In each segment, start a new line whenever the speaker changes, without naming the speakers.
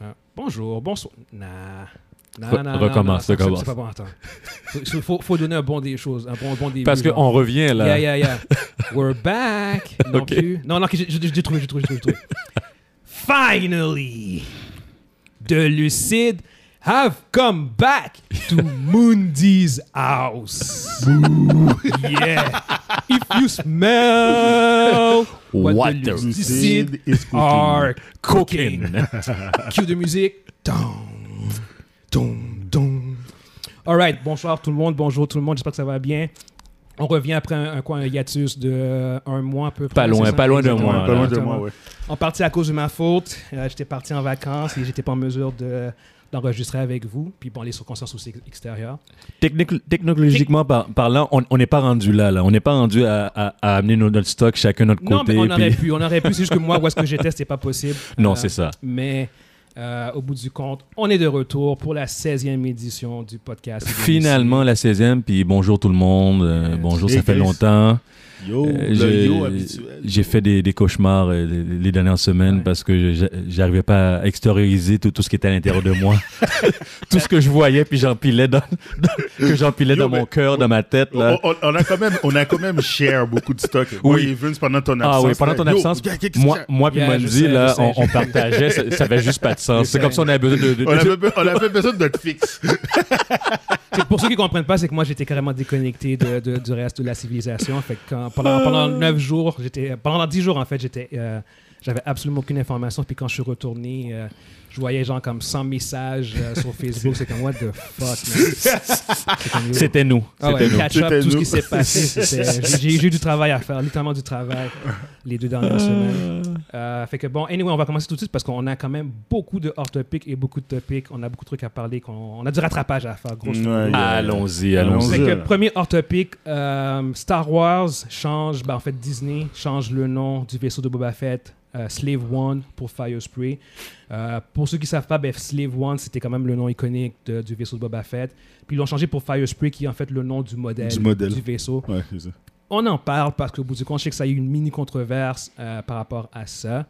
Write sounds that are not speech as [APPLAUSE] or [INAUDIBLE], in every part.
Hein. bonjour, bonsoir. Nah. Non,
Re-
non, non,
recommence,
non, non,
recommence.
C'est pas bon, attends. Il faut, faut donner un bon des choses, un bon, un bon début.
Parce
genre.
qu'on revient là.
Yeah, yeah, yeah. We're back. Non
[LAUGHS] Ok.
plus. Non, non, ok, j'ai- j'ai j'ai trouvé, j'ai trouvé, j'ai trouvé. Finally, the Lucid have come back to Mundi's house. yeah. If you smell what,
What
the
the
Lucid are cooking. [LAUGHS] Cue de musique. Dong, dong, dong. All right, bonsoir tout le monde, bonjour tout le monde, j'espère que ça va bien. On revient après un, un quoi, un hiatus de euh, un mois à peu près.
Pas loin,
c'est ça?
pas loin d'un
Exactement,
mois,
pas
là.
loin
loin de
d'un
moi,
mois.
ouais.
En partie à cause de ma faute, euh, j'étais parti en vacances et j'étais pas en mesure de d'enregistrer avec vous. Puis bon, les circonstances aussi ex- extérieures.
Technique- technologiquement par- parlant, on on n'est pas rendu là, là. On n'est pas rendu à, à- à amener nos- notre stock chacun de notre
non,
côté.
mais on aurait
puis-
pu, on aurait pu. C'est juste que moi, où est-ce que j'étais, c'était pas possible.
[LAUGHS] Non,
Euh,
c'est ça.
Mais euh, au bout du compte, on est de retour pour la 16e édition du podcast.
Finalement, la 16e, puis bonjour tout le monde. euh,
Euh,
bonjour,
hey,
ça fait
guys.
longtemps.
Yo,
Euh,
le
j'ai-
yo habituel.
J'ai fait des, des cauchemars euh, les- les dernières semaines
Ouais.
parce que je- j'arrivais pas à extérioriser tout, tout ce qui était à l'intérieur de
[LAUGHS]
moi. tout ce que je voyais, puis j'empilais dans, dans- que j'empilais
Yo,
dans mon
mais-
cœur, dans ma tête.
On,
Là.
on- on a quand même, on a quand même share beaucoup de stock. Moi et Vince pendant ton absence.
Ah oui, pendant ton
Yo,
absence,
gars, qu'est-ce que
moi,
c'est?
moi puis
Yeah, je
Mondi,
sais,
là,
je sais,
on,
je
on
sais.
partageait, ça, ça avait juste pas de sens.
Je
C'est comme
sais.
si on avait besoin de... de-
on avait, be- on avait besoin de notre fixe.
C'est pour ceux qui comprennent pas, c'est que moi j'étais carrément déconnecté de- de- du reste de la civilisation. Fait que quand- pendant pendant neuf jours, j'étais pendant dix jours en fait, j'étais euh, j'avais absolument aucune information. Puis quand je suis retourné, euh, je voyais genre comme 100 messages euh, sur Facebook. C'est comme what the fuck. man. C'est comme, yo.
C'était nous.
Ah ouais,
C'était nous.
catch up,
C'était
tout ce
nous.
qui s'est passé.
[LAUGHS]
c'était- j'ai- J'ai j'ai eu du travail à faire, littéralement du travail les deux
Ah.
dernières semaines. Euh, fait que bon, anyway, on va commencer tout de suite parce qu'on a quand même beaucoup de hors topics et beaucoup de topics. On a beaucoup de trucs à parler. qu'on- On a du rattrapage à faire, grosso modo.
Mm, Ouais,
Allons-y,
Fait
allons-y.
que
Allons-y.
premier hors topic, euh, Star Wars change, ben, en fait Disney change le nom du vaisseau de Boba Fett, euh, Slave One pour Fire Spray. Euh, pour ceux qui savent pas, ben, Slave One c'était quand même le nom iconique de- du vaisseau de Boba Fett. Puis ils l'ont changé pour Fire Spray qui est en fait le nom du modèle
Du modèle.
vaisseau.
Ouais, c'est ça.
On en parle parce qu'au bout du compte, je sais que ça a eu une mini controverse euh, par rapport à ça.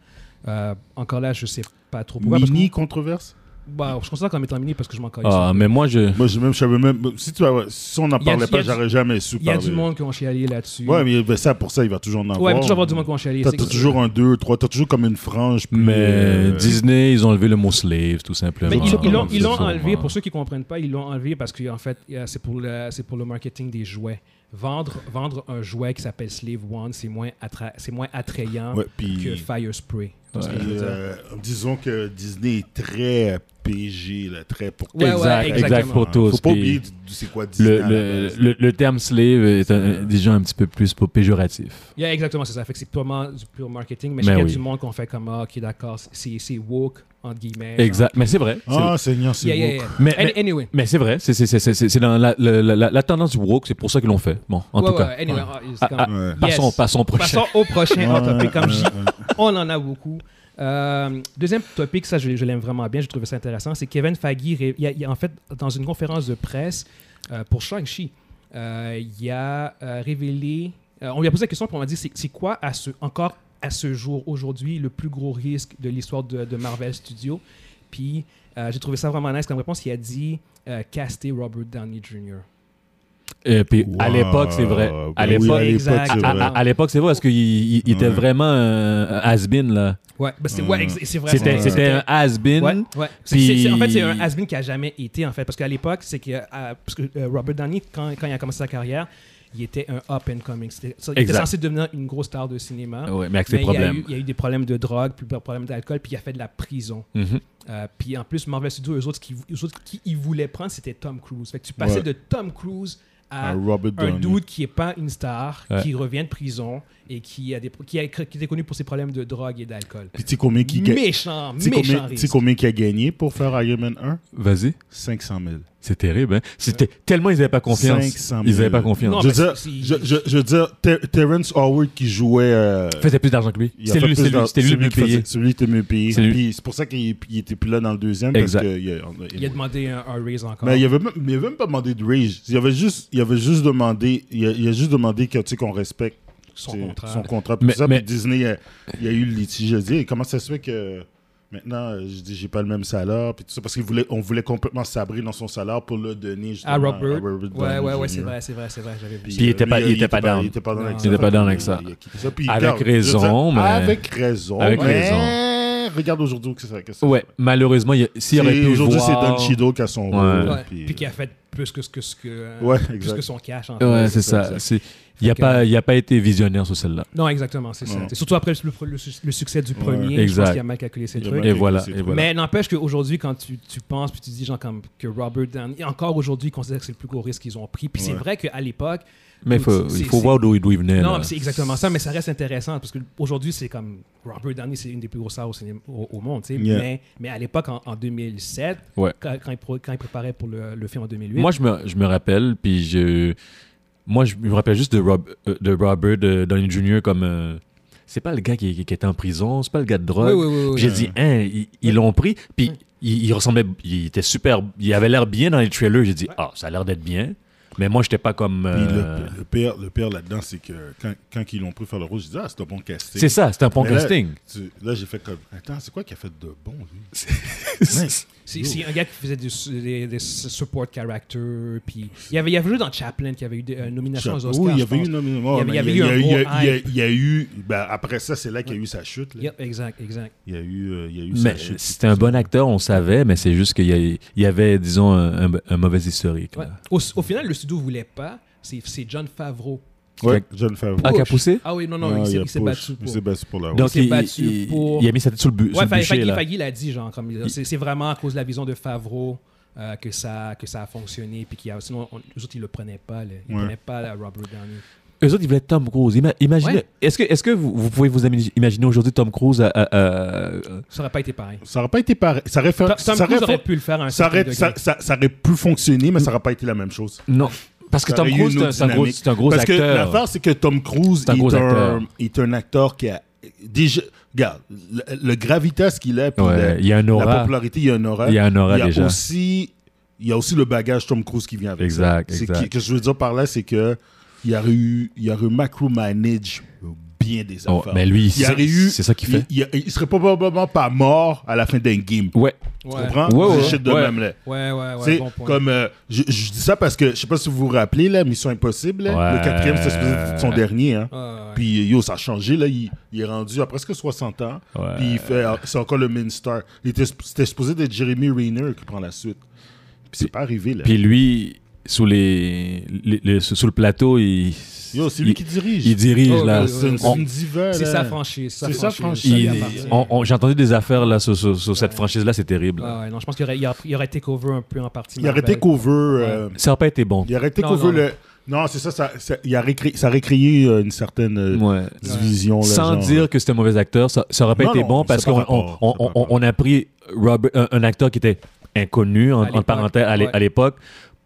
Euh, encore là, je sais pas trop pourquoi. parce que-
Mini controverse.
bah, je considère comme étant mini parce que je m'en calisse.
Ah, mais moi, je...
Moi, j'ai même, je savais même. Si, tu avais- si on n'en
Il y a du- il
parlait
y a
pas,
du-
j'aurais jamais su
Il y a
parler.
du monde qui ont chialé là-dessus.
Ouais, mais ben, ça, pour ça, il va toujours en avoir.
Ouais, mais toujours avoir du monde qui ont chialé.
T'as
c'est-
t'as toujours un 2, 3, t'as toujours comme une frange. plus,
Mais
euh,
Disney, ils ont enlevé le mot slave, tout simplement.
Mais ils-
Ah,
ils l'ont- ils l'ont
Tout
enlevé,
simplement.
pour ceux qui ne comprennent pas, ils l'ont enlevé parce que en fait, euh, c'est pour, le- c'est pour le marketing des jouets. Vendre, vendre un jouet qui s'appelle Slave One, c'est moins, attra- c'est moins attrayant
Ouais, puis-
que Fire Spray. Tu vois ce que je veux
Puis,
dire?
euh, disons que Disney est très PG, là, très pour
Ouais, ouais,
exact, exact,
exactement.
pour tous.
Faut pas
Puis
oublier du- du- c'est quoi Disney.
le,
à la
le,
base.
le- le terme slave est un- déjà un petit peu plus pour péjoratif.
Yeah, exactement, c'est ça. Fait que c'est purement du pur marketing, mais
Mais
je sais qu'il y
oui.
a du monde qu'on fait comme, ah, ok, d'accord, c'est c'est woke, entre guillemets.
Exact. Mais c'est vrai. c'est
Ah, Seigneur, c'est
Yeah, yeah,
woke.
yeah.
Mais-
An-
mais-
anyway.
Mais c'est vrai, c'est c'est- c'est- c'est- c'est dans la, la, la- la- la tendance du woke, c'est pour ça qu'ils l'ont fait. Bon, en
Ouais,
tout
ouais,
cas.
anyway, ah, c'est comme-
Ah,
Ouais.
Passons,
Yes.
passons au prochain.
Passons au prochain hot
Ouais,
topic. Comme
ouais,
je dis,
ouais.
on en a beaucoup. Euh, deuxième topic, ça je, je l'aime vraiment bien, j'ai trouvé ça intéressant, c'est Kevin Faggy, ré- il y a- il y a, en fait, dans une conférence de presse euh, pour Shang-Chi, euh, il a euh, révélé, euh, on lui a posé la question, pour on m'a dit, c'est c'est quoi à ce, encore à ce jour, aujourd'hui, le plus gros risque de l'histoire de, de Marvel Studios? Puis euh, j'ai trouvé ça vraiment nice comme réponse, il a dit, euh, caster Robert Downey Jr.
Et Euh, puis, à
Wow.
l'époque, c'est vrai. À
Ben oui,
l'époque,
à l'époque,
Exact.
c'est
à,
vrai.
à- à l'époque, c'est vrai, parce qu'il il- il était
Ouais.
vraiment un has-been, là.
Ouais, ben, c'est ouais, ex- c'est vrai.
C'était
c'est-
c'était un has-been.
Ouais, ouais. C'est-
Puis-
c'est- c'est- en fait, c'est un has qui a jamais été, en fait. Parce qu'à l'époque, c'est que, euh, parce que euh, Robert Downey, quand, quand il a commencé sa carrière, il était un up and coming. C'était- ça- Il était
Exact.
censé devenir une grosse star de cinéma.
Oh,
Ouais, mais avec ses
Mais il y, a
problèmes.
eu, il y a eu des problèmes de drogue, puis des problèmes d'alcool, puis il a fait de la prison.
Mhm.
Euh, puis en plus, Marvel Studios, eux autres, qui, eux autres, qui ils voulaient prendre, c'était Tom Cruise. Fait que tu passais
Ouais.
de Tom Cruise à
À Robert
un
Downey.
dude qui est pas une star,
Ouais.
qui revient de prison et qui, a des, qui, a- qui était connu pour ses problèmes de drogue et d'alcool.
Puis tu sais combien qui gagne
Méchant,
tu sais
méchant
combien, tu sais
risque.
combien qui a gagné pour faire Iron Man 1
Vas-y.
500 000.
C'est terrible, hein? C'était tellement ils n'avaient pas confiance.
500 000.
Ils n'avaient pas confiance.
Non,
je,
mais
veux dire,
c'est-
je, je, je veux dire, Ter- Terrence Howard qui jouait. euh,
Il faisait plus d'argent que lui.
il a
C'était
fait
lui,
plus
c'est lui,
d'ar-
c'était lui le
celui
mieux
qui faisait-
payé.
Celui qui était mieux payé.
C'est lui.
Puis c'est pour ça qu'il il était plus là dans le deuxième.
Exact.
Parce que, il a- on-
Il a demandé un, un raise encore.
Mais il avait, même, il avait même pas demandé de rage. Il avait juste, il avait juste demandé, il a, il a juste demandé que, tu sais, qu'on respecte
Son
tu sais,
contrat.
Son contrat puis
Mais-
tout ça,
mais-
puis Disney, il y a, il y a eu le litige. Il a dit, comment ça se fait que Maintenant, euh, je dis, j'ai pas le même salaire, puis tout ça, parce qu'on voulait, on voulait complètement sabrer dans son salaire pour le donner justement
À Robert.
Downey
Ouais, ouais, ouais,
Jr.
c'est vrai, c'est vrai, c'est vrai, j'avais vu.
Puis il était
euh,
pas-
lui,
il était pas down.
Il était pas down
Non.
avec ça.
Il était
pas down avec ça.
Il a quitté ça, puis
Avec
regarde, je veux dire,
raison, mais-
Avec raison.
Avec
mais
raison.
Regarde aujourd'hui que c'est que ça.
Ouais, malheureusement, il y a- s'il aurait
C'est-
pu
Aujourd'hui, c'est
voir...
Don Chido qui a son
Ouais.
rôle.
Ouais,
euh, puis- euh,
Puis qui a fait plus que ce que, ce que,
Ouais,
plus
exact.
que son cash. En fait.
Ouais,
c'est
c'est
ça,
ça.
exact.
C'est- Il n'a
Fait que-
pas, il a pas été visionnaire sur celle-là.
Non, exactement, c'est ça.
Non.
C'est surtout après le, le- le succès du premier, je
Exact.
pense qu'il a mal calculé ses
Il a
trucs.
mal-
Et
Ok,
voilà,
c'est
et
tout.
voilà.
Mais n'empêche qu'aujourd'hui, quand tu, tu penses, puis tu dis, genre, comme que Robert Downey, encore aujourd'hui, ils considèrent que c'est le plus gros risque qu'ils ont pris. Puis c'est
Ouais.
vrai qu'à l'époque,
Mais faut-
c'est-
il faut
c'est-
voir d'où d'où il venait.
non,
là.
mais c'est exactement ça, mais ça reste intéressant parce qu'aujourd'hui, c'est comme Robert Downey, c'est une des plus grosses stars au, cinéma- au- au monde, tu sais.
Yeah.
Mais, mais à l'époque, en, en 2007,
Ouais.
quand, quand il, pro- quand il préparait pour le, le film en 2008,
Moi, je me, je me rappelle, puis je. Moi, je me rappelle juste de, Rob, euh, de Robert de Downey Jr. comme. euh, c'est pas le gars qui, qui- qui était en prison, c'est pas le gars de drogue.
Oui, oui, oui, euh, oui.
Puis J'ai dit, hein, ils ils l'ont pris, puis il, il ressemblait. Il était super. Il avait l'air bien dans les trailers. J'ai dit, ah, ça a l'air d'être bien. Mais moi, j'étais pas comme.
Puis
euh,
le, le pire, le pire là-dedans, c'est que quand, quand ils l'ont pris faire le rôle, j'ai dit, ah, c'est un bon casting.
c'est ça, c'était un bon
Mais là,
casting.
tu- Là, j'ai fait comme, attends, c'est quoi qui a fait de
[LAUGHS]
bon, lui? Hein? Nice.
C'est c'est un gars qui faisait des, su- des- des support characters. Puis il y avait, il y avait joué dans Chaplin qui avait eu des euh, nominations aux Oscars.
Oui, il y
je
avait eu
pense.
une nomination.
Il y avait- il y
a-
avait eu
il
un
y a-
gros
il y a-
hype.
Il y a eu, ben, après ça, c'est là qu'il y a eu sa chute. là.
Yep, exact, exact.
Il y a eu, euh, il y a eu
Mais
sa chute.
c'était un bon acteur, on savait, mais c'est juste qu'il y, a- il y avait, disons, un, un- un mauvais historique.
Ouais.
là.
Au, au final, le studio voulais pas. C'est c'est John Favreau.
Ouais, John Favreau.
Ah, qui a poussé
Ah oui, non, non, il
il
s'est-
a
il s'est
push.
battu pour.
Il s'est battu pour la
Donc, s'est
il,
battu
il-
pour-
il a mis sa tête sur le, bu- sur
Ouais,
le
Fa-
bûcher,
Faggy,
là.
Faggy l'a dit, genre, comme c'est c'est vraiment à cause de la vision de Favreau euh, que, ça, que ça a fonctionné. Puis qu'il y a, sinon, on, eux autres, ils le prenaient pas. là. Ils
Ouais.
prenaient pas la Robert Downey.
Eux autres, ils voulaient Tom Cruise. Ima- imaginez,
Ouais.
est-ce que, est que vous, vous pouvez vous ami- imaginer aujourd'hui Tom Cruise euh, à, à- à- à-
Ça aurait pas été pareil.
Ça n'aurait pas été pareil. Ça aurait, fait-
Tom
ça
Tom
aurait
Cruise aurait
fait-
pu le faire à un
ça
certain
aurait-
degré.
ça- ça- ça aurait pu fonctionner, mais ça n'aurait pas été la même chose.
Non, parce que
Ça
Tom
aurait eu
Cruise,
une
c'est un-
autre
c'est un, gros,
dynamique.
c'est un gros
Parce
acteur.
que l'affaire, c'est que Tom Cruise
C'est un
est,
gros
un,
acteur.
est un acteur qui a déjà. Regarde, le, le gravitas qu'il a, puis
Ouais,
la-
il y a un
la
aura.
popularité, il y a un aura.
Il y a un aura
Il y a
déjà.
aussi, il y a aussi le bagage Tom Cruise qui vient avec. ça.
Exact,
C'est
exact.
qui- que je veux dire par là, c'est que il y aurait eu, il y aurait eu macro-manage bien des
Oh,
affaires.
mais lui,
il y
c'est-
aurait eu,
c'est ça qu'il fait.
Il, il- il serait probablement pas mort à la fin d'un game.
Ouais.
Tu
Ouais.
comprends?
Ouais,
C'est
ouais,
shit de
ouais.
même là.
Ouais, ouais,
Tu
ouais.
sais,
Bon point.
comme euh, je, je dis ça parce que je sais pas si vous vous rappelez là, Mission Impossible, là,
Ouais.
le quatrième c'était supposé être son dernier. Hein.
Ouais, Ah, ouais.
Puis yo, ça a changé là, il, il est rendu à presque 60 ans.
Ouais.
Puis il fait, ah, c'est encore le main star. Il était, c'était supposé être Jeremy Rayner qui prend la suite. Puis c'est pas arrivé là.
Puis lui, sous, les, les- les- sous sous le plateau, il,
yo, c'est
il,
lui qui dirige.
il dirige.
Oh,
là.
oui, oui.
c'est une, c'est
On-
une diva,
C'est
là.
sa franchise. sa
C'est sa
franchise.
franchise.
Ça lui
Il-
appartient.
on- on- J'ai entendu des affaires là, sur, sur- sur cette franchise-là, c'est terrible.
Ouais,
Ah.
ouais, non, je pense qu'il aurait, il aurait, il aurait take over un peu en partie.
Il aurait
Marvel.
été cover. euh,
Ça aurait pas été bon.
il aurait été
Non,
cover
non,
le. Non, c'est ça, ça, ça- il aurait créé- ça aurait créé euh, une certaine euh,
Ouais.
division. là,
Sans
genre.
dire que c'était un mauvais acteur, ça, ça aurait pas
Non,
été
non,
bon
c'est
parce
pas
qu'on on,
rapport,
on-
c'est pas
on-
rapport.
on a pris Robert- un, un acteur qui était inconnu, en,
À l'époque,
en parenthèse, à l'é-
ouais.
à l'époque,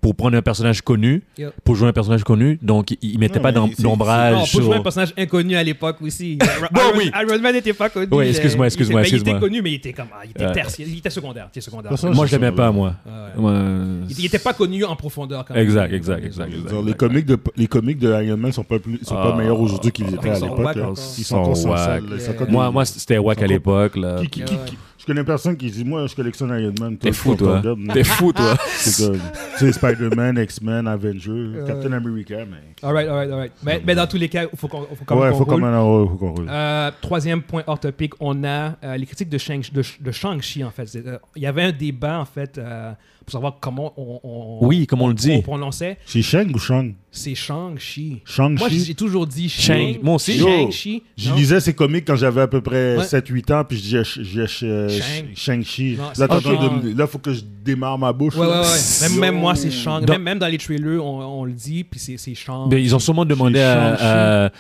pour prendre un personnage connu,
Yep.
pour jouer un personnage connu, donc il, il mettait
Non,
pas
mais
d'om-
c'est- c'est-
Non, on peut
d'ombrage sur...
jouer un personnage inconnu à l'époque
[LAUGHS]
aussi. Iron,
Bon, oui.
Iron Man n'était pas connu.
Oui,
il-
excuse-moi,
il-
excuse-moi,
ben, Il
excuse-moi.
était connu, mais il était comme. ah, il était
Ouais.
tertiaire, il était secondaire. Il était secondaire.
Personne-
Moi, je l'aimais pas, moi.
Ouais.
Ouais.
Il il était pas connu en profondeur quand même.
Exact, exact,
Les
exact,
autres.
Je veux
exact.
dire, Les comics, de, les comics de Iron Man sont pas, plus, sont
Ah.
pas meilleurs aujourd'hui qu'ils
Ils
étaient à
sont hein.
l'époque.
whack
là.
encore.
Ils sont encore sans
whack.
salle, là. Ils sont encore
Moi,
des-
moi c'était wack à
Encore-
l'époque. là.
qui- qui- qui-
Ouais.
qui- je connais personne qui dit Moi, je collectionne Iron Man.
T'es
Toi,
fou,
tu t'en
toi.
regardes,
T'es fou, toi.
C'est comme tu sais, Spider-Man, X-Men,
Euh.
Avengers, Captain America. Mais...
All right, all right, all right. Mais,
euh,
mais dans tous les cas, il faut qu'on faut quand même
Ouais,
Ah, qu'on
faut quand
roule.
même en faut qu'on roule.
Euh, troisième point hors topic, on a euh, les critiques de, Shang, de, de Shang-Chi, en fait. C'est, euh, Il y avait un débat, en fait, euh, pour savoir comment on, on-
Oui, comme on le
on
dit.
prononçait.
C'est Shang ou Shang
C'est Shang-Chi. Moi,
Shang-Chi.
j'ai toujours dit
Shang-
Shang.
moi aussi.
Shang-Chi.
Je
Non.
lisais ces comics quand j'avais à peu près
Ouais.
7-8 ans, puis je disais Sh- je- je-
Shang.
Sh- Shang-Chi.
Non, c'est
Là, t'entends
Shang.
de me- là, faut que je démarre ma bouche.
Ouais, ouais,
là.
ouais. Même, même
Yo.
moi, c'est Shang.
Dans-
Même, même dans les trailers, on, on le dit, puis c'est, c'est Shang.
Mais ils ont sûrement demandé à-
Shang-Chi.
à-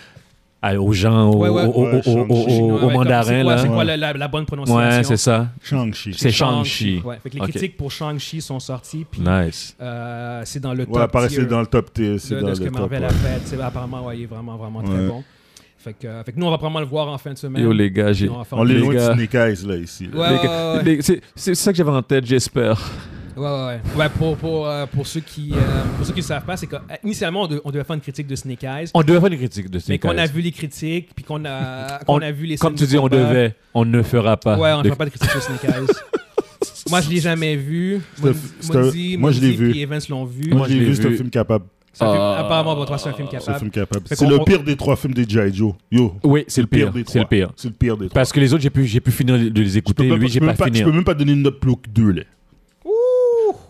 à- aux gens, aux,
Ouais, ouais.
aux- aux-
Ouais,
aux-
Shang-Chi.
aux-
Ouais, ouais,
aux
comme-
mandarins.
C'est quoi,
là.
c'est quoi la, la- la bonne prononciation
Ouais, c'est ça.
Shang-Chi.
C'est Shang-Chi.
Ouais. Fait que les
Ok.
critiques pour Shang-Chi sont sorties, puis
Nice.
euh, c'est dans le
Ouais,
top tier
apparaissait dans le top tier.
de,
C'est
de
dans
ce
le
que Marvel
top,
a fait. C'est- apparemment, ouais, il est vraiment, vraiment très
Ouais.
bon. Fait que, euh, fait que nous, on va probablement le voir en fin de semaine.
Yo, les gars, j'ai.
Puis on va faire-
On est
Les
loin
gars.
de Snake Eyes, là, ici. là.
Ouais,
Les
ouais,
gars,
ouais.
les- C'est c'est ça que j'avais en tête, j'espère.
Ouais, ouais, ouais. Ouais, pour, pour, euh, pour ceux qui euh, pour ceux qui ne savent pas, c'est qu'initialement, on, de- on devait faire une critique de Snake Eyes.
On devait faire des critiques de
mais
Snake
qu'on a
Eyes.
vu les critiques, puis qu'on
[LAUGHS]
a,
On-
qu'on a vu les
Comme
scènes
tu
de
dis, on
combat.
devait. euh, On ne fera pas.
Ouais, on ne
de-
fera pas de critique sur Snake
[LAUGHS]
Eyes. Moi, je l'ai jamais vu.
C'est un- c'est un-
Mondi,
moi, je l'ai vu.
Et Evans l'ont vu.
Moi,
Moi,
je
je l'ai
l'ai
vu, c'est un
vu.
film capable.
C'est un film-
Ah.
apparemment, bon, toi, c'est un film
C'est un
capable.
film capable.
Fait
C'est
qu'on-
le
on-
pire des trois films des G.I. Joe. Yo.
Oui, c'est le pire.
des
C'est le
trois.
pire.
C'est le pire des trois.
Parce que les autres, j'ai pu, j'ai pu finir de les
Je peux
écouter.
même
Lui,
je
j'ai
peux
pas
même Je
fini.
peux même pas donner une note plus haut que deux, là.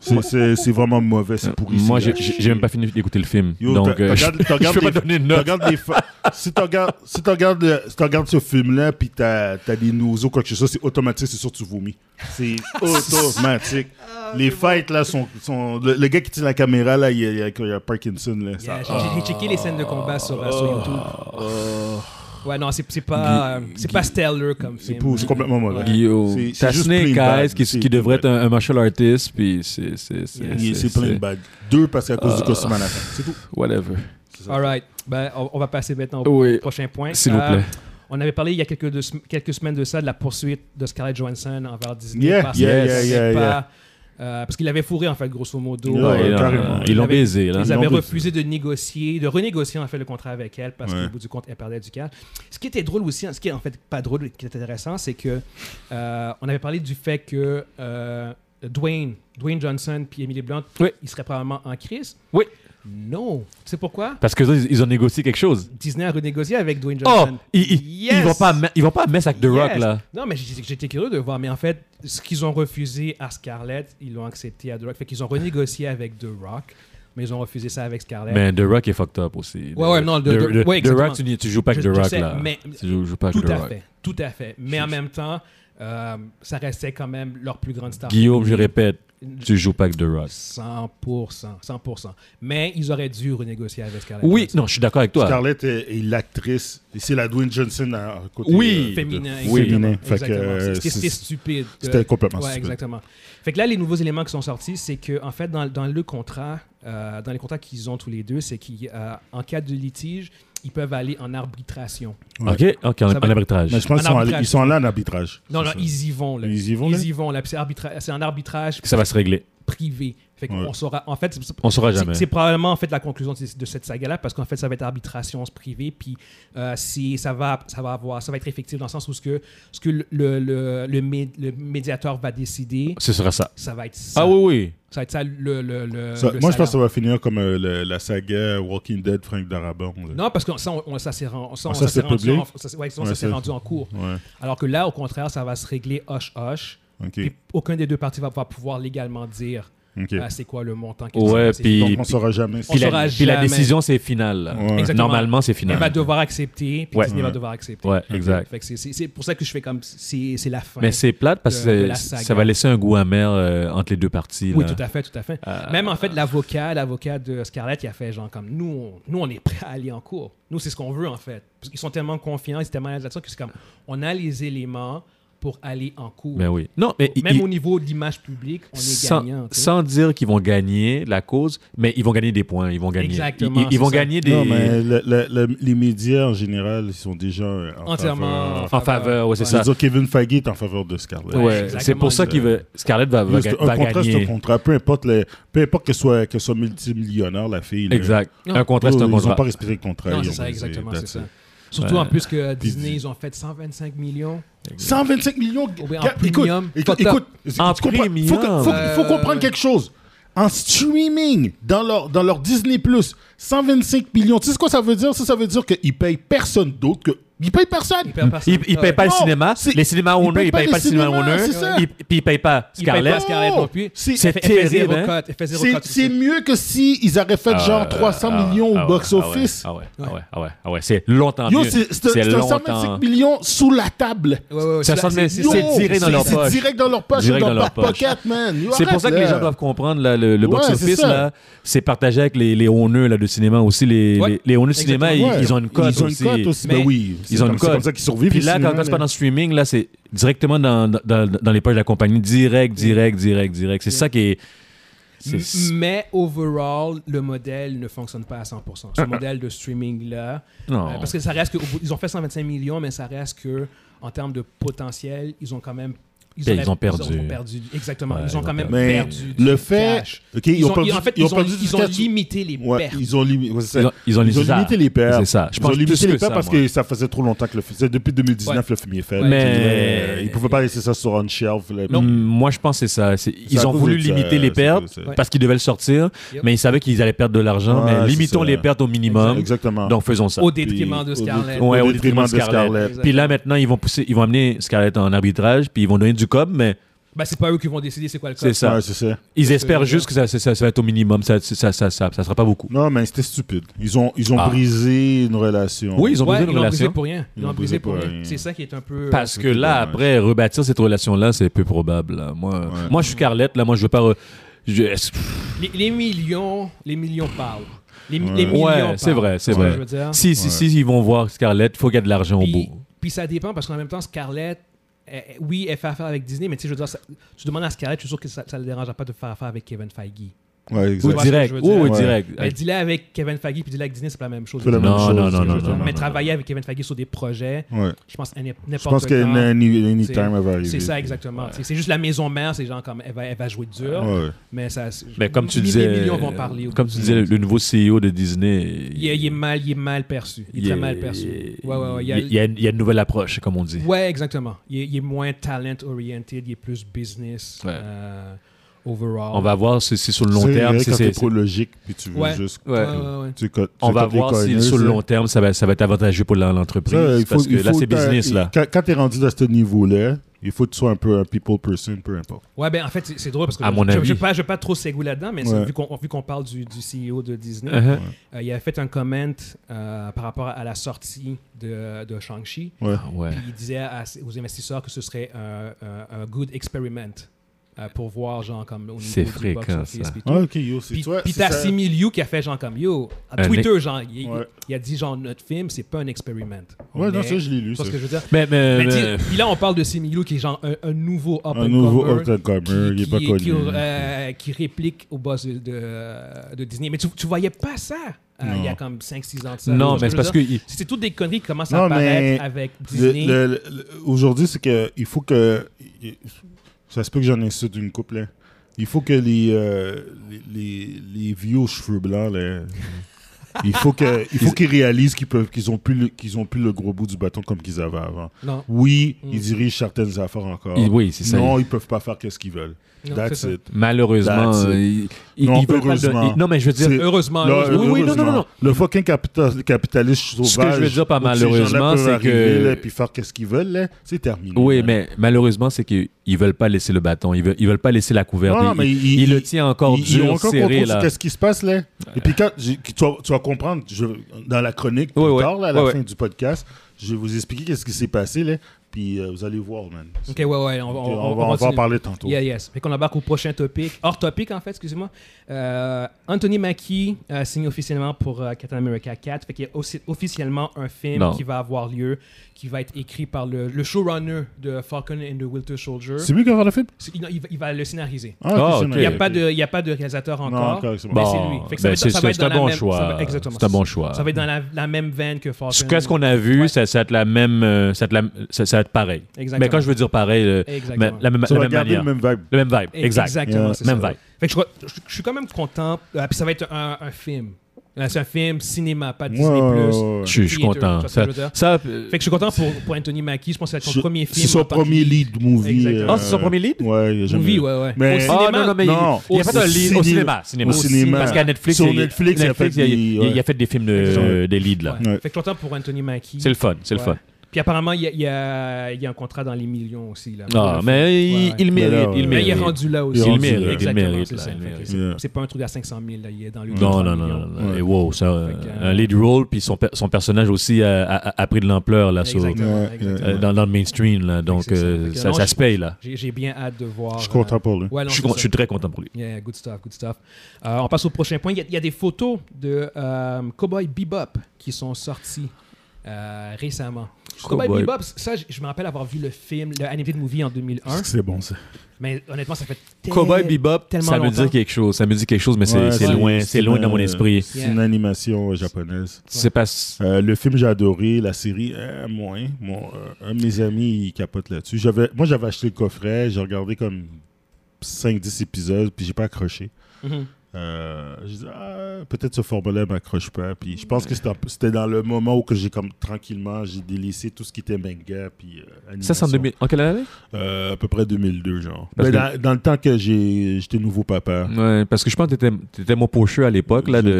C'est- C'est c'est vraiment mauvais, c'est pourri.
Moi,
c'est
j'ai
de la
j'ai-
chier.
j'ai même pas fini d'écouter le film.
Yo,
Donc,
t'as-
euh,
t'as
je
regardé- t'as
[LAUGHS] je
regardé
peux pas
les-
donner une
Tu
note.
regardes les fa- si tu regardes, si tu regardes, le- si tu regardes ce film-là, puis t'as as des nausées ou quoi que ce soit, c'est automatique, c'est sûr que tu vomis.
[LAUGHS]
C'est
Oh,
automatique.
Ah,
les fights, là, sont. sont le, le gars qui tient la caméra, là, il y a, il y a- il y a Parkinson, là. ça-
Yeah, j'ai-
ah. Oh.
J'ai checké les scènes de combat sur, euh, sur YouTube. Ouais, non, c'est c'est pas, euh, c'est pas stellar comme
c'est
film.
pour- c'est complètement mauvais.
Guillaume,
C'est- c'est
t'as
juste
Snake
plain
Eyes
bad.
qui,
C'est-
qui devrait être un, un martial artist, puis c'est. c'est- Ah.
Yeah.
Il- C'est plein de bagues. Deux parce qu'à cause du costume à la fin. C'est tout.
Whatever.
C'est ça.
All right. Ben, on, on va passer maintenant au
Oh.
Oui.
prochain point.
S'il vous
Euh,
plaît.
On avait parlé il y a quelques, deux sem- quelques semaines de ça, de la poursuite de Scarlett Johansson envers Disney.
Yeah,
parce
yeah,
que
yeah,
c'est
yeah,
pas-
yeah.
euh, parce qu'il avait fourré, en fait, grosso modo. Euh,
Ouais,
Ouais, non,
carrément.
Ils l'ont
Ils avaient-
baisé, là.
Ils avaient
Ils l'ont
refusé de négocier, de renégocier en fait le contrat avec elle parce
Ouais.
qu'au bout du compte, elle perdait du cash. Ce qui était drôle aussi, hein, ce qui est en fait pas drôle, mais qui est intéressant, c'est que euh, on avait parlé du fait que euh, Dwayne, Dwayne Johnson puis Emily Blunt,
Oui.
ils seraient probablement en crise.
Oui.
Non. C'est pourquoi
Parce que eux, ils, ils ont négocié quelque chose.
Disney a renégocié avec Dwayne
Oh,
Johnson.
ils, ils,
Yes!
ils vont pas, à Me- ils vont pas à Metz avec The Rock,
Yes.
là.
Non, mais j- j'étais curieux de voir. Mais en fait, ce qu'ils ont refusé à Scarlett, ils l'ont accepté à The Rock. Fait qu'ils ont renégocié avec The Rock, mais ils ont refusé ça avec Scarlett.
Mais The Rock est fucked up aussi.
Ouais, ouais, non,
The,
The- The- ouais,
The
exactement.
Rock, tu, n'y- tu joues pas avec
Je-
The
je
Rock,
sais,
là.
mais-
Tu joues, joues pas avec
Tout
The
à
Rock.
fait, tout à fait. Mais en
Juste.
même temps, euh, ça restait quand même leur plus grande star.
Guillaume, je répète, tu joues pas avec The Rock.
100%, 100%. Mais ils auraient dû renégocier avec Scarlett.
Oui,
Johansson.
non, je suis d'accord avec toi.
Scarlett est, est l'actrice. Et c'est la Dwayne Johnson à à côté. euh,
Oui.
Féminin,
de- oui,
exactement.
féminin. Fait que,
Exactement.
euh,
C'était- C'était
c'est-
stupide.
C'était complètement
ouais,
stupide.
exactement. Fait que là, les nouveaux éléments qui sont sortis, c'est que en fait, dans, dans le contrat, euh, dans les contrats qu'ils ont tous les deux, c'est qu'en euh, cas de litige, ils peuvent aller en arbitration.
Ouais.
Ok, ok, en,
Ça va-
en arbitrage.
Mais je pense
En
qu'ils sont, allés-
arbitrage.
ils sont là en arbitrage.
Non,
C'est
non,
ça.
ils y vont. Là.
Ils y vont, là?
Ils y vont. là, puis C'est arbitra- c'est un arbitrage
Ça va se régler.
privé. Fait qu'on
Ouais.
saura. En fait, c'est-
On saura
C'est-
jamais.
C'est probablement en fait la conclusion de, de cette saga-là parce qu'en fait ça va être arbitration privée puis euh, c'est- ça va ça va avoir ça va être effectif dans le sens où ce que ce que le le, le, le mé- le médiateur va décider
Ce sera ça.
ça va être ça.
Ah oui, oui.
Ça va être ça le, le, le-
Ça-
le
moi,
saga.
je pense que ça va finir comme euh, le- la saga Walking Dead, Frank Darabont. là.
Non parce que ça on, on- ça s'est ren- ça,
Ah,
on-
ça,
ça
c'est
s'est rendu
public?
en, ça s'est- ouais, sinon,
Ouais,
ça s'est
ça.
rendu en cours.
Ouais,
Alors que là au contraire ça va se régler hoche hoche.
ok.
Puis aucun des deux parties va, va pouvoir légalement dire
ok.
euh, c'est quoi le montant. qu'est-ce qui
Ouais,
va- c'est-
puis,
Donc, on
puis-
saura jamais. si-
on
puis la,
saura
puis la
jamais.
décision, c'est finale. là.
Ouais.
Exactement.
Normalement, c'est
Elle
final.
va devoir accepter, puis
Ouais.
Disney va devoir accepter.
Ouais, exact.
Fait que c'est- c'est c'est pour ça que je fais comme c'est c'est la fin.
Mais c'est plate parce
de- de
que
la
c'est-
saga.
ça va laisser un goût amer euh, entre les deux parties.
oui,
là.
tout à fait, tout à fait.
Euh,
Même en fait, l'avocat, l'avocat de Scarlett, il a fait genre comme nous, on, nous on est prêts à aller en cours. Nous, c'est ce qu'on veut en fait. Parce qu'ils sont tellement confiants, ils sont tellement à l'aise là-dessus que c'est comme on a les éléments pour aller en cours.
Mais Ben oui. Non, mais il-
Même
il-
au niveau de l'image publique, on est
sans,
gagnant. tu sais.
sans dire qu'ils vont gagner la cause, mais ils vont gagner des points. Ils vont gagner.
Exactement,
Ils, ils
c'est
vont
ça.
gagner des.
Non, mais le- le- le- les médias, en général, ils sont déjà euh, en
Entièrement
faveur.
En faveur, ouais, c'est ça.
C'est-à-dire Kevin Feige est en faveur de Scarlett.
Ouais,
Ouais,
exactement.
c'est pour ça qu'il veut. Scarlett va, va,
Juste
ga-
un
va
contrat, c'est un
gagner.
contrat. Peu importe, les, peu importe que soit, que soit multimillionnaire, la fille. là.
Exact.
Non.
Un contrat, c'est
Yo,
un
Ils n'ont
contrat.
pas respecté le contrat.
Non,
ils
c'est
ont
ça,
baisé,
exactement,
that's
c'est ça.
it.
Surtout en plus que
Puis-
Disney, ils ont fait 125 millions.
125 millions.
Oui, en
Gars, écoute,
premium.
écoute,
Fucked up.
écoute, tu
En
comprends-
premium.
Faut que- faut que- faut
Euh,
comprendre quelque chose. En streaming, dans leur, dans leur Disney Plus, 125 millions. Tu sais ce que ça veut dire? Ça, ça veut dire qu'ils payent personne d'autre que. Ils payent personne.
perd personne.
Ils ne payent
Ah
pas
Ouais.
le
Non,
cinéma.
c'est-
Les cinémas
ils
owners,
payent
ils ne
pas
payent
les
pas le cinéma
cinémas,
owner.
c'est ça.
Ils- Puis ils ne payent pas
Ils payent pas
Scarlett.
Scarlett non plus.
C'est-
Elle fait- elle fait zéro
terrible, hein.
cote, elle fait zéro
C'est
cote,
c'est mieux que si ils auraient
Euh,
fait genre 300 millions au box-office.
Ah ouais, ah ouais, ah ouais, ah ouais. C'est longtemps
Yo,
mieux.
c'est c'est- c'est un 125
longtemps.
millions sous la table.
Ouais, ouais, ouais,
Ça
c'est-
semble-
c'est-
c'est-
Yo,
c'est-
direct dans
c'est-
leur poche.
C'est direct dans leur poche,
Direct
dans
dans
leur
leur poche.
pocket, man. Yo,
C'est pour
arrête,
ça que les
là.
gens doivent comprendre là, le, le
Ouais, c'est
box-office,
ça.
là, c'est partagé avec les, les owners là, de cinéma aussi. Les,
Ouais.
les, les owners de cinéma, ils,
Exactement.
Ouais.
ils ont une cote
Ils ont une
aussi.
cote aussi.
Mais-
Ben oui.
Ils ont
C'est
une
comme- C'est
cote.
comme ça qu'ils survivent.
Puis
le
là, quand
cinéma,
quand c'est pas
là.
dans le streaming, là, c'est directement dans, dans, dans les pages de la compagnie. Direct, direct, direct, direct.
Mm.
C'est ça qui est. c'est-
Mais overall, le modèle ne fonctionne pas à 100%. Ce modèle de streaming-là,
Non.
euh, parce que ça reste que, au bout- ils ont fait 125 millions, mais ça reste que, en termes de potentiel, ils ont quand même
Ben, ils
auraient-
ont perdu.
Ils ont perdu. Exactement.
Ouais,
ils ont quand même
Mais
perdu. du
le fait.
cash.
ok,
Ils, ont,
perdu-
ils- en fait, ils, ont,
perdu du
ils ont
cash.
limité les
Ouais,
pertes.
ils ont limi- ouais, c'est ça.
Ils ont, ils ont
Ils ont
ça.
limité les pertes.
C'est ça. Je
Ils
pense
ont limité
plus
les
que
pertes
ça,
parce
moi.
que ça faisait trop longtemps que le film. c'est Depuis 2019,
Ouais.
le film est fait.
Ouais.
Mais-
Puis, euh, ils pouvaient pas laisser ça sur un shelf. là,
Mm, Moi, je pense que c'est ça. C'est-
C'est à
Ils ont
cause
voulu
de ça,
limiter les
c'est-
pertes
c'est-
Ouais.
parce qu'ils devaient le sortir,
Yep.
mais ils savaient qu'ils allaient perdre de l'argent.
Ouais,
mais
c'est
limitons
ça.
les pertes au minimum.
Exactement.
Donc faisons ça.
Au détriment de
Puis, au
Scarlett.
dé-
Ouais,
au
au
détriment de Scarlett.
Exactement.
Puis là maintenant ils vont pousser, ils vont amener Scarlett en arbitrage, puis ils vont donner du cob, mais
Ben, c'est pas eux qui vont décider c'est quoi le
c'est
code.
ça.
Ouais, c'est ça.
Ils
que-
espèrent juste que ça, ça, ça- ça va être au minimum, ça, ça, ça, ça, ça- ça sera pas beaucoup.
Non, mais c'était stupide. Ils ont, ils ont
Ah.
brisé une relation.
Oui, ils ont
Ouais,
brisé
ils
une
l'ont brisé
relation.
pour rien. Ils l'ont brisé pour rien. C'est ça qui est un peu.
Parce que là,
dommage.
après, rebâtir cette relation-là, c'est peu probable. là. Moi,
Ouais.
moi, je suis Scarlett, là, moi, je veux pas. re- je- est-ce-
Les, les millions, les millions parlent. Les, mi-
Ouais.
les millions
Ouais, c'est
parlent.
vrai, c'est
Tu vois
vrai.
ce que Je veux dire.
Si, si,
Ouais.
si, ils vont voir Scarlett, faut qu'il y ait de l'argent au
Puis,
bout.
puis ça dépend parce qu'en même temps, Scarlett, euh, oui, elle fait affaire avec Disney, mais tu sais, je veux dire, ça- tu demandes à Scarlett, je suis sûr que ça ne le dérangera pas de faire affaire avec Kevin Feige.
Ouais,
Ou
vois
exact.
ce que
direct,
je veux
ou
dire.
ou
Ouais.
direct.
Mais dis-le avec Kevin Feige puis dis-le avec Disney, c'est pas la même chose.
C'est la même
Non,
chose,
non,
c'est
non,
la même
non,
chose.
non,
mais travailler avec Kevin Feige sur des projets,
Ouais.
je pense à n'importe
Je pense que
quand,
any, any
c'est-
time elle va arriver.
C'est ça, exactement. C'est- C'est juste la maison mère, c'est genre comme elle va, elle va jouer dur,
Ouais.
mais ça.
Mais Ben, comme tu
les
disais, euh,
millions vont parler. au-
comme tu disais, le- le nouveau CEO de Disney,
il, est- il est mal, il est mal perçu. Il est très mal perçu. Ouais, ouais, ouais.
Il y a- il y a une- il y a une nouvelle approche, comme on dit.
Ouais, exactement. Il est, il est moins talent-oriented, il est plus business
Ouais.
euh, overall.
On va voir si c'est sur le long
C'est
terme.
vrai
si
quand
c'est-
t'es pro logique, puis tu veux
Ouais.
juste.
Ouais.
Ouais, ouais, ouais.
Tu, cotes- tu
on va
cotes les
voir si
corners,
sur le
là.
long terme, ça va, ça va être avantageux pour l'en-
Ça,
l'entreprise.
il faut-
Parce que
il
là,
faut
c'est
que t'as-
business. là.
Quand, quand t'es rendu à ce niveau-là, il faut que tu sois un peu un people person, peu importe.
Ouais, ben en fait, c'est- c'est drôle parce que
À
je-
mon
je ne
avis.
vais pas, je vais pas trop s'égouer là-dedans, mais c'est-
Ouais.
vu qu'on vu qu'on parle du, du CEO de Disney,
Uh-huh.
euh, il a fait un comment euh, par rapport à la sortie de, de Shang-Chi.
Ouais.
Ah ouais.
Puis il disait à- aux investisseurs que ce serait un, un- un good experiment euh, pour voir, genre, comme au niveau
C'est
du
fréquent,
box-office
ça.
puis tout.
Ah, ok, yo, c'est
Puis,
toi.
puis
c'est
t'as
ça.
Simu Liu qui a fait genre comme yo. À
Un
Twitter, genre, il, il-
Ouais.
il a dit genre notre film, c'est pas un experiment.
Ouais,
On
non,
est-
ça, je l'ai lu.
Tu vois
ça.
ce que je veux dire?
Mais, mais,
Mais dis-
mais-
puis là, on parle de Simu Liu qui est genre un, un nouveau up
Un
and
nouveau
comer
up-and-comer, il est pas
qui-
connu.
qui, euh, qui réplique au boss de, de- de Disney. Mais tu, tu voyais pas ça euh,
Non.
il y a comme 5-6 ans de ça.
non,
Tu vois ce
mais c'est
je
parce
veux
que.
dire?
il-
C'est toutes des conneries qui commencent à
Non, mais
apparaître avec
Le-
Disney.
le- le- le- Aujourd'hui, c'est que il faut que. Ça se peut que j'en insulte une couple. hein. Il faut que les, euh, les, les, les vieux aux cheveux blancs, là, il faut que- il faut qu'ils réalisent qu'ils peuvent qu'ils ont plus le- qu'ils ont plus le gros bout du bâton comme qu'ils avaient avant.
Non.
Oui,
Mm.
ils dirigent certaines affaires encore.
il- oui, c'est ça.
non, ils peuvent pas faire qu'est-ce qu'ils veulent.
Non, c'est
That's
ça.
it.
Malheureusement.
That's it.
euh, il- il-
Non,
il veut pas le donner.
heureusement.
Non, mais je veux dire.
C'est-
Heureusement,
Là,
heureusement.
Ah, oui, non, non, non, non.
Le fucking capita- capitaliste sauvage.
Ce que je veux dire par
où ces gens-là
malheureusement,
peuvent
c'est
arriver,
que-
là, puis faire qu'est-ce qu'ils veulent, là, c'est terminé.
Oui,
là.
mais malheureusement, c'est qu'ils veulent pas laisser le bâton. Ils veulent, ils veulent pas laisser la couverture.
Non, non, mais
il,
il-
il
il-
le tient encore
Ils- ils ont
dur,
encore
serré.
contrôle
Là.
sur qu'est-ce qui se passe là. Et puis quand j'ai- tu, vas, tu vas comprendre je- dans la chronique plus
Ouais, ouais.
tard, là, à la
Ouais,
fin du podcast, je vais vous expliquer qu'est-ce qui s'est passé là. Puis euh, vous allez voir, man.
Ok, ouais, ouais. On, on- on-
on, va,
on
on va en
continue.
parler tantôt.
Yeah, yes. Fait qu'on embarque au prochain topic. Hors topic, en fait, excusez-moi. Euh, Anthony Mackie euh, signe officiellement pour euh, Captain America 4. Fait qu'il y a aussi, officiellement un film
Non.
qui va avoir lieu, qui va être écrit par le, le showrunner de Falcon and the Winter Soldier.
C'est mieux qu'à voir le film.
C'est- il, il va- il va le scénariser.
Ah,
ok,
ok.
Il n'y a,
ok.
pas de- il y a pas de réalisateur
Non,
encore.
encore, c'est bon.
mais
Bon,
c'est lui. Fait que ça
ben,
va-
c'est
ça va
c'est-
être
c'est un
dans la
bon
même- ça
choix.
va- exactement.
C'est un bon choix.
Ça va être dans la, la même veine que Falcon.
Ce que- ce qu'on a vu,
Ouais.
ça, ça va être la même, euh, ça, va être la- ça- ça va être pareil.
Exactement.
Mais quand je veux dire pareil, euh,
Exactement.
mais- la même,
Ça
la
va
même
garder
manière,
le
le
même vibe.
même, vibe, exact.
Exactement,
Yeah.
c'est
Même
ça.
vibe.
Fait que je, crois- je- je suis quand même content. Euh, puis ça va être un, un film. Là, C'est un film cinéma, pas Disney+.
Ouais, ouais, ouais, ouais.
Je suis- je suis
Theater,
content.
tu vois ce que
Ça,
je veux dire?
ça, euh,
Fait que je suis content pour, pour Anthony Mackie. Je pense que c'est son
C'est-
premier film.
C'est son
en tant que
premier lead movie. euh,
Exactement.
Ah, c'est son premier lead?
Ouais,
movie,
jamais-
ouais, ouais.
Mais-
Au
Ah,
cinéma,
non, non, mais il-
non.
il, a
Au
fait un lead au
ciné-
cinéma. cinéma.
au cinéma.
Parce qu'à Netflix,
Sur
il-
Netflix, il a fait
il,
des-
il- il
ouais.
a fait des films de,
Exactement.
des leads. Là.
Ouais.
Ouais.
Fait que je suis content pour Anthony Mackie.
C'est le fun, c'est le
Ouais.
fun.
Puis apparemment, il y, a, il y a- il y a un contrat dans les millions aussi. Là, pour
Ah,
le film.
mais il,
Ouais.
il
Mais là,
mérite,
ouais.
il
Mais
mérite.
il est rendu là aussi.
Il est rendu
Exactement,
là.
Il mérite,
c'est
là,
ça.
il
Fait que
mérite.
c'est- C'est pas un truc à 500 000. là, Il est dans le
Non, non, non, non, non.
Ouais.
Et wow, ça, euh,
Fait que, euh,
un lead role, puis son, per- son personnage aussi a, a- a pris de l'ampleur là, sur,
Exactement,
Ouais,
exactement.
euh, dans, dans le mainstream. Là, donc,
c'est ça.
euh,
Fait que
ça,
non,
ça
je-
se paye. là.
J'ai j'ai bien hâte de voir.
Je suis
euh,
content pour lui.
Ouais, non,
Je suis
c'est
con-
ça.
je suis très content pour lui.
Yeah, good stuff, good stuff. Euh, on passe au prochain point. Il y a- il y, a des photos de euh, Cowboy Bebop qui sont sorties euh, récemment. Cowboy
Cowboy.
Bebop, ça, je- je me rappelle avoir vu le film, le animated movie en 2001,
C'est bon, ça.
mais honnêtement, ça fait
Cowboy
tel-
Bebop,
tellement
ça me
longtemps.
dit quelque chose. Ça me dit quelque chose, mais c'est
Ouais,
c'est
c'est-
loin, c'est loin dans mon
euh,
esprit.
C'est
Yeah.
une animation euh, japonaise.
C'est pas.
Euh, le film, j'ai adoré. La série, euh, moins. Mon, euh, un de mes amis, il capote là-dessus. J'avais, moi, j'avais acheté le coffret. J'ai regardé comme 5-10 épisodes, puis j'ai pas accroché.
Mhm.
Euh, j'ai dit, ah, peut-être ce format-là m'accroche pas. Puis je pense que c'était, un peu- c'était dans le moment où que j'ai comme tranquillement, j'ai délaissé tout ce qui était manga, puis euh,
Ça, c'est en
animation.
2000. En quelle année
Euh, à peu près 2002, genre.
Parce
Ben,
que- Mm.
dans, dans le temps que j'ai, j'étais nouveau papa.
Ouais, parce que je pense que t'étais, t'étais mon pocheux à l'époque là, de,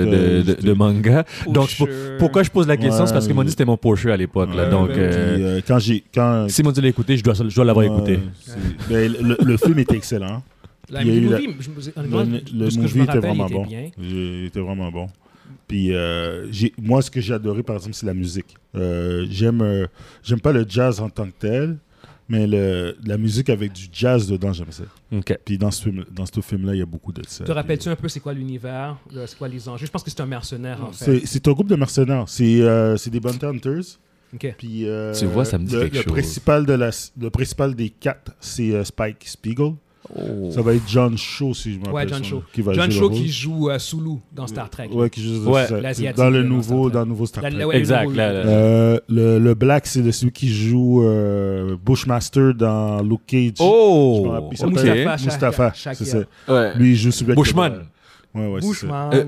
de, de, de manga. Donc, je-
Pusher.
pourquoi je pose la question, c'est parce que
Ouais.
mon dit c'était mon pocheux à l'époque. là,
Ouais,
donc,
ben
puis,
euh,
euh, quand j'ai. Quand,
si mon dit l'a écouté, je dois, je dois l'avoir
Ouais,
écouté.
c'est- ben, le, le film était excellent. il y a
le
eu
movie, je me- honnêtement,
le-
de
le
ce que je me
movie était
rappelle,
vraiment
il
bon.
bien.
Il était vraiment bon. Puis euh, j'ai- moi, ce que j'ai adoré, par exemple, c'est la musique. Euh, J'aime euh, j'aime pas le jazz en tant que tel, mais le, la musique avec du jazz dedans, j'aime ça.
Ok.
Puis dans ce film- dans ce film-là, il y a beaucoup de ça.
Te
Puis,
rappelles-tu un peu c'est quoi l'univers, le- c'est quoi les enjeux Je pense que c'est un mercenaire en fait.
C'est c'est un groupe de mercenaires. C'est euh, c'est des Bounty Hunters.
Ok.
Puis, euh,
Tu vois, ça me dit
le,
quelque
le
chose.
Principal de la, le principal des quatre, c'est euh, Spike Spiegel.
Oh.
Oh.
Ça va être John Cho, si je me
Ouais,
rappelle
John
son nom,
Cho.
Qui va
John
jouer
Cho
le rôle.
qui joue euh, Sulu dans Star Trek.
Ouais, qui joue
Ouais,
ça-
l'Asiatique,
dans le
dans Star
nouveau,
Trek.
dans le nouveau Star
La-
Trek.
la- ouais,
Exact,
le-
là, là.
Euh, le, le Black, c'est le- celui qui joue euh, Bushmaster dans Luke Cage. Je me
Oh
rappelle, il
Ok.
s'appelle
Mustafa
Mustafa.
Shakir.
c'est ça.
Ouais.
Lui, il joue celui avec-
Bushman.
Ouais, ouais, c'est ça.
Bushman.
Euh,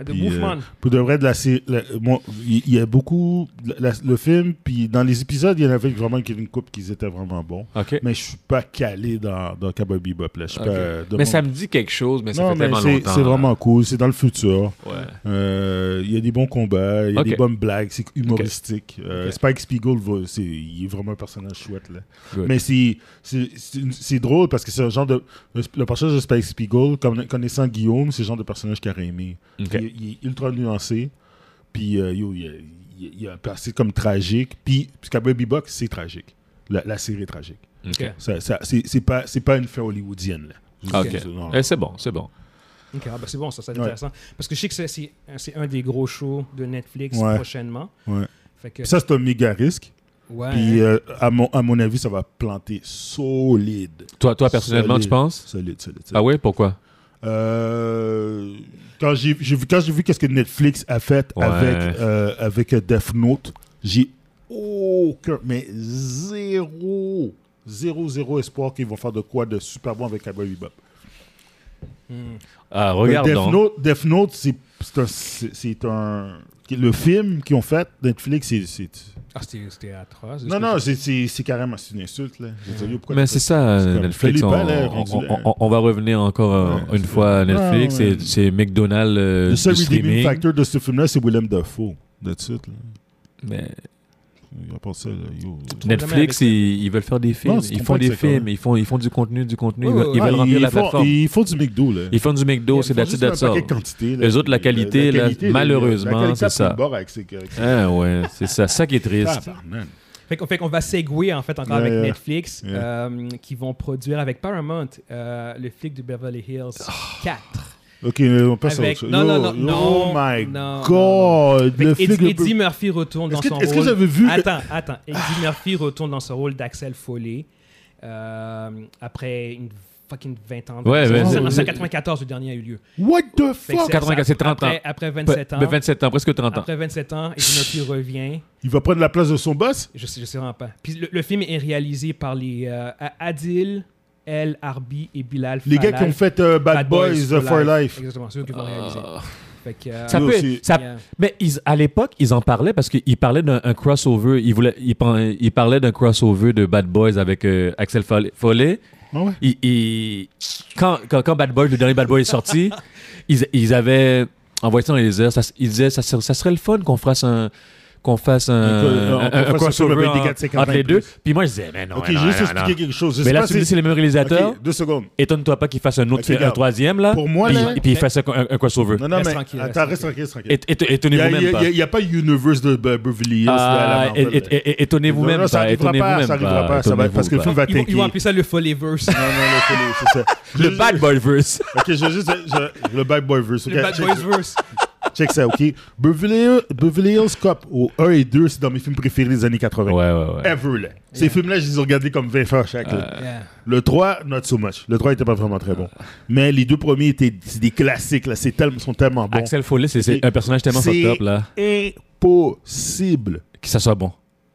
Ah, de
Puis, euh,
Bushman.
Pour de vrai, de la, sé- la- moi, il il y, a beaucoup. la- la- le film, puis dans les épisodes, il y en avait vraiment qui- une coupe qui étaient vraiment bons.
Ok.
Mais je suis pas calé dans, dans Cowboy Bebop. Là. Je suis
Ok.
pas, euh, de
Mais
mon-
ça me dit quelque chose, mais ça
non,
fait
mais
tellement
c'est-
longtemps.
c'est
là.
vraiment cool. C'est dans le futur.
Ouais.
Euh, Il y a des bons combats, il y a
Ok.
des bonnes blagues, c'est humoristique. Euh,
Ok.
Spike Spiegel, va- c'est- il est vraiment un personnage chouette. Là.
Good.
Mais c'est- c'est c'est une- c'est drôle parce que c'est un genre de. Le le personnage de Spike Spiegel, comme, connaissant Guillaume, c'est le genre de personnage qu'il aurait aimé.
Ok.
Il- Il, est ultra nuancé, puis euh, yo, il, y a- il y a- il y a un passé comme tragique. Puis, puis Cowboy Bebop, c'est tragique. La, la série est tragique.
Ok.
Ça, ça- c'est c'est pas, c'est pas une fin hollywoodienne. Là.
Ok.
Je- non.
Eh, c'est bon, c'est bon.
Ok, ah, ben c'est bon, ça, c'est
Ouais.
intéressant. Parce que je sais que c'est- c'est c'est un des gros shows de Netflix
Ouais.
prochainement.
Ouais.
Fait que,
Puis ça, c'est un méga risque.
ouais,
Puis, euh, à, mon, à mon avis, ça va planter solide.
Toi, toi personnellement,
Solide.
tu penses
Solide, solide. solide.
Ah ouais, pourquoi
Euh, quand j'ai j'ai vu, quand j'ai vu qu'est-ce que Netflix a fait
Ouais.
avec, euh, avec Death Note, j'ai aucun, mais zéro, zéro, zéro espoir qu'ils vont faire de quoi de super bon avec Cowboy Bebop.
Hmm.
Ah,
Death
regarde donc.
Note, Death Note, c'est c'est un, c'est- c'est un- le film qu'ils ont fait Netflix, c'est- c'est
ah, c'était c'était atroce.
non non, c'est- c'est c'est carrément c'est une insulte là. Je veux dire, yo, pourquoi
Mais
tu fais
c'est ça,
C'est comme-
Netflix.
fais-les
On,
pas, là,
on-
rendu là.
on- on va revenir encore euh,
Ouais,
une
c'est-
fois à Netflix.
Non, ouais.
c'est- C'est McDonald's euh,
Le seul
du
redeeming
streaming.
factor de ce film-là, c'est Willem Dafoe. That's it. Là.
Mais
Il a pas ça, là. Yo.
avec-
Netflix, ils, ils veulent faire des films.
Non, c'est
ils font
ton point,
des
c'est correct.
films. Ils font, ils font du contenu, du contenu. ils
Ouais,
veulent,
ouais,
ils veulent
Ah,
remplir
ils
la
font-
plateforme. Ils,
Ils font du McDo, là.
font du McDo, c'est
Ils font
that's it,
juste un
that's all.
paquet de quantité, là.
Les autres, la qualité, là, malheureusement,
la qualité
c'est
a pris
ça.
le bord avec ces- avec ces-
Ah ouais, c'est ça. Ça qui est triste.
Tabarnak.
Fait qu'on fait qu'on va séguer en fait encore avec
Yeah, yeah.
Netflix
Yeah.
euh, qui vont produire avec Paramount euh, le flic de Beverly Hills
Oh.
4.
Ok, on passe à
Avec-
autre chose.
non, non,
Yo,
non,
yo,
non,
Oh my
non,
god.
Fait
Le
que Eddie,
flic le
Eddie
peu-
Murphy retourne dans
Est-ce que-
son
est-ce que
rôle.
j'avais vu-
Attends, attends. Eddie Murphy retourne dans son rôle d'Axel Foley euh, après une fucking 20 ans. de
Ouais,
prison.
ouais,
C'est en
ouais.
1994 le dernier a eu lieu.
What the
Fait que
fuck?
c'est-
94, c'est 30 ans.
après, Après 27
27
ans.
ans. 27 ans, presque 30 ans.
Après 27 ans, Eddie Murphy revient.
Il va prendre la place de son boss?
Je sais, je sais vraiment pas. Puis le, le film est réalisé par les euh, Adil, El Arbi et Bilal.
Les
Fallah.
gars qui ont fait euh, Bad, Boys uh, for Life.
Exactement, c'est eux qui vont réaliser.
Ah.
Fait que, euh,
Ça
Nous
peut
aussi.
être- ça-
Yeah.
Mais ils, à l'époque, ils en parlaient parce qu'ils parlaient d'un un crossover. Ils, voulaient, ils, pen- ils parlaient d'un crossover de Bad Boys avec euh, Axel Fol- Foley.
Ah ouais?
Ils- ils- quand, quand, quand Bad Boy, le dernier Bad Boy est [LAUGHS] sorti, ils, ils avaient envoyé ça dans les airs. Ça, ils disaient ça, ser- ça serait le fun qu'on fasse un qu'on fasse un,
Un-
un-
qu'on
un
fasse un
crossover
film avec des
en-
gars de 50
entre les
et
deux.
plus.
Puis moi, je disais, mais non,
Ok,
non,
juste
non,
expliquer
non.
quelque chose. Je sais
Mais là,
pas
tu me dis,
si-
c'est les mêmes réalisateurs.
Ok, deux secondes.
Étonne-toi pas qu'ils fassent un autre,
Ok,
un
regarde.
troisième, là.
Pour moi,
puis,
là-
puis ils fassent un, un- un crossover.
Non, non,
Reste
mais.
tranquille,
Attends,
reste
reste tranquille, reste tranquille.
Et- et- Étonnez-vous même pas.
Il n'y a, pas Universe de Be- Beverly Hills. là, à
Ah,
la
et-
Marvel,
et-
là.
et- étonnez-vous
Non,
même
non, ça
pas.
arrivera
Étonnez-vous
pas,
même
ça arrivera pas, ça va être- parce que le film va
Ils vont, ils vont appeler
tanker.
ça le
[LAUGHS]
Foleyverse.
Non, non, le Foley, c'est ça. Je-
Le Bad Boy Verse.
Ok, je veux juste. je- le Bad Boy
[LAUGHS]
Verse.
le Bad Boys Verse.
Check ça, OK? Beverly, Beverly Hills Cop, au 1 et 2, c'est dans mes films préférés des années 80.
Ouais, ouais, ouais.
Ever, là. Ces films-là, je les ai regardés comme 20 fois chaque. là.
Yeah.
Le 3, not so much. Le 3 était pas vraiment très bon. Mais les deux premiers étaient c'est des classiques, là. C'est tellement, sont tellement bons.
Axel Foley, c'est- c'est un personnage tellement
C'est
fucked up, là,
impossible.
que ça soit bon.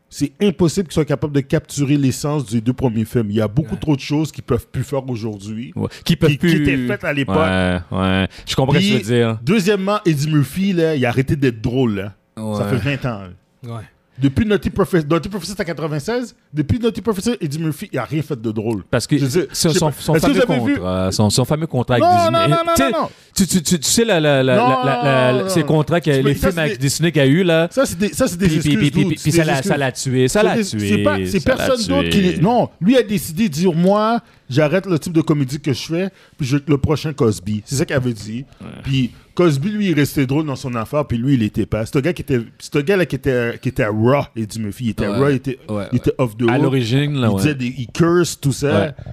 C'est impossible qu'ils soient capables de capturer l'essence des deux premiers films. Il y a beaucoup trop de choses qu'ils peuvent plus faire aujourd'hui.
Ouais. Qui peuvent
Qui-
plus...
qui étaient faites à l'époque.
Ouais, ouais. Je comprends ce que tu
Puis,
veux dire.
Deuxièmement, Eddie Murphy, là, il a arrêté d'être drôle. là. Ça
Ouais.
fait 20 ans. là.
Ouais.
Depuis Naughty Professor, Naughty Professor c'est à 96. Depuis Naughty Professor, Eddie Murphy, il a rien fait de drôle.
Parce que
Je sais-
son,
je sais
son-
pas.
son
Est-ce que
fameux
vous avez vu-
contrat, son, son fameux contrat avec
Non,
Disney.
non, non, non,
Tu sais,
non, non.
Tu, tu, tu, tu sais, la, la, la,
Non,
la, la- la-
non,
ces
non.
contrats, que,
Tu peux-
les
ça,
films
c'est
avec
des-
Disney qu'il y a eu, là.
Ça, c'est des, ça, c'est des
Puis, puis,
excuses.
puis,
dude.
puis,
C'est
puis
des
ça l'a
excuses.
ça l'a tué, ça
C'est
l'a
des-
tué.
C'est pas- c'est
ça l'a
personne d'autre qui.
tué.
les- Non, lui a décidé de dire moi, j'arrête le type de comédie que je fais, puis je vais être le prochain Cosby. C'est ça qu'il avait dit. Puis Cosby, lui, il restait drôle dans son affaire, puis lui, il était pas. C'est un gars qui était, c'est un gars là qui était, qui était raw, et du Murphy. Il était
Ouais.
raw, il était,
Ouais, ouais.
il était off the
À
hook.
l'origine, là,
il disait
Ah ouais.
des, il curse tout ça.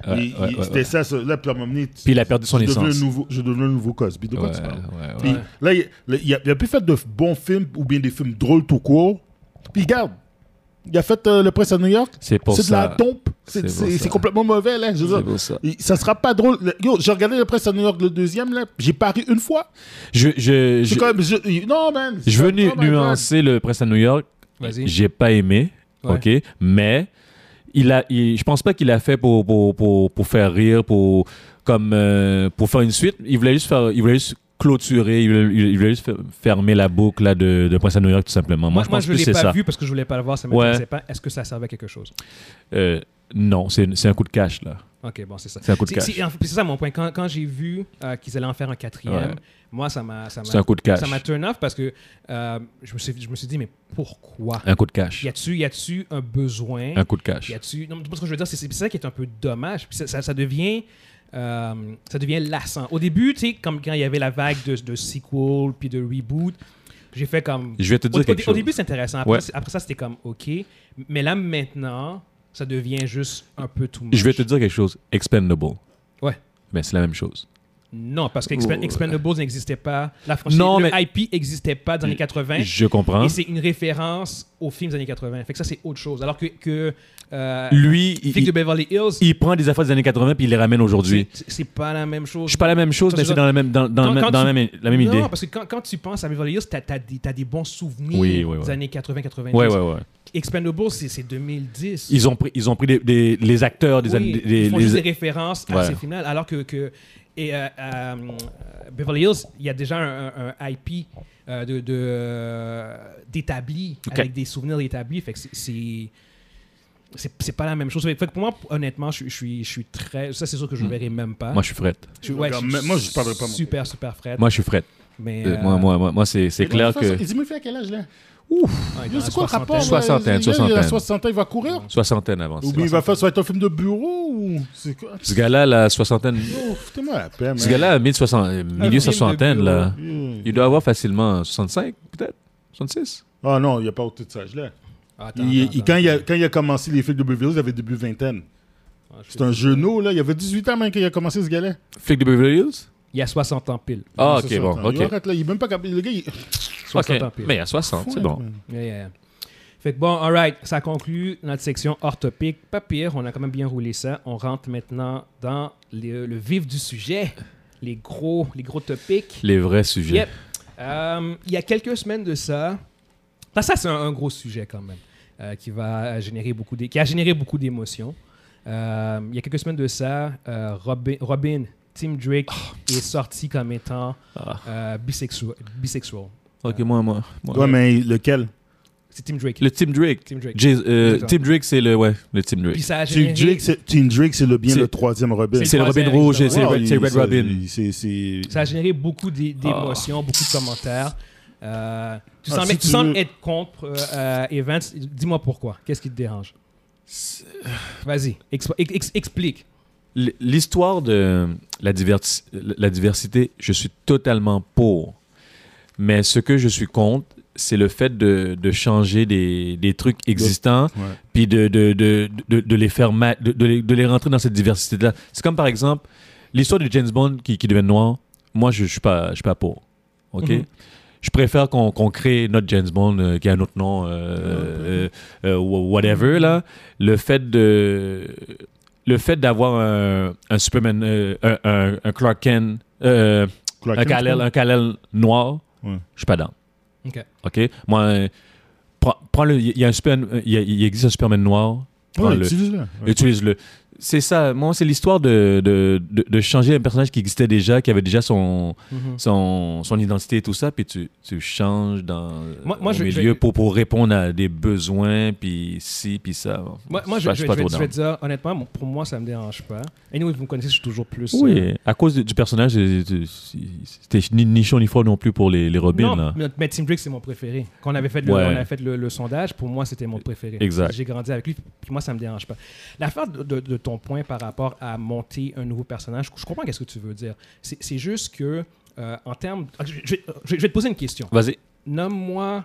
Ouais, ouais,
Il-
ouais,
il-
ouais,
c'était
ouais.
ça, ça. Là, puis à un moment donné, tu-
Puis il a perdu son
je deviens
essence.
un nouveau- je deviens un nouveau Cosby. De quoi
Ouais,
tu parles?
ouais,
Puis
ouais.
là, il- là, il a, il a plus fait de f- bons films ou bien des films drôles tout court. Puis regarde, il a fait euh, Le Presse à New York.
C'est pour
C'est de la
ça.
tombe.
C'est
C'est-
pour
C'est
ça.
c'est complètement mauvais, là. Je veux
C'est
dire,
pour ça.
il- ça sera pas drôle. Le- Yo, j'ai regardé Le Presse à New York le deuxième, là. J'ai parié une fois.
Je, je, je,
J'ai quand même- je- il- non, man.
je veux
Oh
nu-
my God.
nuancer le Presse à New York.
Vas-y.
J'ai pas aimé,
Ouais.
ok, mais il a, il- je pense pas qu'il a fait pour, pour, pour, pour faire rire, pour, comme, euh, pour faire une suite. Il voulait juste faire, il voulait juste clôturer, il voulait, il voulait juste fer- fermer la boucle là, de, de Prince à New York tout simplement. Moi, je pense
ne
que
l'ai
c'est
pas
ça.
vu parce que je voulais pas le voir, ça ne
Ouais.
m'intéressait pas. Est-ce que ça servait à quelque chose
Euh, non, c'est c'est un coup de cash là.
Ok, bon, c'est ça.
C'est un coup de
C'est-
cash.
C'est en fait, c'est ça mon point. Quand, quand j'ai vu euh, qu'ils allaient en faire un quatrième,
Ouais.
moi, ça m'a ça m'a-
C'est un coup de cash.
ça m'a turn off parce que euh, je, me suis, je me suis dit, mais pourquoi
Un coup de cash.
Y a-tu y a-tu un besoin
Un coup de cash.
Y a-tu Non, mais tu vois ce que je veux dire C'est c'est ça qui est un peu dommage. Puis ça, ça, ça devient euh, ça devient lassant. Au début, tu sais, comme quand il y avait la vague de, de sequel puis de reboot, j'ai fait comme.
Je vais te
Au,
dire
au-
quelque
au
chose.
début, c'est intéressant. Après,
Ouais.
c'est- après ça, c'était comme OK. Mais là, maintenant, ça devient juste un peu tout.
Je vais te dire quelque chose. Expendable.
Ouais.
Mais c'est la même chose.
Non, parce que Expen-
Oh.
Expendables n'existait pas. La franchise
Non,
le
mais-
IP n'existait pas dans les 80.
Je comprends.
Et c'est une référence aux films des années 80. Fait que ça, c'est autre chose. Alors que, que euh,
Lui, il,
Flic de
il-
Beverly Hills,
il prend des affaires des années 80 puis il les ramène aujourd'hui.
c'est- c'est pas la même chose.
Je suis pas la même chose,
Quand
mais
tu
c'est
vas-
dans la même, dans, dans
Quand-
la même-
quand
dans
tu-
la même, la même idée.
Non, parce que quand, quand tu penses à Beverly Hills, t'as as, des bons souvenirs
Oui, oui, oui.
des années 80-90.
Ouais, ouais, ouais.
Expendables, c'est c'est 2010.
Ils ont pris, ils ont pris des, des- les acteurs des
Oui,
années. des-
ils font
les-
juste des références à
Ouais.
ces films-là, alors que, que- et, euh, euh, Beverly Hills, il y a déjà un, un- un IP euh, de- de, euh, d'établi,
Ok.
avec des souvenirs établis. Fait que c'est- c'est c'est c'est pas la même chose. Fait que pour moi, honnêtement, je, je suis, je suis très. Ça, c'est sûr que je ne verrai même pas.
Hmm. Moi, je suis frette.
suis- ouais,
Regarde,
je
mais
suis
moi, je parlerai pas, moi.
Super, super frette.
Moi, je suis frette.
mais,
Euh, Moi,
euh,
moi, moi, moi, c'est c'est
Mais de
clair
toute façon,
que
Eddie Murphy, à quel âge, là
ouais, dans
Yo,
la
C'est quoi le rapport
soixantaine.
Soixantaine,
là? Il- il- Il a
soixantaine.
60 ans, il va courir
soixantaine avant.
Ou
ça.
bien il va faire, Ah, ça va être un film de bureau ou. C'est quoi
Ce gars-là, la soixantaine.
Yo, foutez-moi la hein. paix, man.
Ce gars-là, a mille soixante- euh, milieu
film
soixantaine,
de
là.
Yo.
Il doit avoir facilement 65, peut-être 66.
Ah non, il n'y a pas tout ça, là.
Attends,
Il-
attends,
il- Quand il a- quand il a commencé les films de Beverly Hills, il avait début vingtaine.
attends. Ah, je
C'est un genou, là. Il avait 18 ans, même, quand il a commencé, ce gars-là.
Flic de Beverly Hills
Il y a 60 ans pile.
Ah,
C'est
ok,
ça,
bon,
attends. Yo,
ok.
arrête, là. Il est hein. même pas capable. Le gars, il.
Ok,
60 ans pile.
Mais à 60, Ah, c'est bon.
Yeah, yeah, yeah. Fait que bon, alright, ça conclut notre section hors topic. Pas pire, on a quand même bien roulé ça. On rentre maintenant dans le, le vif du sujet, les gros, les gros topics.
Les vrais sujets.
Yep. Euh, il y a quelques semaines de ça, enfin, ça c'est un, un gros sujet quand même, euh, qui va générer beaucoup d'é- qui a généré beaucoup d'émotions. Euh, il y a quelques semaines de ça, euh, Robin, Robin Tim Drake est sorti comme étant
Ah.
euh, bisexuel. bisexual.
Ok, moi, moi. moi.
Ouais, mais lequel
C'est Tim Drake.
Le Team Drake.
Tim Drake.
Jay- euh,
D'accord.
Tim Drake, c'est le. Ouais, le Team Drake.
Puis ça a
Tim
généré-
Drake, c'est Tim Drake, c'est le bien
C'est-
le troisième Robin.
c'est
C'est le Robin
troisième,
Rouge, et c'est
exactement.
Red- c'est Red Robin.
C'est. c'est-
Ça a généré beaucoup d'é- d'émotions, beaucoup de commentaires. Euh, tu sembles,
si
tu
tu
sembles
veux-
être contre euh, euh, Evans. Dis-moi pourquoi. Qu'est-ce qui te dérange Vas-y, expo- ex- ex- explique.
L- L'histoire de la, diversi- la diversité, je suis totalement pour. Mais ce que je suis contre, c'est le fait de, de changer des, des trucs existants,
Ouais.
puis de, de, de, de- de les faire ma- de, de les, de les rentrer dans cette diversité-là. C'est comme par exemple l'histoire de James Bond qui, qui devient noir. Moi, je ne suis, pas- je suis pas pour. OK?
Mhm.
je préfère qu'on qu'on crée notre James Bond euh, qui a un autre nom, euh, euh, euh, wh- whatever, là. Le fait de. Le fait d'avoir un, un Superman, euh, un, un- un Clark Kent, euh,
Clark
un
Kent,
Kal-El, un Kal-El noir,
Ouais.
je suis pas down.
Ok.
OK? Moi, euh, prends, prends le. Il y a un Superman- euh, il y a- il existe un Superman noir.
Ouais,
Prends-le.
utilise-le. Ouais.
Utilise-le. C'est ça. Moi, c'est l'histoire de, de, de, de changer un personnage qui existait déjà, qui avait déjà son,
Mhm.
son, son identité et tout ça, puis tu, tu changes dans
Moi- moi,
au
je-
milieu
je-
pour, pour répondre à des besoins, puis ci, puis ça.
Moi, moi, je,
pas-
je-
Bah, suis
je
pas
vais,
trop
je
down.
vais dire, honnêtement, mon- pour moi, ça me dérange pas. Et nous, vous me connaissez, je suis toujours plus. euh,
Oui, à cause du, du personnage, c'est- c'est- c'était ni, ni chaud ni froid non plus pour les, les
non,
Robins. là.
mais- mais Tim Drake, c'est mon préféré. Quand on avait fait le,
Ouais.
on a fait le, le sondage, pour moi, c'était mon préféré.
Exact.
J'ai grandi avec lui, puis moi, ça me dérange pas. L'affaire de, de- de ton point par rapport à monter un nouveau personnage, je comprends qu'est-ce que tu veux dire. C'est c'est juste que, euh, en termes. ah, Je, je vais- je vais te poser une question.
Vas-y.
Nomme-moi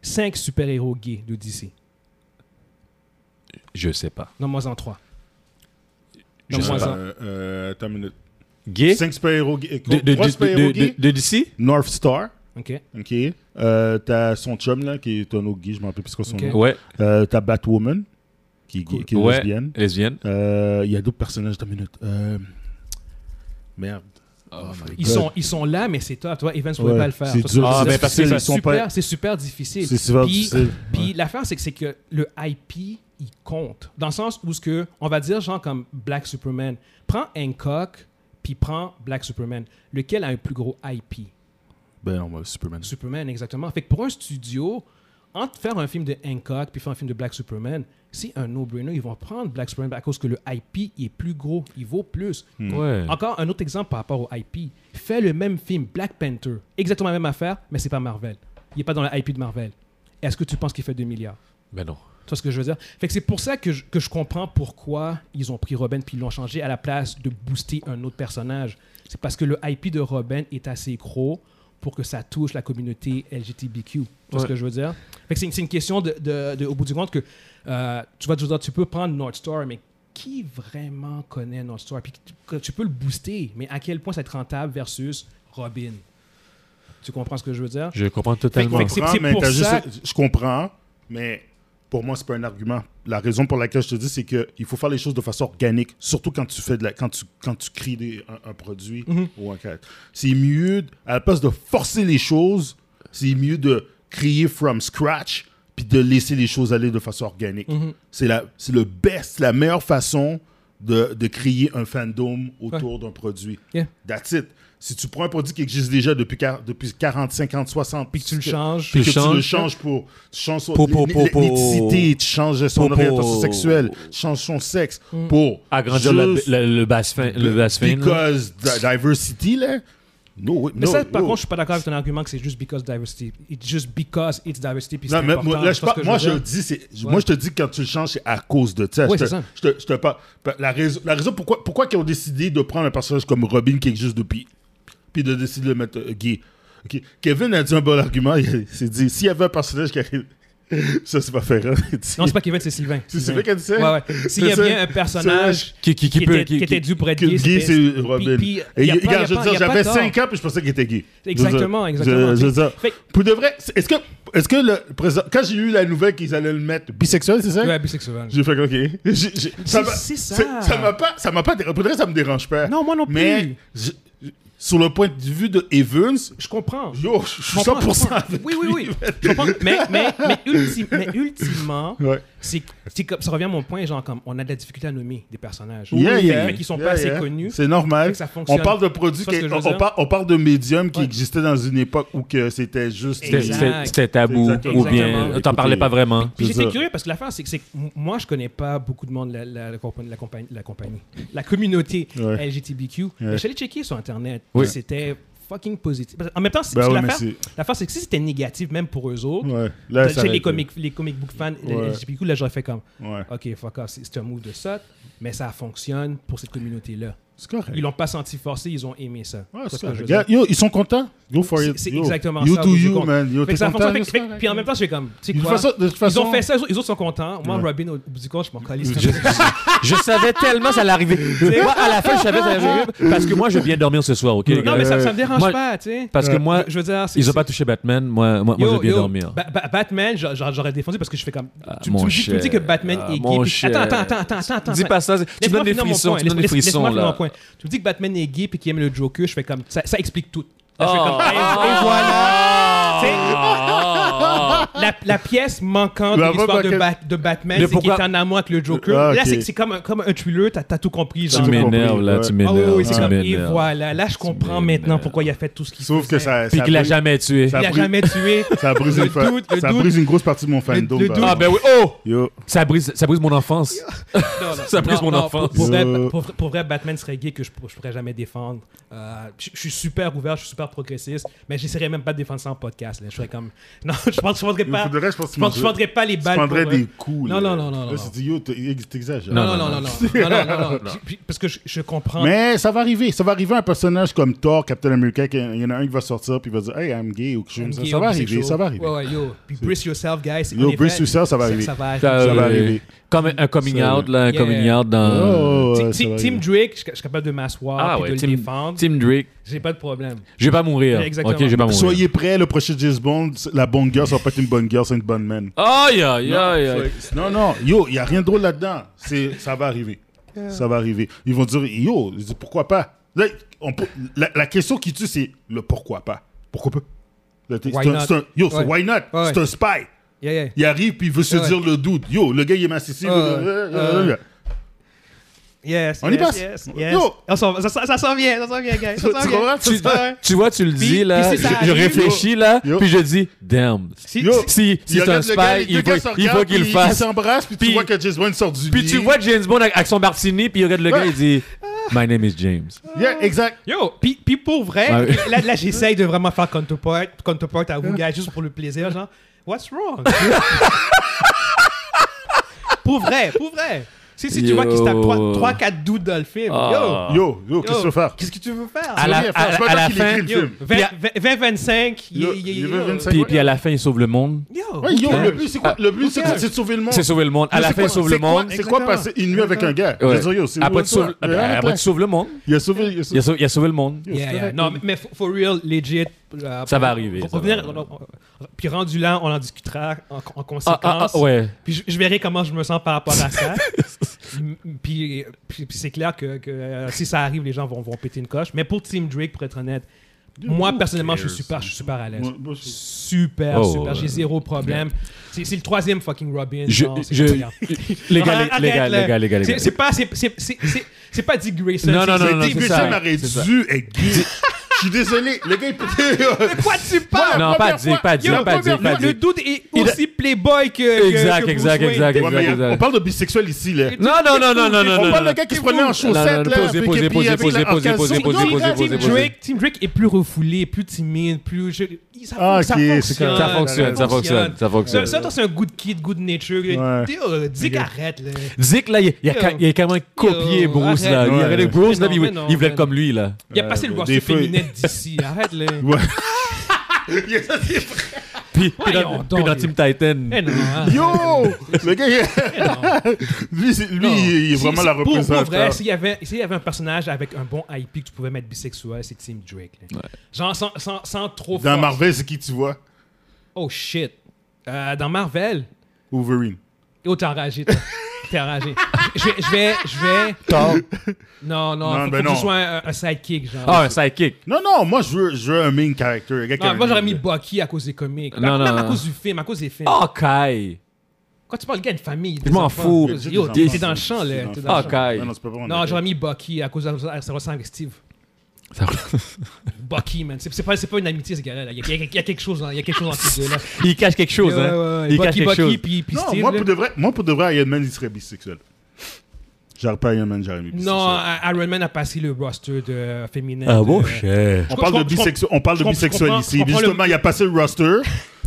cinq super-héros gays de DC.
Je sais pas.
Nomme-moi en trois.
Je sais
Nomme-moi
pas.
en.
Euh, euh, attends une minute.
Gay
5 super-héros gays.
de, de,
Trois super-héros
de, de,
gays.
de- de DC
North Star.
Ok.
OK. Euh, t'as son chum, là, qui est un autre gay, je m'en rappelle plus c'est quoi son
Ok.
nom.
Ouais,
Euh, t'as Batwoman, qui, est gay- qui est
ouais.
lesbienne.
lesbienne.
Euh, Il y a d'autres personnages, attends une minute. Euh, Merde. Oh
Ils sont, ils sont là, mais c'est top. Toi, Evans ne pouvait
Ouais,
pas le faire.
c'est
Toi,
dur,
Ah,
c'est-
mais
c'est-
parce
c'est
que
ils sont
super-
pas-
C'est super difficile.
C'est super
Puis-
difficile.
Puis l'affaire, c'est que, c'est que le IP, il compte. Dans le sens où, ce que, on va dire, genre comme Black Superman, prends Hancock, puis prends Black Superman. Lequel a un plus gros IP
Ben non, moi, Superman.
Superman, exactement. Fait que pour un studio, entre faire un film de Hancock puis faire un film de Black Superman, c'est un no-brainer. Ils vont prendre Black Superman à cause que le IP il est plus gros, il vaut plus.
Hmm. Ouais.
Encore un autre exemple par rapport au IP. Fais le même film, Black Panther, exactement la même affaire, mais c'est pas Marvel. Il est pas dans la IP de Marvel. Est-ce que tu penses qu'il fait 2 milliards
Mais Ben non.
Tu vois ce que je veux dire? Fait que c'est pour ça que je, que je comprends pourquoi ils ont pris Robin puis ils l'ont changé à la place de booster un autre personnage. C'est parce que le IP de Robin est assez gros pour que ça touche la communauté LGBTQ. Tu vois ce
Ouais.
que je veux dire? Fait que c'est une, c'est une question de, de- de- au bout du compte que euh, tu vas te dire, tu peux prendre North Star, mais qui vraiment connaît North Star? Puis tu- que tu peux le booster, mais à quel point ça va être rentable versus Robin? Tu comprends ce que je veux dire?
Je comprends totalement.
Fait que- fait que- c'est- c'est
mais
pour
t'as
ça-
juste- je comprends, mais pour moi, c'est pas un argument. La raison pour laquelle je te dis, c'est qu'il faut faire les choses de façon organique, surtout quand tu fais de la, quand tu, quand tu crées des- un, un produit
Mhm.
ou un cadre. C'est mieux, de- à la place de forcer les choses, c'est mieux de créer from scratch puis de laisser les choses aller de façon organique.
Mhm.
C'est la, c'est le best, la meilleure façon de, de créer un fandom autour d'un produit.
Yeah.
That's it. Si tu prends un produit qui existe déjà depuis, quar- depuis 40, 50, 60,
Puis que tu le
que-
changes.
Puis-
que tu
changes.
le changes pour tu changes son
Pour- pour- pour- pour-
l'ethnicité, tu changes son
pour-
orientation
pour-
sexuelle, tu changes son sexe
Mm.
pour
Agrandir la- la- le bassin. Le bassin là.
because di- diversity là. No,
Mais
no,
ça, par
no.
contre, je suis pas d'accord avec ton argument que c'est juste because diversity. It's just because it's diversity. Puis
Non,
c'est
mais
important.
moi, là, je
Tu vois ce
par-
que
moi,
veux
je
dire?
le dis, c'est-
Ouais.
moi, je te dis que quand tu le changes, c'est à cause de ça.
Oui, c'est
je, te,
ça.
je te- je te par- par- la raison, la raison pourquoi, pourquoi ils ont décidé de prendre un personnage comme Robin qui existe depuis, puis de décider de le mettre euh, gay. Ok. Kevin a dit un bon argument. Il [LAUGHS] s'est dit, s'il y avait un personnage qui arrive, [LAUGHS] ça, c'est pas hein, faire.
Non, c'est pas Kevin, c'est Sylvain.
C'est Sylvain qui a dit ça?
Ouais, ouais. S'il y a
C'est ça.
bien un personnage
Qui, qui, qui,
qui
peut.
était-
qui-
qui était
qui-
dû pour être
que
gay,
gay, c'est
c'était-
Robin.
Puis- puis,
Et
y a pas- y
regarde,
a
je veux
pas-
dire,
y a pas
j'avais
tort.
5 ans, puis je pensais qu'il était gay.
Exactement,
Je-
exactement.
Je veux dire,
Fait que-
pour de vrai, c'est- est-ce que, est-ce que le présent, quand j'ai eu la nouvelle qu'ils allaient le mettre bisexuel, c'est ça?
Ouais, bisexuel.
J'ai fait que, ok. J'ai- j'ai- ça m'a-
c'est ça.
c'est- Ça m'a pas, ça m'a pas dérangé. Pour de vrai, ça me dérange pas.
Non, moi non plus.
Mais, je- je- sur le point de vue de Evans,
Je comprends.
yo, je suis
comprends,
100%
comprends.
avec
Oui, oui, oui.
lui.
Je comprends. Mais, mais, mais,
[LAUGHS]
ulti- mais ultimement,
Ouais.
c'est c'est comme- ça revient à mon point, genre, comme on a de la difficulté à nommer des personnages.
Yeah,
Fait-
yeah.
Fait qu'ils sont
Yeah,
pas assez
yeah.
connus.
C'est normal.
Fait que ça fonctionne.
on parle de
Tu
produits,
vois ce
qui-
que je veux
on,
dire?
on parle, on parle de médiums qui
Ouais.
existaient dans une époque où que c'était juste.
c'était-
Exact.
C'était c'était tabou.
Exactement.
Ou bien. euh,
Écoutez,
T'en parlais pas vraiment.
Puis
C'est
j'étais
ça.
curieux parce que l'affaire, c'est que, c'est que m- moi, je connais pas beaucoup de monde, la, la, la compagnie, la, compagnie, la compagnie, la communauté
Ouais.
LGBTQ.
Ouais.
Je suis allé checker sur Internet.
Oui.
puis C'était fucking positif. Parce que En même temps, c'est-
Ben
parce que
ouais, mais
l'affaire,
c'est-
l'affaire, c'est que si c'était négatif, même pour eux autres,
Ouais. Là, ça
chez les
arrête.
comic, les comic book fans les
Ouais.
LGBTQ, là, j'aurais fait comme
Ouais.
OK, fuck off, c'est c'est un move de sotte, mais ça fonctionne pour cette communauté-là.
C'est correct.
Ils l'ont pas senti forcé, ils ont aimé ça.
Ouais,
Tu vois
c'est
ce que je
correct.
veux dire?
Regarde, yo, ils sont contents. Go for
C'est-
it.
c'est
Yo.
exactement
you
ça,
Do
au bout du
you
compte.
man. Yo,
Fait que
t'es
ça
content.
fonctionne, fait-
yo,
fait-
c'est correct.
puis en même temps, je suis comme, tu sais
De toute
quoi,
façon, de toute
ils
façon-
ont fait ça, eux- ils autres sont contents. Moi,
Ouais.
Robin, au bout du compte, je m'en calisse.
Je, je savais tellement ça
[LAUGHS]
allait arriver. Moi, à la fin, je savais ça allait arriver parce que moi, je viens dormir ce soir, ok? les
Non,
gars?
mais ça, ça me dérange
Moi-
pas, tu sais. Euh,
Parce que moi,
Je- je veux dire, c'est-
ils ont
c'est-
pas touché Batman. Moi, moi, moi,
Yo,
je viens
yo,
dormir.
Ba- Ba- Batman, j'a- j'a- j'aurais défendu parce que je fais comme.
Ah,
tu,
mon
tu me dis, tu me dis
cher.
que Batman
Ah,
est
mon
gay. puis-
cher.
Attends, attends, attends, attends, attends, attends.
Dis pas ça. Tu me
Laisse-moi
donnes des
finir mon
frissons.
point.
Tu me donnes des
Laisse- laisse-
frissons,
laisse-moi finir mon
là.
point. Tu me dis que Batman est gay puis qu'il aime le Joker, je fais comme. Ça, ça explique tout. Là, je fais
Ah.
comme, hey, et voilà. Tu sais, la, la pièce manquante de
La
l'histoire de,
Batman-
Bat- de Batman, c'est
Mais
qu'il est
pourquoi-
en amour avec le Joker.
Ah,
Là,
ok.
c'est c'est comme, un- comme un thriller, t'as t'as tout compris.
Tu
Genre.
J'ai tout
m'énerves,
compris,
là.
ouais.
Tu
Ah oui,
m'énerves.
oui, c'est
tu
comme, et
m'énerves.
voilà, là je comprends maintenant
m'énerves.
pourquoi il a fait tout ce qu'il
Sauf
faisait.
que ça.
Puis
ça
qu'il l'a
brise-
jamais tué.
ça
Il a
brise-
jamais tué.
Ça brise
Le
une fa-
doute, le
ça
doute.
brise une grosse partie de mon fandom.
le
bah.
doute.
Ah, ben oui. Oh!
Yo.
Ça brise, ça brise mon enfance.
[LAUGHS] Non, non,
[LAUGHS] Ça brise
non,
mon
non,
enfance.
Pour, pour vrai,
Euh.
pour vrai- pour vrai, Batman serait gay que je, pour- je pourrais jamais défendre. Euh, je, je suis super ouvert, je suis super progressiste, mais j'essaierais même pas de défendre ça en podcast. là. Je serais comme. [LAUGHS] Non, je pense je prendrais pas.
Pour le reste, je pense que
Je pense- je
tu
prendrais pas les
Tu
balles.
prendrais
pour vrai.
des coups.
Non,
là.
non, non, non, non.
Là, tu dis, yo, t'es- t'exagères.
Non, non, non, non, non, non, non, non,
[LAUGHS]
non. Puis- puis- Parce que je, je comprends.
Mais ça va arriver. Ça va arriver un personnage comme Thor, Captain America, qu'il y en- il y en a un qui va sortir puis il va dire Hey, I'm gay ou quelque chose comme ça.
Guillaume
Ça va arriver,
bisexual.
ça va arriver.
Ouais, ouais, yo. Puis brace yourself, guys.
Yo,
En effet,
brace yourself, ça va arriver.
Ça va
Ça,
arriver.
va
euh,
arriver.
Comme un coming
Ça-
out, là, un
Yeah.
coming out dans.
Oh,
Ti-
ouais, ça
ti-
va
Team
arriver.
Drake, je, je suis capable de m'asseoir
Ah
et
ouais,
de
Tim,
le défendre.
Tim Drake.
J'ai pas de problème.
Je vais pas mourir.
Exactement.
Ok, je vais pas mourir.
Soyez prêts, le prochain James Bond, la bonne girl, ça va pas être une bonne girl, c'est une bonne man.
Aïe, aïe, aïe, aïe.
Non, non, yo, il n'y a rien de drôle là-dedans. C'est- Ça va arriver. Ça va arriver. Ils vont dire, yo, ils disent, pourquoi pas Là, on peut- la, la question qui tue, c'est le pourquoi pas. Pourquoi pas Là, t'es-
Why
c'est un-
not?
c'est un- Yo, c'est
Ouais.
why not
Ouais.
C'est un spy.
Yeah, yeah.
Il arrive puis il veut se
Ouais.
dire le doute. Yo, le gars, il est massicé.
Ouais. Ouais. Yes,
On y
yes,
passe.
yes,
Yo.
yes. On s'en- ça, ça, ça s'en vient, ça s'en vient, guys. Ça s'en
Tu
vient.
comprends?
Tu,
C'est ça. hein?
tu vois, tu le
Puis-
dis là,
puis si ça
je, je
arrive,
réfléchis là,
yo.
puis je dis damn. Si,
Si-
Yo.
si-
si
Il
c'est un
regarde
spy,
le gars, les deux
il
gars
faut,
se
il
regardent,
faut qu'il le
puis Ils
fasse.
s'embrassent, puis tu
Puis-
vois que James Bond sort du
Puis
lit.
tu vois James Bond avec avec son martini, puis il regarde le
Ouais. Ah.
gars, il dit My name is James.
Yeah, exact.
Yo, puis puis pour vrai,
Ouais.
[LAUGHS] là, là j'essaye de vraiment faire counterpoint, counterpoint à vous, gars, juste pour le plaisir, genre, what's wrong? pour vrai, pour vrai. Si, si tu vois qu'il se tape
Yo.
3-4 doutes dans le film,
Ah.
Yo, yo,
yo,
qu'est-ce que tu veux faire
Qu'est-ce que tu veux faire?
À la-
Rien faire.
à
C'est pas
la- à
toi
la
qui l'écris,
fin,
le
Yo,
film.
20 20, 25,
Yo,
il- il-
il veut
yo.
25.
Puis,
Ouais.
puis à la fin, il sauve le monde.
Yo,
Ouais, yo,
who
le
cares?
but, c'est quoi Le but, c'est quoi? C'est de sauver le monde.
C'est sauver le monde. À
Mais
la
c'est
fin, il
quoi-
sauve
c'est
le
quoi-
monde.
C'est quoi passer une nuit avec un gars Je
Ouais.
veux dire, yo, c'est
Après,
où
tu
toi?
sauves-
Ouais,
après, après, tu sauves le monde.
Il a sauvé. il a sauvé-
Il a sauvé, il a sauvé le monde.
yo,
Yeah,
c'est
yeah.
correct.
Non, mais- mais for, for real, legit. euh,
Ça
pour-
va arriver,
pour
ça
revenir-
va arriver.
on- on- puis rendu là, on en discutera en, en conséquence.
Ah, ah, ah,
[LAUGHS]
ouais.
Puis je, je verrai comment je me sens par rapport à
[LAUGHS]
ça. M- puis puis- puis c'est clair que, que, euh, si ça arrive, les gens vont, vont péter une coche. Mais pour Team Drake, pour être honnête, moi personnellement, je suis super, je suis super à l'aise.
Moi- moi, je-
Super,
Oh,
super. J'ai
ouais.
zéro problème. C'est c'est le troisième fucking Robin.
Je,
genre, c'est
je,
brillant.
les
Ah,
gars,
arrête,
les gars,
là.
les gars, les gars, les
C'est-
gars.
C'est pas, c'est- c'est- c'est- c'est- c'est pas Dick Grayson.
Non,
c'est-
non, non,
c'est
non,
Dick
Dave
c'est
Grayson.
ça.
Grayson aurait
c'est ça.
dû être gay. Je suis désolé, le gars, il
[LAUGHS]
peut.
De quoi tu parles?
Non,
La
pas
première
dire,
fois-
pas dire,
Yo,
pas dire,
première
pas
fois,
Le
dire.
dude est
Il a-
aussi playboy que. que-
Exact,
que
exact,
Bruce Wayne.
exact,
Ouais, mais
exact.
on parle de bisexuel ici, là.
Et-
Non, non, non, non, non, non,
On
non.
parle
non.
de gars qui se prenait en chaussettes, là.
posez,
puis
posez,
qui- puis
posez,
avec
posez,
la- en
posez,
caleçon.
posez,
Non,
posez,
regarde,
posez,
Team
posez.
Drake, Team Drake est plus refoulé, plus timide, plus. je- il- ça,
Ah,
ça
ok, c'est
fonctionne,
correct.
Ça fonctionne, ça fonctionne, ça
Ça,
fonctionne.
ça, toi, c'est un good kid, good nature.
Ouais.
Théo, Dis qu'arrête, là.
Dick, là, il il a,
Yo.
ca- il a carrément copié
Yo, arrête.
Bruce, là. Il
Ouais.
a regardé Bruce,
Mais
là, puis
non,
il,
mais non,
il voulait
mais
être comme lui, là.
Il a passé le
des
roster
feuilles.
féminin
[LAUGHS]
d'ici. Arrête, là.
Ouais.
Puis, puis
Voyons
dans, puis
donc,
dans
lui.
Team Titan.
Eh non, hein.
Yo! Le gars, il-
[LAUGHS]
lui, c'est- lui,
Non.
il est
Si-
vraiment
si-
la
pour- Pour vrai,
représentation.
s'il y, avait, s'il y avait un personnage avec un bon IP que tu pouvais mettre bisexuel, c'est Team Drake. là. Genre sans, sans, sans trop
Dans
forcer.
Marvel, c'est qui tu vois
Oh shit. Euh, dans Marvel.
Wolverine.
Oh, t'es enragé,
[LAUGHS]
toi. T'es enragé. Je vais. Je vais. Je vais... Non, non,
Non,
faut,
ben
faut que
non.
ce soit un, un sidekick, genre.
Ah, un sidekick.
Non, non, moi, je veux, je veux un main character. le gars qui a
non,
un-
moi, j'aurais mis Bucky à cause des comics.
Non,
Même
non,
à
non.
cause du film, à cause des films.
Oh, Kai.
Quand tu parles, le gars, a une famille. des
Je m'en
enfants.
fous.
Il y a
Yo,
des
t'es
enfants,
t'es dans le
c'est-
champ,
c'est
là.
dans
T'es
le
dans le
champ.
champ.
Kai.
Non, non, c'est pas vrai, on
Non,
est-
j'aurais mis Bucky à cause de ça ressemble avec Steve.
Ça-
Bucky, man. C'est c'est pas, c'est pas une amitié, ce gars-là. là. Il y, a- il y a- il y a quelque chose, hein. Il y a quelque chose entre ces deux-là.
Il cache quelque chose, hein. Il cache
Bucky,
quelque chose.
Bucky, puis, puis
Non,
Steve.
moi,
là.
pour de vrai, moi, pour de vrai, Iron Man, il serait bisexuel. J'aurais pas Iron Man, j'aurais mis bisexuel.
Non, I- Iron Man a passé le roster de euh, féminin.
Ah,
de-
bon, cher.
on, parle de
je comprends-
bisexu- on parle
je
de
comprends-
bisexuel
je
ici.
comprends le-
Justement, il a passé le roster.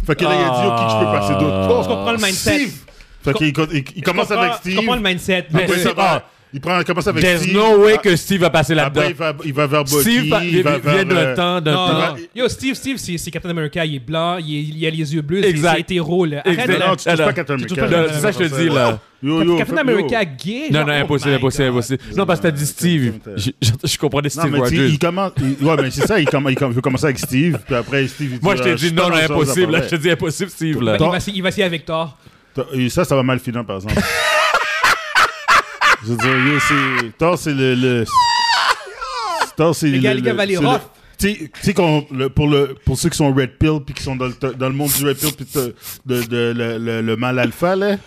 Fait que là, il a dit, OK, je peux passer d'autres.
Je comprends le mindset.
Steve! Fait qu'il co- il- il
Je
commence
comprends-
avec
Je
Steve.
comprends le mindset.
Mais
mais-
Après,
c'est-
ça va.
ah,
Il prend, il commence avec
There's
Steve.
no way
Ah,
que Steve va passer
Après, il
là-dedans.
va, il va vers Bucky.
Steve va-
il va
vient
vers,
vient d'un
euh,
temps, d'un
Non,
temps.
non. Yo, Steve, Steve, c'est c'est Captain America, il est blanc, il, est- il a les yeux bleus, c'est-
Exact.
c'est hétéro. Là. Arrête
Exact.
là.
Non, tu touches
Non,
pas Captain
tu touches
America.
pas-
Non,
Non,
c'est ça que je te dis, là.
Yo, yo,
Cap- Captain
yo.
America gay.
Non,
genre,
non,
oh
impossible,
my
impossible,
God.
impossible. Non, parce que t'as dit Steve.
Captain-
Je, je- je comprenais
Non,
Steve
mais tu sais,
Rogers.
il commence. il- Ouais, mais c'est ça, il, commence il, com- il veut commencer avec Steve, puis après Steve. il dit,
Moi, je
euh,
t'ai dit
suis
non, non,
pas dans ce genre
impossible. là.
d'affaires.
Je te dis impossible, Steve, là.
Il va s'y- Il va s'y avec Thor.
T'as- et Ça, ça va mal finir, par exemple. Je veux dire, yo, c'est. Thor, c'est le. le... Thor, c'est le.
Les gars, les gars,
le-
Valérie
c'est le-
Roth.
Tu sais- tu sais, qu'on- le- pour, le, pour ceux qui sont Red Pill puis qui sont dans le, te- dans le monde du Red Pill puis te- de, de, le, le- le mal alpha, là. euh,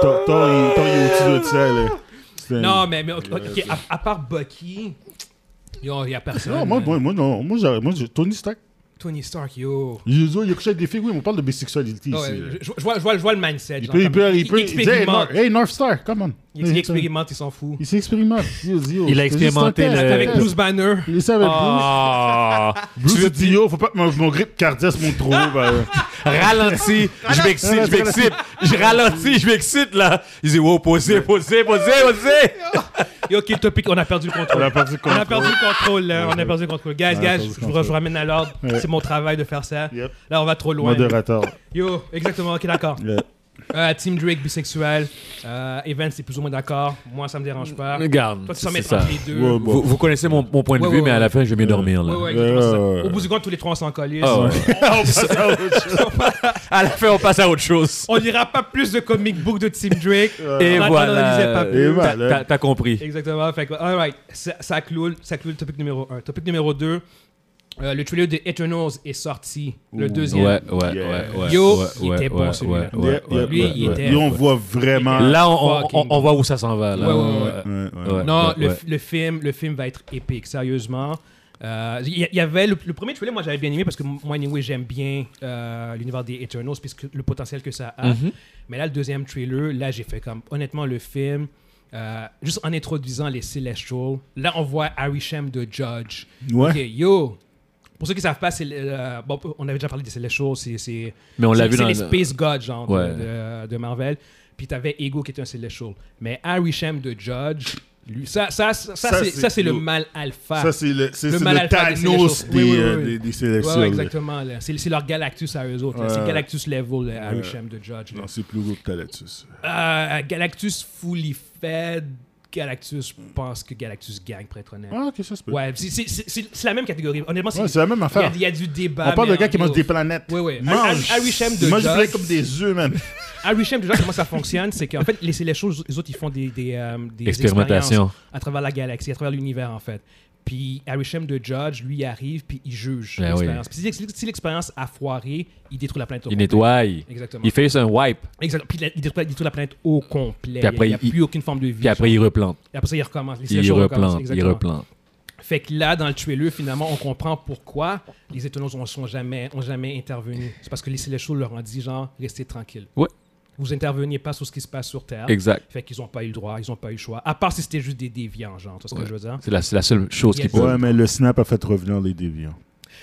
Thor, Thor, il, Thor, il est au-dessus de ça, là. C'est un-
Non, mais, mais
Mm.
ok, ok, à, à part Bucky, yo, il y a personne.
Non, moi,
man.
moi, moi, non. Moi, j'ai- moi, j'ai- Tony Stark.
Tony Stark, yo.
Il il a couché avec des filles, oui, mais on parle de bisexualité
Ouais,
ici. là.
je, je- je vois, je vois- je vois le mindset.
Il
genre,
peut, il
comme-
peut, il peut. il dit, hey,
expérimente.
Nor- hey, North Star, come on.
Il, il expérimente, il s'en fout.
Il s'expérimente.
Il
Yo, yo,
a
c'est juste
expérimenté
un test,
le-
c'est un
Avec
test.
Bruce Banner.
Il est ça avec Bruce.
Ah!
Bruce a dit, yo, faut pas que mon, mon grip cardiaque se monte trop haut. ben.
Ralentis, je m'excite, je m'excite, je ralentis, je m'excite là. Il dit wow, posez, posez, posez, posez.
Yo, ok, le topic, on a perdu le
[LAUGHS] On
contrôle.
a perdu le
On a
contrôle.
perdu le contrôle, là. On a perdu le contrôle. Guys,
On a
guys,
perdu le
je- je vous
contrôle.
je vous ramène à l'ordre.
Ouais.
C'est mon travail de faire ça.
Yep.
Là, on va trop loin.
Modérateur.
Yo, exactement, ok, d'accord.
Yeah.
Euh, Team Drake, bisexuel. Euh, Evans, c'est plus ou moins d'accord. Moi, ça me dérange pas.
Regarde,
Toi, tu sens
c'est
mettre
ça.
entre les deux.
Ouais,
Vous, vous connaissez mon, mon point de
Ouais,
vue,
ouais,
mais à
ouais.
la fin, je vais mieux dormir
Ouais,
là.
ouais, exactement ça.
Ouais, ouais.
Au bout du compte, tous les trois, on s'en colisse.
Ah ouais.
[LAUGHS] On passe à autre chose.
À la fin, on passe à autre chose.
On n'ira pas plus de comic book de Team Drake.
Et
On en- on en lisait
voilà.
pas plus.
Et voilà.
T'as- t'as- T'as compris.
Exactement. Fait que, all right. Ça, ça cloue, ça cloue le topic numéro 1. Topic numéro 2. le trailer de Eternals est sorti. Le deuxième.
Ouais, ouais,
Yeah.
ouais, ouais.
Yo,
ouais,
il
ouais,
était bon,
ouais,
celui-là.
ouais,
Yeah,
ouais,
yeah,
ouais,
Lui,
ouais,
il
ouais.
était-
Yo, on voit vraiment.
Là, on, on,
Fucking-
on, on voit où ça s'en va. Là.
Ouais, ouais, ouais,
Ouais, ouais.
Ouais,
Non,
ouais,
le,
ouais.
le film, le film va être épique, sérieusement. Euh, Il y, il y avait le, le premier trailer, moi j'avais bien aimé parce que moi, anyway, j'aime bien euh, l'univers des Eternals puisque le potentiel que ça a.
Mm-hmm.
Mais là, le deuxième trailer, là, j'ai fait comme honnêtement le film, euh, juste en introduisant les Celestials. Là, on voit Harry Shem de Judge.
Ouais.
Ok, yo. Pour ceux qui savent pas, c'est le- euh, bon, on avait déjà parlé des Celestials, c'est c'est
Mais on l'a
c'est-
vu
c'est
dans
les
le-
Space Gods genre de-
Ouais.
de, de Marvel. Puis t'avais Ego qui était un Celestial. Mais Harry Shem de Judge, lui, ça, ça, ça, ça,
Ça,
c'est-
c'est
ça, c'est le
yo.
mal alpha.
Ça, c'est le, c'est,
Le
c'est
mal
le
alpha des
Thanos
sélections.
des,
Oui, oui, oui,
euh,
oui.
des, des
Ouais,
sélections.
ouais,
là.
exactement. là. C'est c'est leur Galactus à eux autres. là. C'est
Ouais.
Galactus level, là, Harry Shem de Judge. là.
Non, c'est plus gros que Talatus.
Euh, Galactus fully fed. Galactus, je pense que Galactus gagne, pour être honnête.
Ah, ok, ça se peut.
Ouais, c'est- c'est- c'est c'est- c'est la même catégorie. Honnêtement,
Ouais, c'est la même
il y a-
affaire.
il y, a du débat.
On parle de
mais
gars qui
en-
mangent des planètes.
Ouais, ouais.
Mange.
Harry Shem de
Ils mangent des
Judge.
planètes comme des œufs, man.
Harry Shem, déjà, comment ça fonctionne, c'est qu'en fait, les, c'est les choses, les autres, ils font des, des, euh, des
Expérimentation.
expériences à travers la galaxie, à travers l'univers, en fait. Puis Harry Shem de Judge, lui, il arrive, puis il juge
Ben
l'expérience. Puis si l'ex- si l'expérience a foiré, il détruit la planète au
Il
complet.
nettoie.
Exactement.
Il fait juste un wipe.
Exactement. Puis la- il détruit, il détruit la planète au complet.
Puis après,
il n'y a,
il-
plus aucune forme de vie.
Puis après, il replante.
Et après ça, il recommence. Les
Il
Celestials recommencent,
replante. Il
exactement.
replante.
Fait que là, dans le tuer finalement, on comprend pourquoi les étonnants ne sont jamais, ont jamais intervenu. C'est parce que les Celestials leur ont dit, genre, restez tranquille.
Ouais.
Vous interveniez pas sur ce qui se passe sur Terre.
Exact.
Fait qu'ils n'ont pas eu le droit, ils n'ont pas eu le choix. À part si c'était juste des déviants, genre, tu vois ce que je veux dire.
C'est la, c'est la seule chose qui
Yes.
peut.
Ouais, mais le snap a fait revenir les déviants.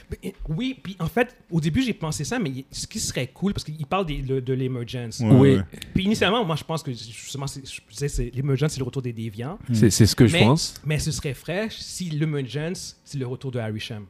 Mais, eh, Oui, puis en fait, au début, j'ai pensé ça, mais il- ce qui serait cool, parce qu'il parle des- le- de l'émergence.
Ouais,
Oui,
ouais.
Puis initialement, moi, je pense que justement, c'est- je disais, c'est- l'émergence, c'est le retour des déviants.
c'est c'est ce que je
mais,
pense.
mais ce serait fraîche si l'émergence, c'est le retour de Harry Sham.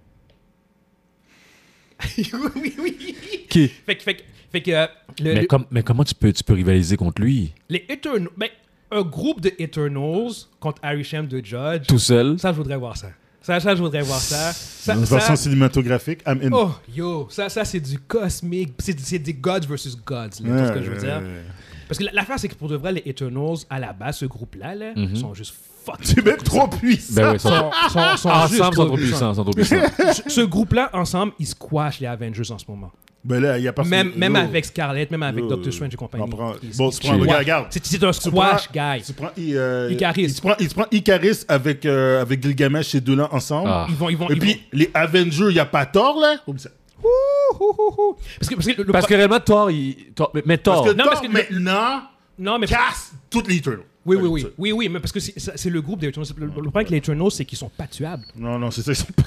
[LAUGHS] oui, oui, oui.
Qui-
Fait que, fait que- fait que, euh, le-
Mais,
le-
comme- mais comment tu peux, tu peux rivaliser contre lui
les Eternals, ben, un groupe de Eternals contre Harry Sham de Judge.
Tout seul
Ça, je voudrais voir ça. Ça, ça, je voudrais voir ça. ça,
Une
Ah, ça-
version cinématographique, I'm in.
Oh, yo, ça, ça c'est du cosmique. C'est c'est des gods versus gods, là, tout ce que je veux dire.
[LAUGHS]
Parce que la- l'affaire, c'est que pour de vrai, les Eternals, à la base, ce groupe-là, là,
Mhm.
sont juste fucked.
C'est même trop puissant.
Ben oui, ils sont-
Sont- sont- sont juste
ensemble, ils sont trop
puissants.
puissants. ils sont trop [LAUGHS] puissants.
Ce- Ce groupe-là, ensemble, ils squashent les Avengers en ce moment.
Ben là, il y a personne.
Même, même
Yo,
avec Scarlet, même avec
yo,
Doctor Strange et compagnie.
on prend-
Ils-
Bon,
ils-
tu prends, regarde, regarde.
C'est c'est un squash, guy.
Tu prends, I- euh,
Icaris.
Tu prends, il prend Icaris avec, euh, avec Gilgamesh, ces deux-là ensemble.
Ah.
Ils vont, ils vont,
Et
ils
puis, les Avengers, il n'y a pas tort, là. Comme ça.
vont- Ouh, ouh, ouh, ouh. Parce que, parce que le- le-
Parce que réellement, Thor, il- Thor- mais- mais Thor.
Parce que
Non,
Thor,
parce que-
maintenant,
non, mais
casse toutes les Euh, Eternals.
Oui, oui,
Avec
oui,
ça.
oui, oui, mais parce que c'est- c'est c'est le groupe des Eternals. Le le problème avec les Eternals, c'est qu'ils sont pas tuables.
Non, non, c'est ça, ils sont pas...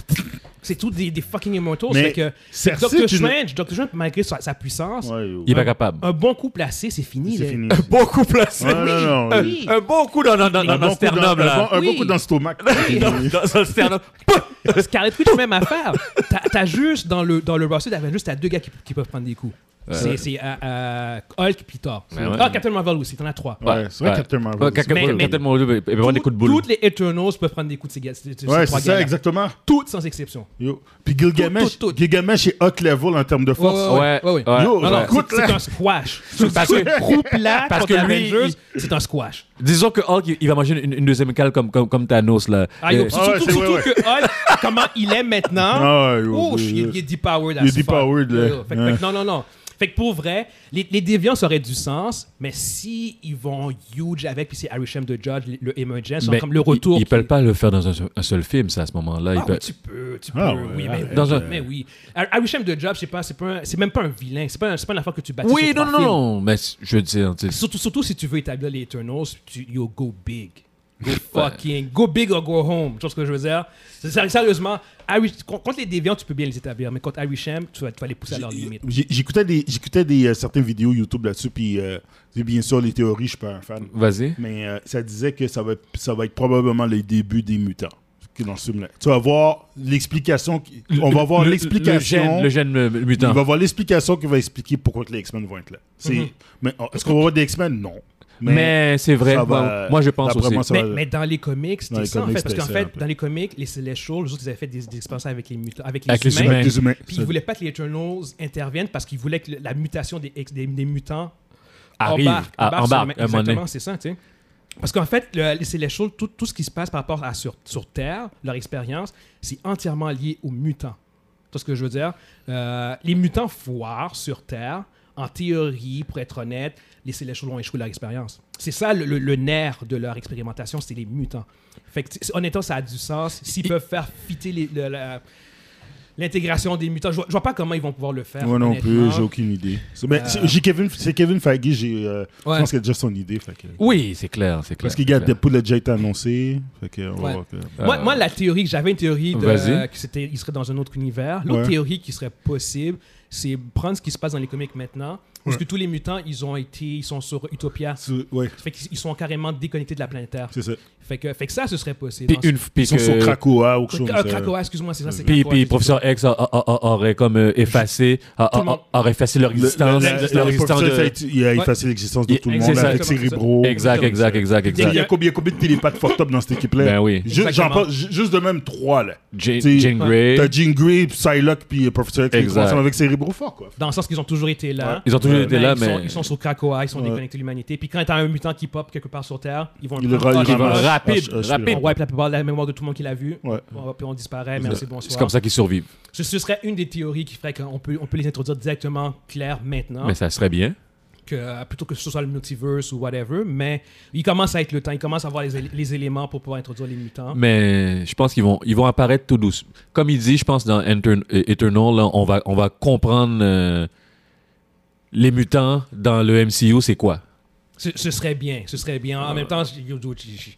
C'est tout des, des fucking immortals.
Mais
fait que
Cersei,
Doctor
tu ne-
Strange, Doctor Strange, malgré sa, sa puissance,
Ouais, yo.
Il est pas [LAUGHS] capable.
un bon coup placé, c'est fini.
C'est
là.
fini.
bon coup placé.
Ouais, non, non,
Un-
oui.
Un bon coup dans, dans, dans,
Un
dans
bon
le
coup
sternum,
dans-
là.
un bon- Un bon
Oui.
coup dans le stomac.
[LAUGHS] Dans, dans le sternum.
Scarlet Witch, même affaire. T'as t'as juste dans le, dans le roster d'Avengers, t'as deux gars qui, qui peuvent prendre des coups. C'est c'est, euh, euh, Hulk puis Thor.
Ouais, ouais.
Ah, Captain Marvel aussi, t'en as trois.
Ouais, c'est vrai, Captain Marvel.
Ouais, Captain
Mais-
Marvel.
mais-
Captain Marvel, il peut y avoir des coups de boule.
Toutes les Eternals peuvent prendre des coups de ces gars. ces- ces
Ouais,
trois
c'est ça,
gars-là.
exactement.
Toutes sans exception.
Yo. Puis Gilgamesh,
Tout, tout, tout.
Gilgamesh est hot level en termes de force.
Ouais,
Ouais,
ouais, ouais.
Yo,
Non, non,
écoute,
c'est- c'est
là.
un
[LAUGHS]
squash.
Parce que-
Roux plat
Parce
contre
que lui,
Avengers, c'est un squash.
Disons que Hulk, il- il va manger une, une deuxième cale comme, comme, comme Thanos, là.
Ah, yo,
Euh,
surtout
ouais, c'est
surtout
vrai, ouais.
que Hulk, comment il est maintenant.
Ah, yo,
Oh,
yo,
shit,
yo.
il est depowered.
Il est
as fuck.
depowered, là.
Yo, Fait, que-
Ouais.
fait que non, non, non. Fait que pour vrai, les, les déviants auraient du sens, mais si ils vont huge avec, puis c'est Harisham de Judge, le- le Emergence,
mais
comme le retour.
Ils ne
qui-
peuvent pas le faire dans un, seul- un seul film, ça, à ce moment-là. Ils
Ah, oui,
peuvent-
tu peux, tu peux,
Ah, ouais,
oui,
ouais,
mais,
dans un-
mais oui. Har- Harisham de Judge, c'est pas, c'est pas un- c'est même pas un vilain, c'est pas, un- c'est pas une affaire que tu bâtis.
Oui,
sur
non,
trois
non,
films.
non. Mais je veux dire, tu sais,
Surtout, surtout si tu veux établir les Eternals, tu, yo, go big. Go fucking, go big or go home. Tu vois ce que je veux dire? C'est- c'est- Sérieusement, Harry- con- contre les déviants, tu peux bien les établir, mais contre Harry Sham, tu vas, tu vas les pousser à leur limite.
J'ai- J'écoutais des, j'écoutais des euh, certaines vidéos YouTube là-dessus, puis euh, c'est bien sûr les théories, je suis pas un fan.
vas-y.
Mais euh, ça disait que ça va, être- ça va être probablement les débuts des mutants qui est dans ce film-là. Tu vas voir l'explication, qui- on va voir
Le- le-
l'explication.
Le gène, le gène euh, mutant.
On va voir l'explication qui va expliquer pourquoi que les X-Men vont être là. C'est,
Mm-hmm.
mais oh, est-ce qu'on va voir des X-Men Non.
Mais, c'est vrai.
ça
moi,
va-
moi, je pense
d'après
aussi.
moi, ça
Mais,
va-
mais dans les comics,
Dans
c'était
les
ça, en
comics,
fait. Parce
c'était
qu'en
ça, un
fait,
peu.
dans les comics, les Celestials, les autres, ils avaient fait des, des expériences avec les, mutants, avec les
Avec les
humains.
humains.
des humains.
Puis ils voulaient pas que les Eternals interviennent parce qu'ils voulaient que le- la mutation des, ex- des, des mutants
Arrive,
embarque.
à-
sur-
embarque, à un moment donné.
exactement, c'est ça, tu sais. Parce qu'en fait, le- c'est les choses, tout, tout ce qui se passe par rapport à sur, sur Terre, leur expérience, c'est entièrement lié aux mutants. Tu vois ce que je veux dire? Euh, les mutants foirent sur Terre. En théorie, pour être honnête, les Celestials ont échoué leur expérience. C'est ça le, le- le nerf de leur expérimentation, c'est les mutants. Fait que, tu sais, honnêtement, ça a du sens. S'ils peuvent faire fitter les- le- la- l'intégration des mutants, je vois, je vois pas comment ils vont pouvoir le faire.
Moi non plus,
honnêtement.
j'ai aucune idée. C'est- Mais
Euh,
c'est- j'ai Kevin, c'est Kevin Feige, j'ai, euh,
Ouais.
je pense qu'il a déjà son idée. fait que-
Oui, c'est clair, c'est clair.
parce qu'il
c'est
y a
clair.
Deadpool a déjà été annoncé. Fait que on va
Ouais.
voir que-
Moi,
Euh,
moi, la théorie que j'avais une théorie de,
Vas-y.
euh, que c'était, il serait dans un autre univers. L'autre
Ouais.
théorie qui serait possible, c'est prendre ce qui se passe dans les comics maintenant, parce que tous les mutants, ils ont été, ils sont sur Utopia, ça
C'est- ouais,
fait qu'ils ils sont carrément déconnectés de la planète Terre.
c'est ça.
Fait que, fait que ça, ce serait possible.
Puis une f- puis
Ils sont
que-
sur Krakoa ou quelque chose. euh,
Ah,
ça.
Krakoa, excuse-moi, c'est ça. c'est
Puis,
Krakoa,
puis
c'est-
professeur X a- a- a- aurait comme euh, effacé, a-
Tout le
a-
monde.
aurait effacé leur
Le- le-
existence.
le-
leur
le- le
existence
professeur, ça a
de-
été- Il a effacé l'existence de
Il-
tout le
c'est
monde
ça,
avec
exactement,
Cérébro.
Exact, exact, exact,
Il y a
exact.
combien, combien de télépathes fucked up dans cette équipe-là?
Ben oui.
Ju- J'en
Exactement.
parle ju- juste de même trois, là.
Jean
T'sais,
Jean Grey.
T'as Jean Grey, puis Psylocke, puis euh, Professeur X,
Exact.
ensemble avec Cérébro fort, quoi.
Dans le sens qu'ils ont toujours été là.
Ils ont toujours été là,
ils sont-
mais-
Ils sont sur Krakoa, ils sont déconnectés de l'humanité. Puis quand t'as un mutant qui pop quelque part sur Terre, ils vont
Il
prendre.
ra-
Ah,
il
j'ai
ramasse.
pas-
Rapide,
Ah, je- ah, je-
rapide.
On wipe la plupart de la mémoire de tout le monde qui l'a vu.
Ouais.
On- Puis on disparaît, merci, bonsoir.
C'est comme ça qu'ils survivent.
Ce, ce serait une des théories qui ferait qu'on peut, on peut les introduire directement clair maintenant,
Mais ça serait bien.
que, euh, plutôt que ce soit le multiverse ou whatever. Mais il commence à être le temps, il commence à avoir les, él- les éléments pour pouvoir introduire les mutants.
Mm. Mais je pense qu'ils vont, ils vont apparaître tout doucement. Comme il dit, je pense dans Enter- euh, Eternal, là, on, va, on va comprendre euh, les mutants dans le MCU, c'est quoi.
Ce, ce serait bien, ce serait bien. En même temps, je, yo, yo, je- je-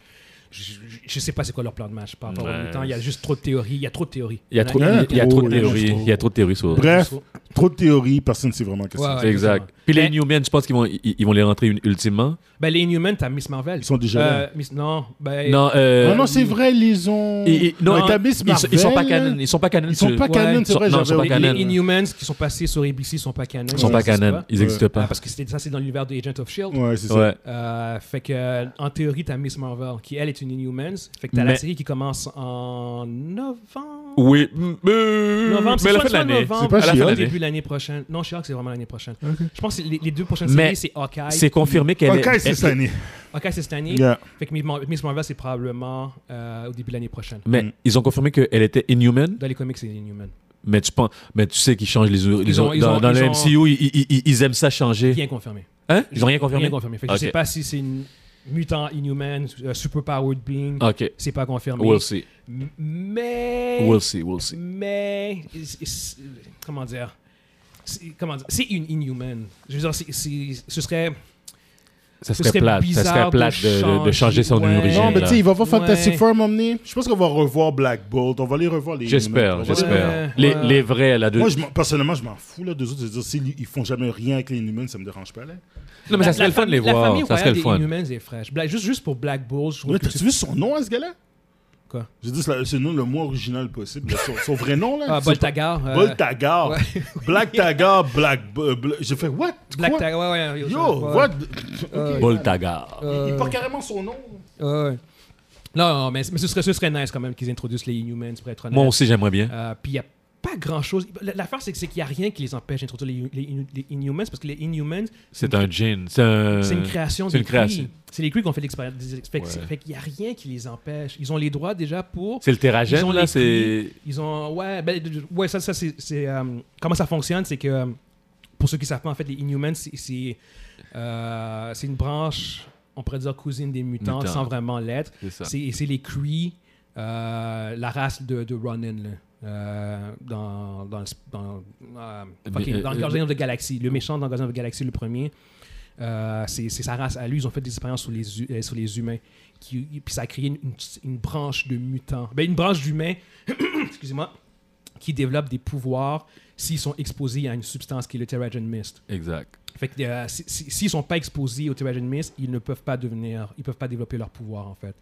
je- je- je sais pas c'est quoi leur plan de match par rapport aux
Ouais.
mutants. Il y a juste trop de théories, il y a trop de théories.
Il y a trop,
en
a
il y a
trop,
trop de
il y en a
théories.
trop.
Il y a trop de théories sur
Bref,
Ouais,
trop de théories, personne ne sait vraiment qu'est-ce que
ouais,
c'est.
Exact.
exactement.
Puis les
Mais-
Inhumans, je pense qu'ils vont, ils, ils vont les rentrer une- ultimement.
Ben, les Inhumans, t'as Miss Marvel.
Ils sont déjà là.
Euh, Miss- non, ben,
non, euh,
Ah non, non, c'est vrai, ils les ont...
ils- ils- non,
Ils ont établi
ils,
ce
sont- ils sont pas
Marvel,
canon. Ils sont pas canon.
Ils sont
sur-
pas canon, c'est
Ils
vrai,
sont- non, ils sont
j'avais
pas
les,
canon.
les Inhumans qui sont passés sur ABC sont pas canon.
Ils sont pas canon. Ils
Ouais.
n'existent
Ah,
pas.
parce que c'était- ça, c'est dans l'univers des Agents of S.H.I.E.L.D.
Ouais, c'est ça.
Ouais.
Euh, fait que, euh, en théorie, t'as Miss Marvel, qui elle est une Inhumans. Fait que t'as
Mais-
la série qui commence en novembre.
Oui, m- euh,
Novembre,
mais
c'est
à la
soit-
fin de
soit
l'année.
novembre,
C'est pas
ou
She-Hulk.
début de l'année prochaine. Non, She-Hulk, c'est vraiment l'année prochaine. Je pense que les, les deux prochaines séries,
Mais
c'est Hawkeye.
C'est confirmé qu'elle
Ok,
est.
c'est
elle-
cette année.
Hawkeye, c'est cette année.
Yeah.
Fait que Miss Mar- Miss Marvel, c'est probablement euh, au début de l'année prochaine.
Mais
Mm.
ils ont confirmé qu'elle était Inhuman.
Dans les comics, c'est Inhuman.
Mais tu, penses, mais tu sais qu'ils changent les. les
Ils ont- ils
dans
ont-
dans
ils
le
ont-
MCU, ils, ils- ils- ils aiment ça changer.
Rien confirmé.
Hein Ils ont rien confirmé.
Rien confirmé. Fait que je
Ok.
sais pas si c'est une mutant Inhuman, euh, super powered being.
Ok.
C'est pas confirmé.
We'll see.
M- Mais.
We'll see. We'll see.
Mais. c'est- c'est- Comment dire C'est- Comment dire C'est une inhuman. Je veux dire, c'est- c'est- ce serait.
ça
Ce
serait,
serait
plate. Ça
bizarre
serait
de
plate de, de- de changer son
changer- ouais.
origine.
Non,
Non, mais
là.
tu sais, il va voir Fantastic
Ouais.
Four m'emmener. Je pense qu'on va revoir Black Bolt. On va les revoir les.
J'espère,
Ouais.
j'espère.
Ouais.
Les,
Ouais.
les vrais, là, de...
Moi, je m'en- personnellement, je m'en fous là, d'eux autres. C'est-à-dire, s'ils ils font jamais rien avec les Inhumans, ça me dérange pas. Là.
Non, mais ça serait le fun de les voir. Ça serait le fun.
Inhumans est fraîche. Blague, juste, juste pour Black Bulls, je trouve
Ouais,
que
T'as-tu vu son nom à ce gars-là
Quoi?
J'ai dit, c'est la- c'est le nom le moins original possible. là. Son, son vrai nom, là
Ah,
c'est
Boltagar.
pas-
euh,
Boltagar.
Ouais. [LAUGHS]
Black Tagar, Black. euh, Bla- J'ai fait, what
Black
Quoi?
Tag, ouais, ouais.
Yo,
ouais.
what
Euh,
Ok.
Boltagar.
Euh,
Il porte carrément son nom.
ouais, ouais. Non, non, mais, mais ce, serait, ce serait nice quand même qu'ils introduisent les Inhumans, pour être honnête.
Moi aussi, j'aimerais bien.
Euh, puis il n'y a pas grand-chose. L- L'affaire, c'est que- c'est qu'il n'y a rien qui les empêche d'introduire les, les Inu- les Inhumans, parce que les Inhumans,
C'est un gin. C'est un-
c'est une création
Euh, c'est
des
une création.
Kree. C'est les Kree qui ont fait l'expérience. des ex- Fait, que-
Ouais.
fait qu'il n'y a rien qui les empêche. Ils ont les droits déjà pour...
C'est le
Ils
terragène,
ont
là.
les
C'est.
Ils ont. Ouais, ben, d- ouais ça, ça c'est. c'est, euh, comment ça fonctionne C'est que, euh, pour ceux qui savent pas, en fait, les Inhumans, c'est- c'est euh, c'est une branche, on pourrait dire cousine des mutants,
Mutants.
sans vraiment l'être.
C'est ça.
C'est- Et c'est les Kree, euh, la race de, de Ronin, là, euh, dans, dans, le sp- dans, euh, fucking-
Mais, euh,
dans
euh,
Guardians of the Galaxy, le méchant dans Guardians of the Galaxy, le premier. Euh, c'est c'est sa race à lui. Ils ont fait des expériences sur les, hu- euh, sur les humains. Qui, puis ça a créé une, une- une branche de mutants. Ben, une branche d'humains, [COUGHS] excusez-moi, qui développent des pouvoirs s'ils sont exposés à une substance qui est le Terrigen Mist.
Exact.
Fait que euh, si- si- s'ils sont pas exposés au Terrigen Mist, ils ne peuvent pas devenir, ils peuvent pas développer leur pouvoir en fait.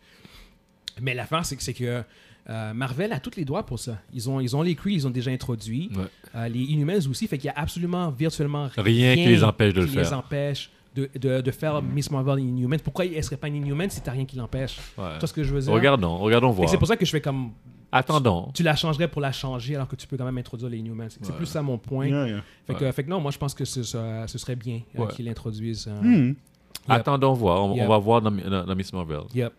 Mais l'affaire, c'est que, c'est que euh, Marvel a tous les droits pour ça. Ils ont, ils ont les Kree, ils ont déjà introduit.
Ouais.
Euh, les Inhumans aussi, fait qu'il y a absolument virtuellement
Rien qui les empêche de
qui
le
les
faire. Mm.
empêche de, de- de faire Miss Marvel et Inhumans. Pourquoi elle serait pas une Inhuman si t'as rien qui l'empêche
Ouais.
Tu vois ce que je veux dire
Regardons, regardons
Fait que
voir.
C'est pour ça que je fais comme
Attendons.
tu la changerais pour la changer alors que tu peux quand même introduire les Inhumans. C'est plus ça mon point.
Yeah, yeah.
Fait, que, fait que non, moi je pense que ce, ça- ce serait bien euh,
Ouais.
qu'ils l'introduisent. euh,
Hmm.
Yep.
Attendons voir. On, on
Yep.
va voir dans, dans- dans Miss Marvel.
Yep.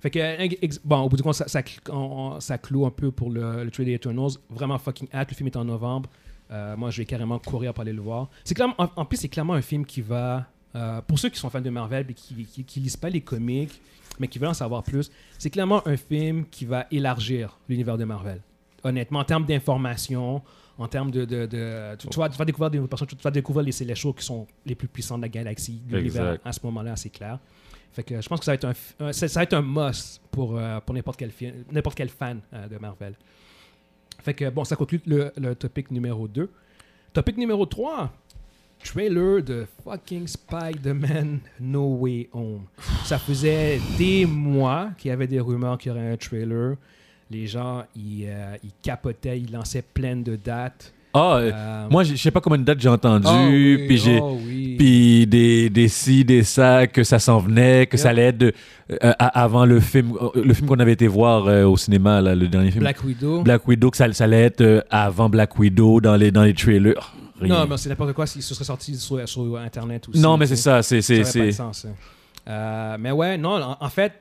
Fait que, euh, ex- bon, au bout du compte, ça, ça, cl- on- on- ça clôt un peu pour le, le trailer Eternals. Vraiment fucking hâte. Le film est en novembre. Euh, moi, je vais carrément courir pour aller le voir. C'est clairement, en, en plus, c'est clairement un film qui va. euh, pour ceux qui sont fans de Marvel et qui, qui, qui lisent pas les comics, mais qui veulent en savoir plus, c'est clairement un film qui va élargir l'univers de Marvel. Honnêtement, en termes d'informations, en termes de. de, de- tu, tu vas, tu vas découvrir des personnes, tu vas découvrir les Celestials qui sont les plus puissants de la galaxie, de l'univers
Exact.
à ce moment-là, c'est clair. Fait que je pense que ça va être un, f- un- ça, ça va être un must pour, euh, pour n'importe quel, fi- n'importe quel fan euh, de Marvel. Fait que bon, ça conclut le, le topic numéro 2. Topic numéro 3, trailer de fucking Spider-Man No Way Home. Ça faisait des mois qu'il y avait des rumeurs qu'il y aurait un trailer. Les gens, ils, euh, ils capotaient, ils lançaient plein de dates.
Ah, euh,
Euh,
moi, je je sais pas combien de dates j'ai entendues,
oh oui,
puis j'ai.
oh oui.
Puis des, des ci, des ça, que ça s'en venait, que
Yep.
ça allait être de- euh, à- avant le film, euh, le film qu'on avait été voir euh, au cinéma, là, le dernier film.
Black Widow.
Black Widow, que ça, ça allait être euh, avant Black Widow dans les, dans les trailers. Rien.
Non, mais c'est n'importe quoi s'il se serait sorti sur, sur Internet aussi.
Non, mais c'est
tu sais.
ça. C'est, c'est,
Ça aurait pas de
c'est-
sens, ça. Euh, mais ouais, non, en, en fait,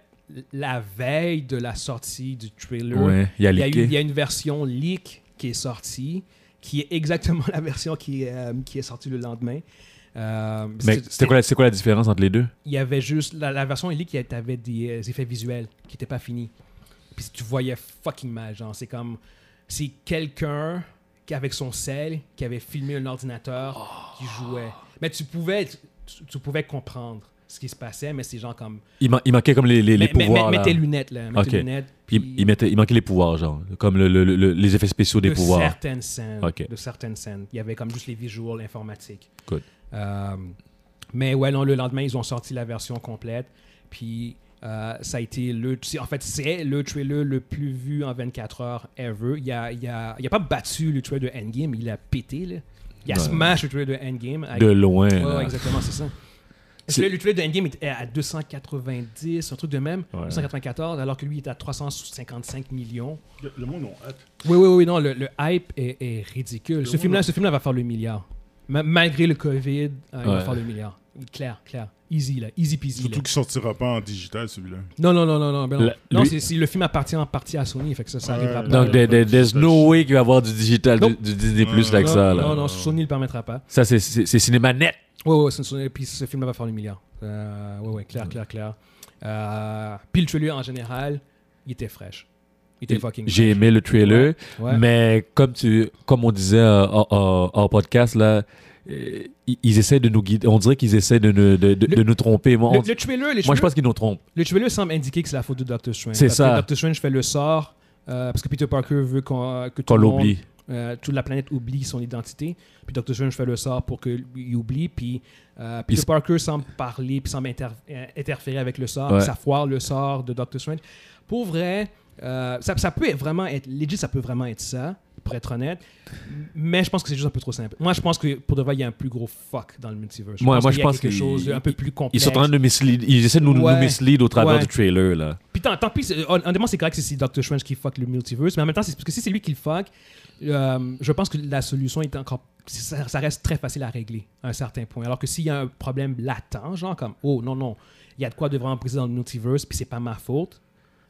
la veille de la sortie du trailer,
Ouais, il y a
il y, a eu-
leaké.
il y a une version leak qui est sortie, qui est exactement [LAUGHS] la version qui, est, euh, qui est sortie le lendemain. Euh,
Mais
c'est-
c'était quoi, la- c'est quoi la différence entre les deux?
il y avait juste la, la version leak, il y avait des euh, effets visuels qui n'étaient pas finis. Puis tu voyais fucking mal, genre c'est comme c'est quelqu'un qui avec son sel qui avait filmé un ordinateur
Oh.
qui jouait. Mais tu pouvais tu, tu pouvais comprendre ce qui se passait, mais c'est genre comme
Il, man- il manquait comme les, les, les
mais, mais-
pouvoirs.
mais-
là.
mets tes lunettes là, mets
Ok.
tes lunettes.
Il,
puis-
il mettait- il manquait les pouvoirs, genre. Comme le- le- le- les effets spéciaux des
de
pouvoirs.
Certaines scènes,
Ok.
De certaines scènes. Il y avait comme juste les visuals informatiques.
Good.
Euh, mais ouais, non, le lendemain, ils ont sorti la version complète. Puis euh, ça a été le. c'est- En fait, c'est le trailer le plus vu en 24 heures ever. Il a, il a, il a pas battu le trailer de Endgame, il a pété. Là. Il a
Ouais.
smash le trailer de Endgame. avec-
De loin.
Ouais,
là.
ouais, exactement, c'est ça. Parce que
C'est-
le trailer de Endgame était à 290, un truc de même,
Ouais.
294, alors que lui il était à 355 millions.
Le- Le monde ont hâte.
Oui, oui, oui, non, le, le hype est, est ridicule. Ce
monde
film-là
a-
ce film va faire le milliard. Ma- malgré le COVID, euh, il va
Ouais.
faire le milliard. Clair, clair. Easy, là. Easy peasy. là.
Surtout qu'il sortira pas en digital celui-là.
Non, non, non, non. Non, ben non.
La-
Non,
lui-
c'est- c'est- le film appartient en partie à Sony, fait que ça, ça
Ouais.
arrivera pas.
Donc, there- there- there's no way qu'il va y avoir du digital, du,
Nope.
du Disney Plus
Non,
avec
non,
ça. Là.
non, non, Sony ne le permettra pas.
Ça, c'est- c'est c'est cinéma net.
Ouais, ouais, c'est une Sony. Puis ce film-là va faire le milliard. Euh, ouais, ouais, clair, clair, clair. Euh, puis le trailer en général, il était fraîche. Il était fucking
J'ai aimé le trailer,
Ouais.
mais comme, tu, comme on disait euh, en en- en podcast, là, euh, ils, ils essaient de nous guider. On dirait qu'ils essaient de, nous- de, de-
Le-
de nous tromper. Moi, on-
Le, le trailer, le
moi je
trailer-
pense qu'ils nous trompent.
Le trailer semble indiquer que c'est la faute de Doctor Strange.
C'est
Parce que
ça.
Doctor Strange fait le sort euh, parce que Peter Parker veut qu'on que tout
Qu'on
le monde,
l'oublie.
euh, toute la planète oublie son identité. Puis Doctor Strange fait le sort pour qu'il oublie. Puis euh, Peter
Il-
Parker semble parler, puis semble inter- euh, interférer avec le sort.
Ouais.
puis Ça foire le sort de Doctor Strange. Pour vrai, euh, ça, ça peut être vraiment être. Legit, ça peut vraiment être ça, pour être honnête. Mais je pense que c'est juste un peu trop simple. Moi, je pense que pour de vrai, il y a un plus gros fuck dans le multiverse.
Moi- moi,
qu'il
je
y a
pense
quelque
qu'ils-
chose un peu plus complexe.
Ils sont en train de mislead. Ils essaient de nous, nous
Ouais.
mislead au travers
Ouais.
du trailer, là.
Puis tant, tant pis, c'est- hon- honnêtement, c'est correct si c'est Doctor Strange qui fuck le multiverse, mais en même temps, c'est parce que si c'est lui qui le fuck, euh, je pense que la solution est encore. Ça, ça reste très facile à régler à un certain point. Alors que s'il y a un problème latent, genre comme, oh non, non, il y a de quoi de vraiment briser dans le multiverse, puis c'est pas ma faute.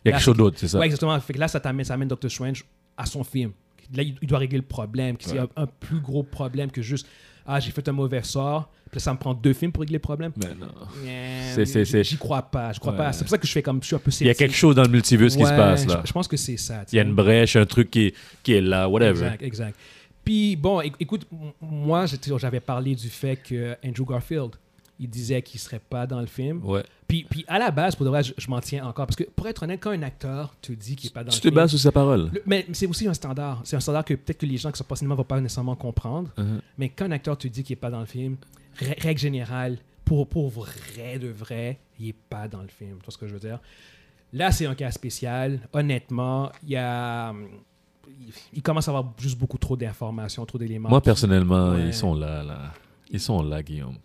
Il y a
Là,
quelque chose d'autre, c'est ça.
Ouais, exactement. Fait que là, ça t'amène, ça amène Doctor Strange à son film. Là, il il doit régler le problème. C'est un, un plus gros problème que juste, ah, j'ai fait un mauvais sort, puis là, ça me prend deux films pour régler le problème.
Mais non.
Euh,
C'est- c'est- c'est-
J'y crois pas. Je crois
Ouais.
pas. C'est pour ça que je fais comme, je suis un peu
Il y a
sceptique.
quelque chose dans le multiverse qui se
Ouais,
passe, là.
Je, je pense que c'est ça. tu
Il y a
sais.
une hein. brèche, un truc qui est, qui est là, whatever.
Exact, exact. Puis bon, éc- écoute, m- moi, j'étais- j'avais parlé du fait que Andrew Garfield, il disait qu'il serait pas dans le film.
Ouais.
Puis, puis à la base, pour de vrai, je, je m'en tiens encore. Parce que pour être honnête, quand un acteur te dit qu'il est pas dans
Tu
le
te
film.
bases sur sa parole.
le- mais c'est aussi un standard. C'est un standard que peut-être que les gens qui sont pas au cinéma vont pas nécessairement comprendre.
Mhm.
Mais quand un acteur te dit qu'il est pas dans le film, rè- règle générale, pour, pour vrai de vrai, il est pas dans le film. Tu vois ce que je veux dire? Là, c'est un cas spécial. Honnêtement, il y a. hum, il- Il commence à avoir juste beaucoup trop d'informations, trop d'éléments.
Moi, personnellement,
Ouais.
ils sont là, là. Ils sont là, Guillaume.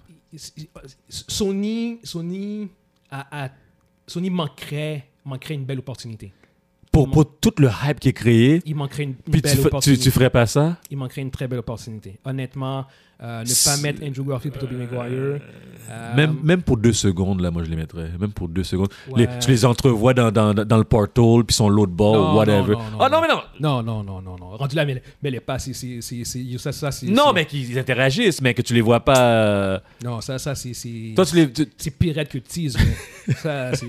Sony, Sony, a- a- Sony manquerait, manquerait une belle opportunité.
Pour,
Comment-
pour tout le hype qui est créé,
Il manquerait une, une
puis tu,
belle
fa- tu,
opportunité.
tu ferais pas ça?
il manquerait une très belle opportunité. Honnêtement, euh, ne pas
C'est-
mettre Andrew Garfield plutôt que Tobey Maguire. euh,
Même, même pour deux secondes, là, moi, je les mettrais. Même pour deux secondes.
Ouais.
Les- tu les entrevois dans, dans, dans le portal, puis sont l'autre bord,
Non,
whatever.
non, non, non,
Ah non,
non.
mais non!
Non, non, non, non, non. Rendu là, mais, mais les pas, c'est. c'est- c'est- c'est- Ça, ça, c'est-
Non,
c'est-
mais qu'ils interagissent, mais que tu les vois pas. euh,
Non, ça, ça c'est. C'est
Toi, tu les. tu-
c'est pirate que tease.
[LAUGHS]
mais ça, c'est.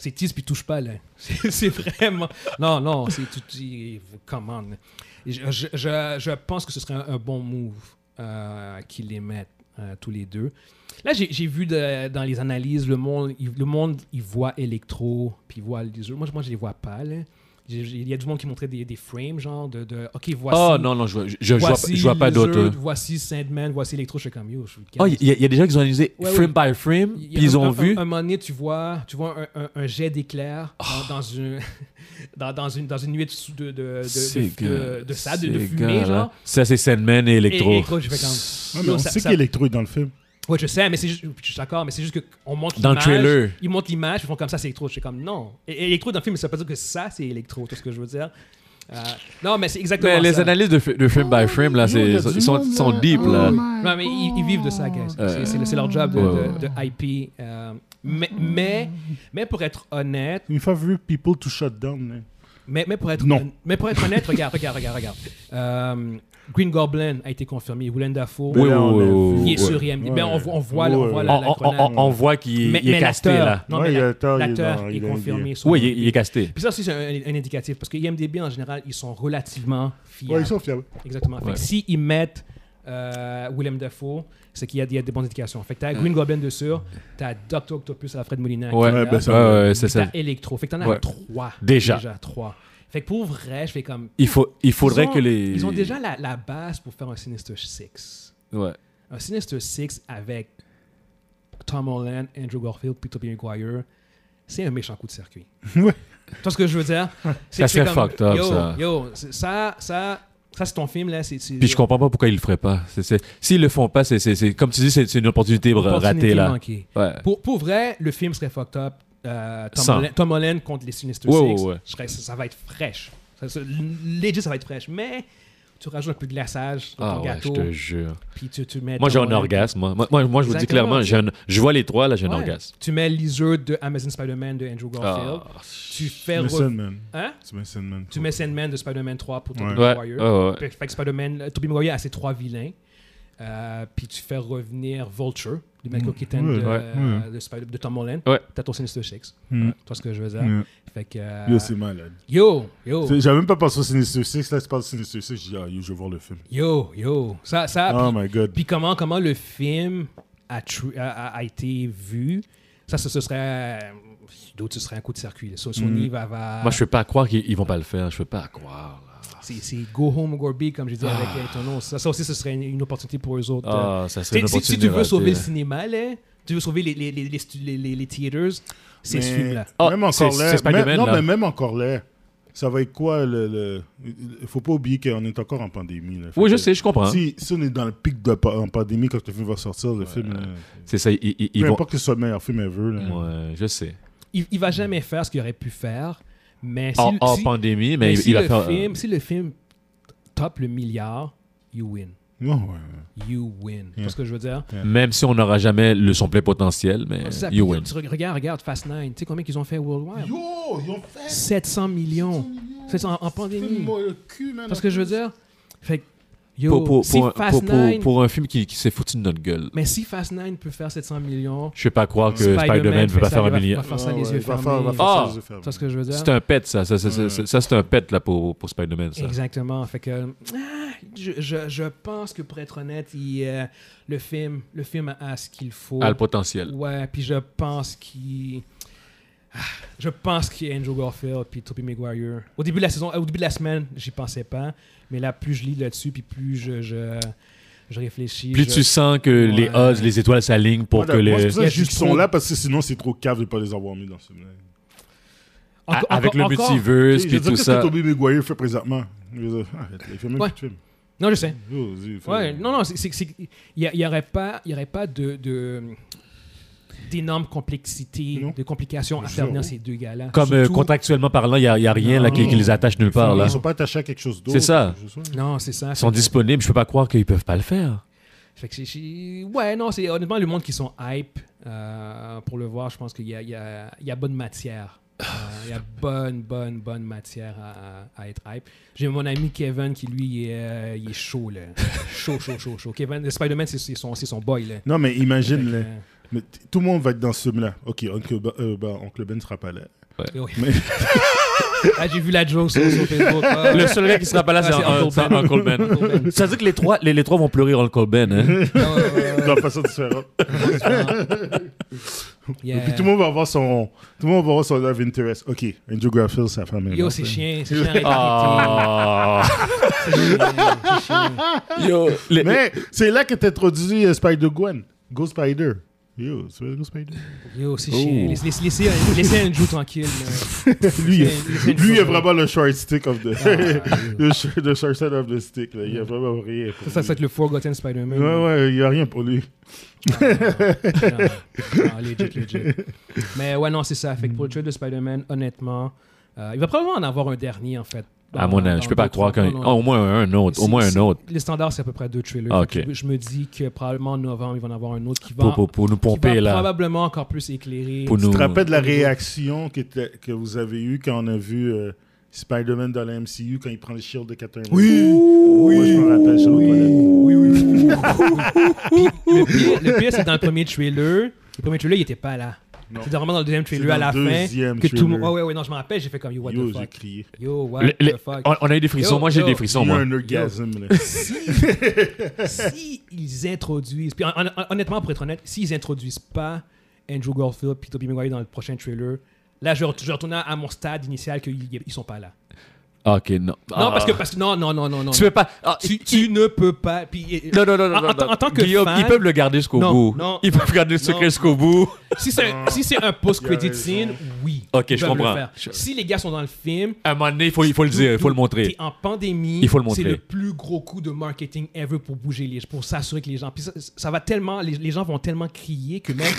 C'est tease puis touche pas, là. [LAUGHS] C'est c'est vraiment. Non, non, c'est tout. c'est- Come on. Je, je, je, je pense que ce serait un, un bon move euh, qu'ils les mettent euh, tous les deux. Là, j'ai j'ai vu de- dans les analyses, le monde, il, le monde, il voit Electro, puis il voit les autres. Moi, je- moi, je les vois pas, là. J'ai- j'ai- Il y a du monde qui montrait des, des frames, genre, de, de OK, voici.
Oh non, non, je, vois- je, je vois, pas-
voici
je vois pas
Lizard,
d'autres.
Voici Sandman, voici Electro, je suis comme yo. Je suis
Oh, il y, a- il y a des gens qui ont analysé
Ouais,
frame by frame,
il y a
puis ils
un-
ont
un,
vu. Ah.
Un, un moment donné, tu vois, tu vois un, un- un jet d'éclair dans, dans une, [LAUGHS] dans, dans une, dans une nuée de, sou- de, de, de,
Ces
de, de,
gars-
de ça, de, de
ces
fumée,
gars-là.
genre.
Ça, c'est Sandman et Electro.
Et- et Electro, je fais comme-
Ouais, Ah, mais on
Ça-
sait
ça-
qu'Electro est dans le film.
Ouais, je sais, mais c'est juste, je suis d'accord, mais c'est juste qu'on montre
Dans le
l'image.
trailer.
Ils montrent l'image, ils font comme ça, c'est Electro. Je suis comme non. Et, électro dans le film, ça veut pas dire que ça, c'est Electro, tout ce que je veux dire. Euh, non, mais c'est exactement
Mais les
ça.
analyses de, f- de frame by frame, là,
Yo,
c'est-
il y a
sont-
du
ils sont,
monde,
sont
là.
deep,
Oh
là.
my
Non, mais ils, ils vivent de ça, guys. C'est- C'est le- c'est leur job de,
Ouais.
de- de IP. euh, mais, mais, mais pour être honnête,
Une fois vu People to Shut Down, là.
Mais, mais, pour être,
Non.
mais pour être honnête, regarde, regarde, regarde, regarde. Euh, Green Goblin a été confirmé. Willem Dafoe,
Oui,
Là,
oui,
on a
oui, oui,
vu-
il est
oui.
sur IMDb. Ben, on, voit- on voit, le- on voit
On,
Ouais.
la, la
on-
chrono-
on- on voit qu'il
Mais-
il est
mais
casté,
l'acteur-
là.
Non,
Ouais,
mais
il y a
la-
l'acteur, il est
l'acteur
dans-
est,
il est
confirmé.
dans-
sur
Oui, il, est- il est
IMDb.
casté.
Puis ça aussi, c'est un, un indicatif. Parce que IMDb, en général, ils sont relativement fiables.
Ouais, ils sont fiables.
Exactement. Fait
Ouais.
que s'ils mettent euh, Willem Dafoe, c'est qu'il y, a- il y a des bonnes indications. Fait que t'as Green Goblin de sûr, t'as Dr. Octopus à Fred Molina. qui
Ouais,
est là.
ben ça,
Ouais, ouais,
Puis
c'est ça.
T'as Electro. Fait que t'en as
Ouais.
trois.
Déjà.
trois. Fait que pour vrai, je fais comme.
Il, faut, il faudrait
Ils ont-
que les.
Ils ont déjà la, la base pour faire un Sinister Six.
Ouais.
Un Sinister Six avec Tom Holland, Andrew Garfield, puis Tobey Maguire, c'est un méchant coup de
[LAUGHS]
circuit.
Ouais.
Tu vois ce que je veux dire? C'est
Ça
que c'est
serait fucked up,
yo,
ça.
Yo, c'est- ça, ça, ça c'est ton film, là. C'est, c'est-
Puis je comprends pas pourquoi ils le feraient pas. C'est- c'est- S'ils le font pas, c'est- c'est c'est- comme tu dis, c'est c'est une opportunité, br-
Opportunité
ratée, là.
manquée.
Ouais.
Pour, pour vrai, le film serait fucked up. Euh, Tom,
Sans.
Holland, Tom Holland contre les Sinister
Ouais,
Six,
ouais, ouais.
je serais- ça, ça va être fraîche. Ça, ça- legit, ça va être fraîche. Mais tu rajoutes un peu de glaçage dans
Ah
ton
ouais, je
gâteau,
te jure.
puis tu, tu mets
Moi, j'ai
Tom
un
Holland.
orgasme. Moi, moi, moi, moi, je vous dis
Exactement.
clairement, j'ai un- je vois les trois, là, j'ai un
Ouais.
orgasme.
Tu mets Lizard de Amazing Spider-Man de Andrew Garfield.
Ah.
Tu fais.
Tu mets
re-
Sandman.
Hein?
Tu mets Sandman.
Tu mets Sandman de Spider-Man 3 pour Tobey
Ouais.
Ouais,
Maguire.
ouais, ouais.
euh, Fait- Fait que Spider-Man, Tobey Maguire a ses trois vilains. euh, puis tu fais revenir Vulture, de Michael Keaton,
Mm. Ouais,
de,
ouais,
euh, de Spider- de Tom Holland.
Ouais.
T'as ton Sinister Six.
Mm.
Tu vois ce que je veux dire?
Mm.
Fait que, euh,
Yo, c'est malade.
yo, yo,
C'est- J'avais même pas pensé au Sinister Six. Là, tu parles de Sinister Six. Je dis, ah, yo, je vais voir le film.
yo, yo. Ça, ça,
Ah,
Oh
Ah, puis-
my god.
Puis comment, comment le film a, tru- a- a- a été vu, ça, ce, ce serait. euh, D'autres, ce serait un coup de circuit. là. So- Sony va. va-
Hmm. Moi, je peux pas croire qu'ils ils vont pas le faire. Je peux pas croire. là.
c'est, c'est Go Home or Go Big, comme j'ai dit avec euh, ton nom. Ça, ça aussi, ce serait une, une opportunité pour eux autres. euh.
Ah, ça serait une
Si- si, si
opportunité
tu veux
ratée.
sauver le cinéma, là, tu veux sauver les, les, les, les, stu- les, les- les theaters, c'est ce
Mais
film-là.
Ah,
même encore
c'est-
là.
c'est Spider-Man,
même- non,
là.
mais même encore là. Ça va être quoi le. le- Il faut pas oublier qu'on est encore en pandémie. là. Fait
Oui, je
que
sais, Hein? je comprends.
Si, si on est dans le pic de pa- en pandémie quand le film va sortir, le film. là,
C'est ça, ils, ils- ils
peu
vont.
importe que ce soit le meilleur film ever. Là.
Ouais, je sais.
Il, il va jamais faire ce qu'il aurait pu faire, mais si,
En, en
si-
pandémie,
mais
mais,
si
il va
le
faire. euh,
film, si le film top le milliard, you win.
Ouais, ouais.
You win. Tu vois ce que je veux dire?
euh, Même si on n'aura jamais le, son plein potentiel, mais
Oh, Ça,
you
puis,
win.
tu re- Regarde, regarde Fast 9. Tu sais combien qu'ils ont fait worldwide?
Yo, ils ont fait
700 millions. C'est en, en pandémie.
Filme-moi le cul, man.
Parce que je veux dire, fait que, yo,
Pour, pour,
si
pour, un-
Fast
pour- pour-
9,
pour un film qui, qui s'est foutu de notre gueule,
mais si Fast 9 peut faire 700 millions,
je peux pas croire que Spider-Man ne
fait
veut pas
ça,
faire un
il va-
milliard.
va faire ça les yeux
il Ah, va
fermés.
faire- il va faire
Ah!
ça les yeux fermés.
Tu vois ce que je veux dire?
C'est un pet, ça. Ça, ça, ça,
Ouais.
ça, ça, c'est un pet là, pour, pour Spider-Man. ça.
Exactement. Fait que ah, je, je, je pense que pour être honnête, il, euh, le film le film a- a ce qu'il faut.
A le potentiel.
Ouais, puis je pense qu'il. Ah, Je pense qu'Andrew Garfield puis Tobey Maguire. Au début de la saison, euh, au début de la semaine, j'y pensais pas, mais là plus je lis là-dessus puis plus je je, je réfléchis.
Plus
je-
tu sens que les
Ouais.
odds, les étoiles s'alignent pour
Moi,
que
moi,
les.
c'est pour ça
Il y
que
a
je dis
du
qu'ils
trop.
sont là parce que sinon c'est trop cave de pas les avoir mis dans ce film.
a-
Encore-
avec le
encore- encore-
Je veux
multiverse puis
dire,
tout
qu'est-ce que
ça.
Tobey Maguire fait présentement Je veux dire, Arrête, il fait même
Ouais.
plus de film.
Non, je sais.
Yo, vas-y, fais-
Ouais, non, non, c'est- c'est- c'est- il n'y aurait pas, il y aurait pas de, de d'énormes complexités,
Non.
de complications à faire
Zéro.
venir ces deux gars-là.
Comme euh,
Surtout-
contractuellement parlant, il n'y a, y a rien là, qui,
Non.
qui les attache nulle part. Là.
Ils sont pas attachés à quelque chose d'autre.
C'est ça.
Je sais pas.
Non, c'est ça.
Ils sont
Fait que-
disponibles, je peux pas croire qu'ils peuvent pas le faire.
Fait que c'est- c'est- Ouais, non, c'est honnêtement le monde qui sont hype euh, pour le voir. Je pense qu'il y a, il y a- il y a bonne matière. Euh, il y a bonne, bonne, bonne matière à, à- à être hype. J'ai mon ami Kevin qui, lui, il est, euh, il est chaud, là. Chaud, chaud, chaud, chaud. Kevin, Spider-Man, c'est c'est son, c'est son boy, là.
Non, mais
Fait que,
imagine, là,
euh,
mais t- tout le monde va être dans ce film-là. Ok, Oncle, Ben- euh, bah, Oncle Ben sera pas là.
euh, oui.
Mais-
Ah, j'ai vu la joke sur, sur Facebook. [LAUGHS] Ah,
Le seul gars qui sera pas là,
Ah,
c'est
c'est
un-
Uncle
c'est
Ben.
Uncle Ben.
Uncle Ben.
Ça veut dire que les trois, les, les trois vont pleurer Uncle Ben. Hein?
Ah, ouais, [LAUGHS] ouais, ouais,
Dans façon différente.
yeah.
Et puis tout le monde va avoir son, tout le monde va avoir son love interest. Ok, Andrew Garfield, sa femme. est
Yo,
morte,
c'est
hein.
chien, c'est chien. arrêtez.
Ah.
C'est chien, c'est chien.
Yo, les-
Mais c'est là que t'as introduit euh, Spider-Gwen. Go Spider. Yo, c'est vrai,
[LAUGHS]
Go Spider.
Yo, c'est
Oh.
chiant. Laisse- laisse- Laissez laissez Andrew tranquille. là.
lui,
Laissez- laissez Andrew
lui il a
tranquille.
vraiment le short stick of the.
Ah, ouais.
[LAUGHS] le, sh- the short side of the stick. Là. Il a vraiment rien. Pour
Ça, ça,
lui.
ça va être le Forgotten Spider-Man.
Ouais, ouais, il y a rien pour lui.
ouais. legit, legit. Mais ouais, non, c'est ça. Fait que pour le trailer de Spider-Man, honnêtement, euh, il va probablement en avoir un dernier, en fait.
à mon âge, je peux pas croire qu'un.
qu'on
oh, au moins un autre, au
C'est-
moins un
c'est-
autre.
Les standards, c'est à peu près deux trailers.
Ah,
Fait que
ok.
Je, je me dis que probablement en novembre, il va en avoir un autre qui va,
Pour, pour, pour nous
Bah, qui va
pomper là.
probablement encore plus éclairer.
Pour
Tu
nous.
te rappelles de la
Au niveau-
réaction que, t'as- que vous avez eue quand on a vu euh, Spider-Man dans la MCU quand il prend le shield de Captain America? Moi, je me rappelle, je suis aux toilettes.
Oui, oui, oui. oui. Puis, le pire, le pire, c'est dans le premier trailer. Le premier trailer, il était pas là.
Non.
C'est vraiment dans le deuxième trailer
dans
à la
le
fin.
deuxième
Que tout le
trailer.
monde. Ouais, ouais, ouais, non, je me rappelle, j'ai fait comme Yo, what
Yo,
the
j'ai
fuck.
crié.
Yo, what
Le- le-
the fuck.
on, on a eu des frissons.
Yo,
moi, j'ai
yo.
des frissons.
Il y a
Moi.
un orgasme, là. [LAUGHS]
[LAUGHS]
Si ils introduisent. Puis hon- hon- honnêtement, pour être honnête, s'ils introduisent pas Andrew Garfield puis Tobey Maguire dans le prochain trailer. Là, je, re- je retourne à mon stade initial qu'ils ils sont pas là.
Ah, Ok, non.
Non,
Ah.
parce que, parce que non, non, non, non, non.
Tu peux pas. ah,
Tu- tu ne peux pas. Puis,
Non, non, non, non.
En- en
non,
tant-
non.
en tant que
Guillaume,
fan-
ils peuvent le garder jusqu'au
Non,
bout.
non,
ils peuvent garder le
non.
secret jusqu'au bout.
Si c'est un, si c'est un
Il a
post-credit
raison.
scene, oui.
Ok,
ils
je
peuvent le
comprends.
faire.
Je-
Si les gars sont dans le film,
À un moment donné, il faut, il faut le dire, il faut le montrer.
t'es en pandémie,
Il faut le
c'est
montrer.
le plus gros coup de marketing ever pour bouger les pour s'assurer que les gens. Puis ça, ça va tellement, les, les gens vont tellement crier que
[LAUGHS]
même,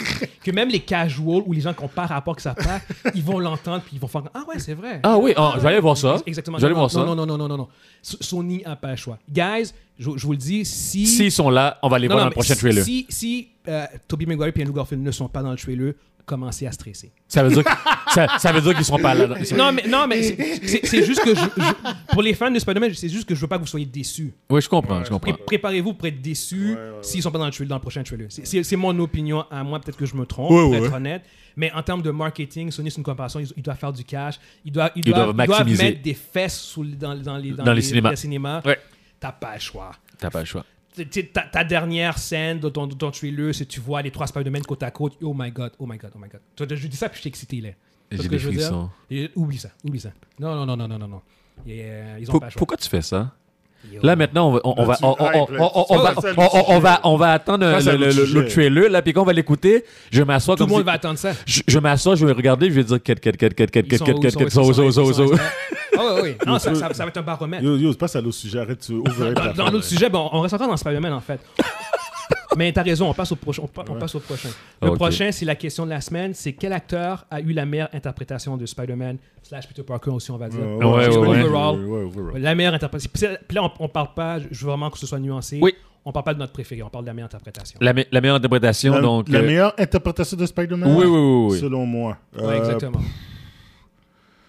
que même les casuals ou les gens qui ont pas rapport que ça part, ils vont l'entendre puis ils vont faire Ah ouais, c'est vrai.
Ah oui, ah, je vais aller voir ça.
Exactement.
Je vais aller
Non,
voir ça.
Non, non, non, non, non, non. S- Sony a pas le choix. Guys, je, je vous le dis, si.
S'ils sont là, on va les
Non,
voir
non,
dans le
mais
prochain
si-
trailer.
Si, si euh, Tobey Maguire et Andrew Garfield ne sont pas dans le trailer, commencer à
[LAUGHS]
stresser.
Ça veut
[LAUGHS]
dire que- ça- ça veut dire qu'ils sont pas là.
Non, mais, non, mais c'est- c'est c'est juste que je, je- pour les fans de Spider-Man, c'est juste que je veux pas que vous soyez déçus.
Oui, je comprends, je
Pré-
comprends.
Préparez-vous pour être déçus
ouais, ouais.
s'ils sont pas dans le, trailer- dans le prochain trailer. C'est- C'est c'est mon opinion à moi, peut-être que je me trompe,
Ouais,
pour
ouais,
être
ouais.
honnête. Mais en termes de marketing, Sony, c'est une comparaison, ils, ils doivent faire du cash, ils doivent, ils
Ils
doivent,
doivent
ils doivent
maximiser.
mettre des fesses sous les- dans, dans les,
Dans les cinémas. Ouais.
T'as pas le choix.
T'as pas le choix.
T'sais, t'sais, Ta, ta dernière scène de ton, de ton trailer, c'est tu vois les trois Spider-Man côte à côte. Oh my god, oh my god, oh my god. Tu vois, Je dis ça puis je suis excité là. Tu vois
J'ai
ce que
des
je veux dire?
frissons.
Et- Oublie ça, oublie ça. Non, non, non, non, non, non, non. Et, euh, ils ont
Pour-
pas le choix.
Pourquoi tu fais ça?
Yo.
Là maintenant on va on, on
Là,
va
tu
on, on-
hype, là.
on- on- on va
Ça, c'est
on- on- on va
le
on va attendre
Ça, c'est
le, le-
le
le-
sujet.
le trailer là puis quand on va l'écouter je m'assois
Tout
comme
le monde
si-
va attendre ça.
je, je m'assois je vais regarder je vais dire quête quête quête quête quête
Ils
quête
sont
quête
où, ils
quête
sont où,
quête
ils sont
zo
où,
zo
ils sont où,
zo
ils sont
zo
où.
[LAUGHS]
Ah oui, oui. Non, ça, ça- ça va être un baromètre.
Yo, yo, c'est pas à l'autre sujet, arrête, tu overhype la
Dans, dans
fin.
notre sujet, bon, on reste encore dans Spider-Man en fait. [LAUGHS] Mais t'as raison, on passe au prochain. On, pa- on passe au prochain.
Ah,
Le
Ok.
prochain, c'est la question de la semaine. C'est quel acteur a eu la meilleure interprétation de Spider-Man slash Peter Parker aussi, on va dire.
Ouais,
Ouais, ouais, ouais.
Overall.
Ouais, overall.
La meilleure interprétation. Puis c'est- puis là, on, on parle pas. Je veux vraiment que ce soit nuancé.
Oui.
On parle pas de notre préféré. On parle de la meilleure interprétation.
la, me- la meilleure interprétation
La,
donc
la
euh,
meilleure interprétation de Spider-Man
oui oui oui, oui.
Selon moi.
Ouais,
Euh,
exactement.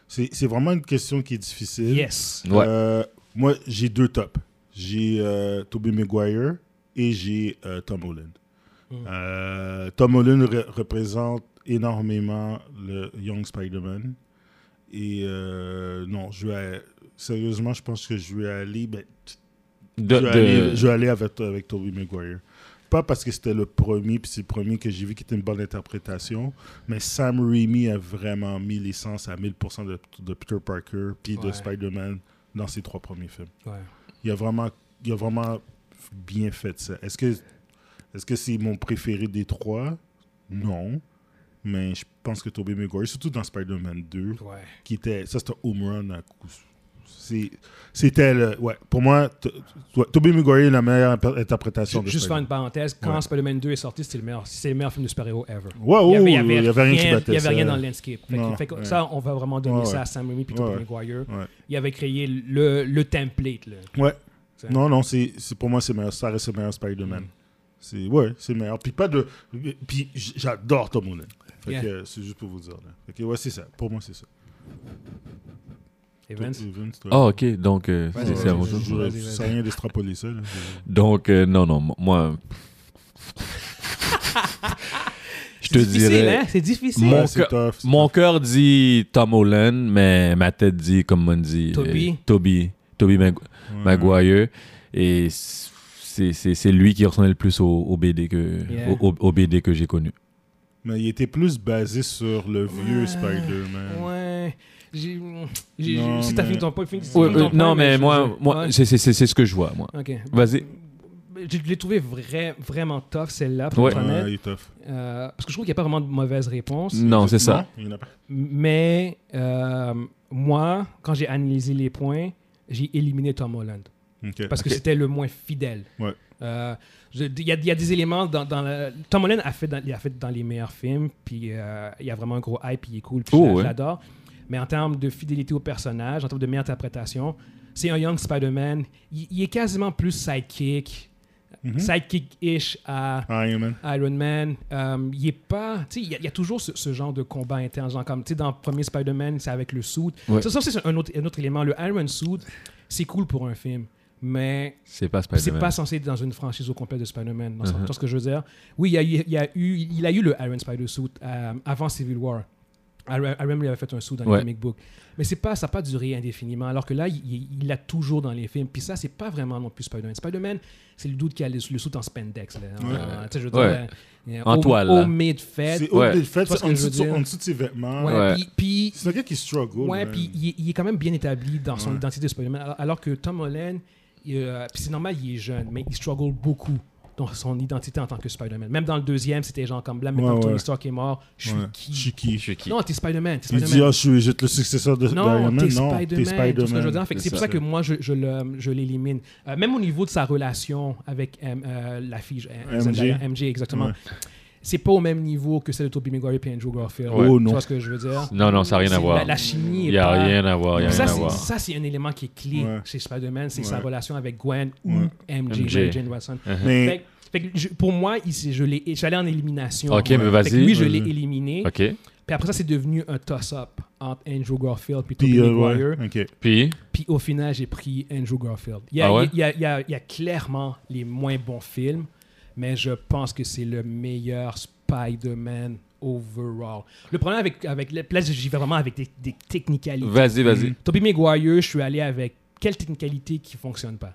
C'est c'est vraiment une question qui est difficile.
Yes.
Ouais.
Euh, moi, j'ai deux tops. J'ai euh, Tobey Maguire et j'ai euh, Tom Holland. Euh, Tom Holland re- représente énormément le Young Spider-Man. Et euh, non, je vais. Sérieusement, je pense que je vais aller. ben,
De-
je, vais
de-
aller je vais aller avec, avec Tobey Maguire. Pas parce que c'était le premier, puis c'est le premier que j'ai vu qui était une bonne interprétation, mais Sam Raimi a vraiment mis l'essence à 1000% de, de Peter Parker puis de
Ouais.
Spider-Man dans ses trois premiers films.
Ouais.
Il a vraiment, il a vraiment bien fait ça. Est-ce que est-ce que c'est mon préféré des trois Non. Mais je pense que Tobey Maguire, surtout dans Spider-Man 2,
Ouais.
qui était ça c'était un home run à coup C'est- c'était le ouais pour moi t- ouais, Tobey Maguire est la meilleure imp- interprétation de
Juste faire une
Spider-Man.
parenthèse, quand
Ouais.
Spider-Man 2 est sorti, c'était le meilleur, c'est le meilleur film de super-héros ever.
Ouais,
il y avait,
ouais,
il y avait
ouais, Oh, il y avait rien qui battait
Il y avait
ça.
rien dans le landscape. Fait que-
Non,
fait que
ouais.
Ça, on va vraiment donner
Ouais,
ça
ouais.
à Sam Raimi et
Ouais,
Tobey
ouais.
Maguire.
Ouais.
Il avait créé le, le template. Là.
ouais
Ça.
non non c'est c'est- pour moi c'est meilleur ça reste le meilleur Spider-Man
Mm.
c'est ouais c'est le meilleur puis pas de puis j- j'adore Tom Holland fait
Yeah.
que euh, c'est juste pour vous dire là fait que ouais c'est ça pour moi c'est ça
Evans.
Tom Evans, toi.
Ah, ok donc euh,
Ouais,
c'est-
ouais,
c'est
ouais,
à mon
ouais.
tour.
je- je-
Vas-y, vas-y.
sans rien d'extrapoler
[LAUGHS]
ça là.
donc euh, non non moi je te
C'est difficile,
dirais
hein? C'est difficile.
Mon
Ouais, c'est
cœur-
tough c'est
Mon cœur dit Tom Holland, mais ma tête dit, comme on dit,
Toby.
euh, Toby, Toby Mag-
tough. Ouais.
Maguire. Et c'est c'est- c'est lui qui ressemblait le plus au, au BD que,
Yeah.
au, au- au BD que j'ai connu.
mais il était plus basé sur le vieux
Ouais.
Spider-Man
Ouais. J'ai- j'ai-
Non,
Si t'as
mais-
fini ton point, fini fini
Ouais,
ton
Euh,
point,
non, mais
je-
moi,
je-
moi
ouais.
c'est- c'est c'est- c'est ce que je vois, moi.
Ok.
Vas-y.
Je l'ai trouvé vrai- vraiment tough, celle-là, pour
Ouais.
être
Ouais,
honnête.
il est tough.
Euh, parce que je trouve qu'il n'y a pas vraiment de mauvaise réponse.
Non, c'est ça.
Il y en a pas.
Mais euh, moi, quand j'ai analysé les points, j'ai éliminé Tom Holland.
Ok.
parce que c'était le moins fidèle.
Ouais.
Euh, je- Il y, a- il y a des éléments dans, dans la- Tom Holland a fait dans, il a fait dans les meilleurs films, puis euh, il y a vraiment un gros hype, puis il est cool, puis je
Oh,
l'a- je
ouais.
l'adore. Mais en termes de fidélité au personnage, en termes de meilleure interprétation, c'est un Young Spider-Man. Il, il est quasiment plus sidekick,
Mhm.
sidekick-ish à
Iron Man.
Iron Man. Euh, il est pas, tu sais, il y, a- il y a toujours ce, ce genre de combat interne, genre comme tu sais dans le premier Spider-Man, c'est avec le suit.
Ouais.
Ça, ça, c'est un autre, un autre élément. Le Iron Suit, c'est cool pour un film, mais
C'est pas
c'est
Spider-Man.
pas censé être dans une franchise au complet de Spider-Man. Dans ce-
Mhm.
dans ce que je veux dire. Oui, il y a, eu- il y a eu, il a eu le Iron Spider-Suit euh, avant Civil War. Iron Iron lui avait fait un suit dans
Ouais.
les comic books. Mais c'est pas, ça n'a pas duré indéfiniment. Alors que là, il- il il l'a toujours dans les films. Puis ça, c'est pas vraiment non plus Spider-Man. Spider-Man, c'est le doute qui a le, le suit en spandex. là. En-
Ouais.
en- tu sais, je veux dire,
Ouais.
euh,
En
au-
toile,
Au
là.
mid-fête.
C'est
Ouais.
au- le fait,
Tu vois
c'est
ce
en
que je veux
dessous de son-
dire?
en dessous de ses vêtements.
Ouais,
Ouais.
puis- puis-
C'est un gars qui struggle.
Ouais,
man.
puis il, est- il est quand même bien établi dans son
Ouais.
identité de Spider-Man. Alors, alors que Tom Holland, il, euh, puis c'est normal, il est jeune, mais il struggle beaucoup dans son identité en tant que Spider-Man. Même dans le deuxième, c'était genre comme là, maintenant
Ouais,
que Tony
ouais.
Stark est mort, je suis
Ouais.
qui
Chiki.
Non, t'es Spider-Man. t'es
Il dit,
Spider-Man.
ah, je suis je suis le successeur de d'Iron
non,
Man.
t'es
Non, t'es
Spider-Man. tout ce que je veux dire.
Spider-Man.
Fait que
C'est
C'est pour
ça.
ça que moi, je, je le- je l'élimine. Euh, même au niveau de sa relation avec euh, euh, la fille, euh,
MJ.
Zendaya, MJ, exactement.
Ouais.
c'est pas au même niveau que celle de Tobey Maguire et Andrew Garfield.
Ouais.
Oh,
Tu
non.
vois ce que je veux dire?
Non, non, ça n'a rien à
C'est-
voir.
La, la chimie
Il
est
n'y a
pas-
rien à voir. Il a
ça,
rien à
c'est-
voir.
ça, c'est un élément qui est clé
Ouais.
chez Spider-Man, c'est
Ouais.
sa relation avec Gwen ou
Ouais.
MJ,
MJ.
Mary Jane Watson.
Mais
Fait, Fait que je- pour moi, il s'est- je l'ai- j'allais en élimination.
Ok, mais
Fait que
vas-y.
lui, je l'ai
Mhm.
éliminé.
OK.
Puis après ça, c'est devenu un toss-up entre Andrew Garfield et Tobey
Puis, euh,
Maguire.
ouais, ok.
Puis,
Puis au final, j'ai pris Andrew Garfield. Il y a,
Ah ouais?
il y a- il y a- il y a clairement les moins bons films, mais je pense que c'est le meilleur Spider-Man overall. Le problème avec, avec le- là, j'y vais vraiment avec des, des technicalités.
vas-y, vas-y.
Tobey Maguire, je suis allé avec quelle technicalité qui fonctionne pas.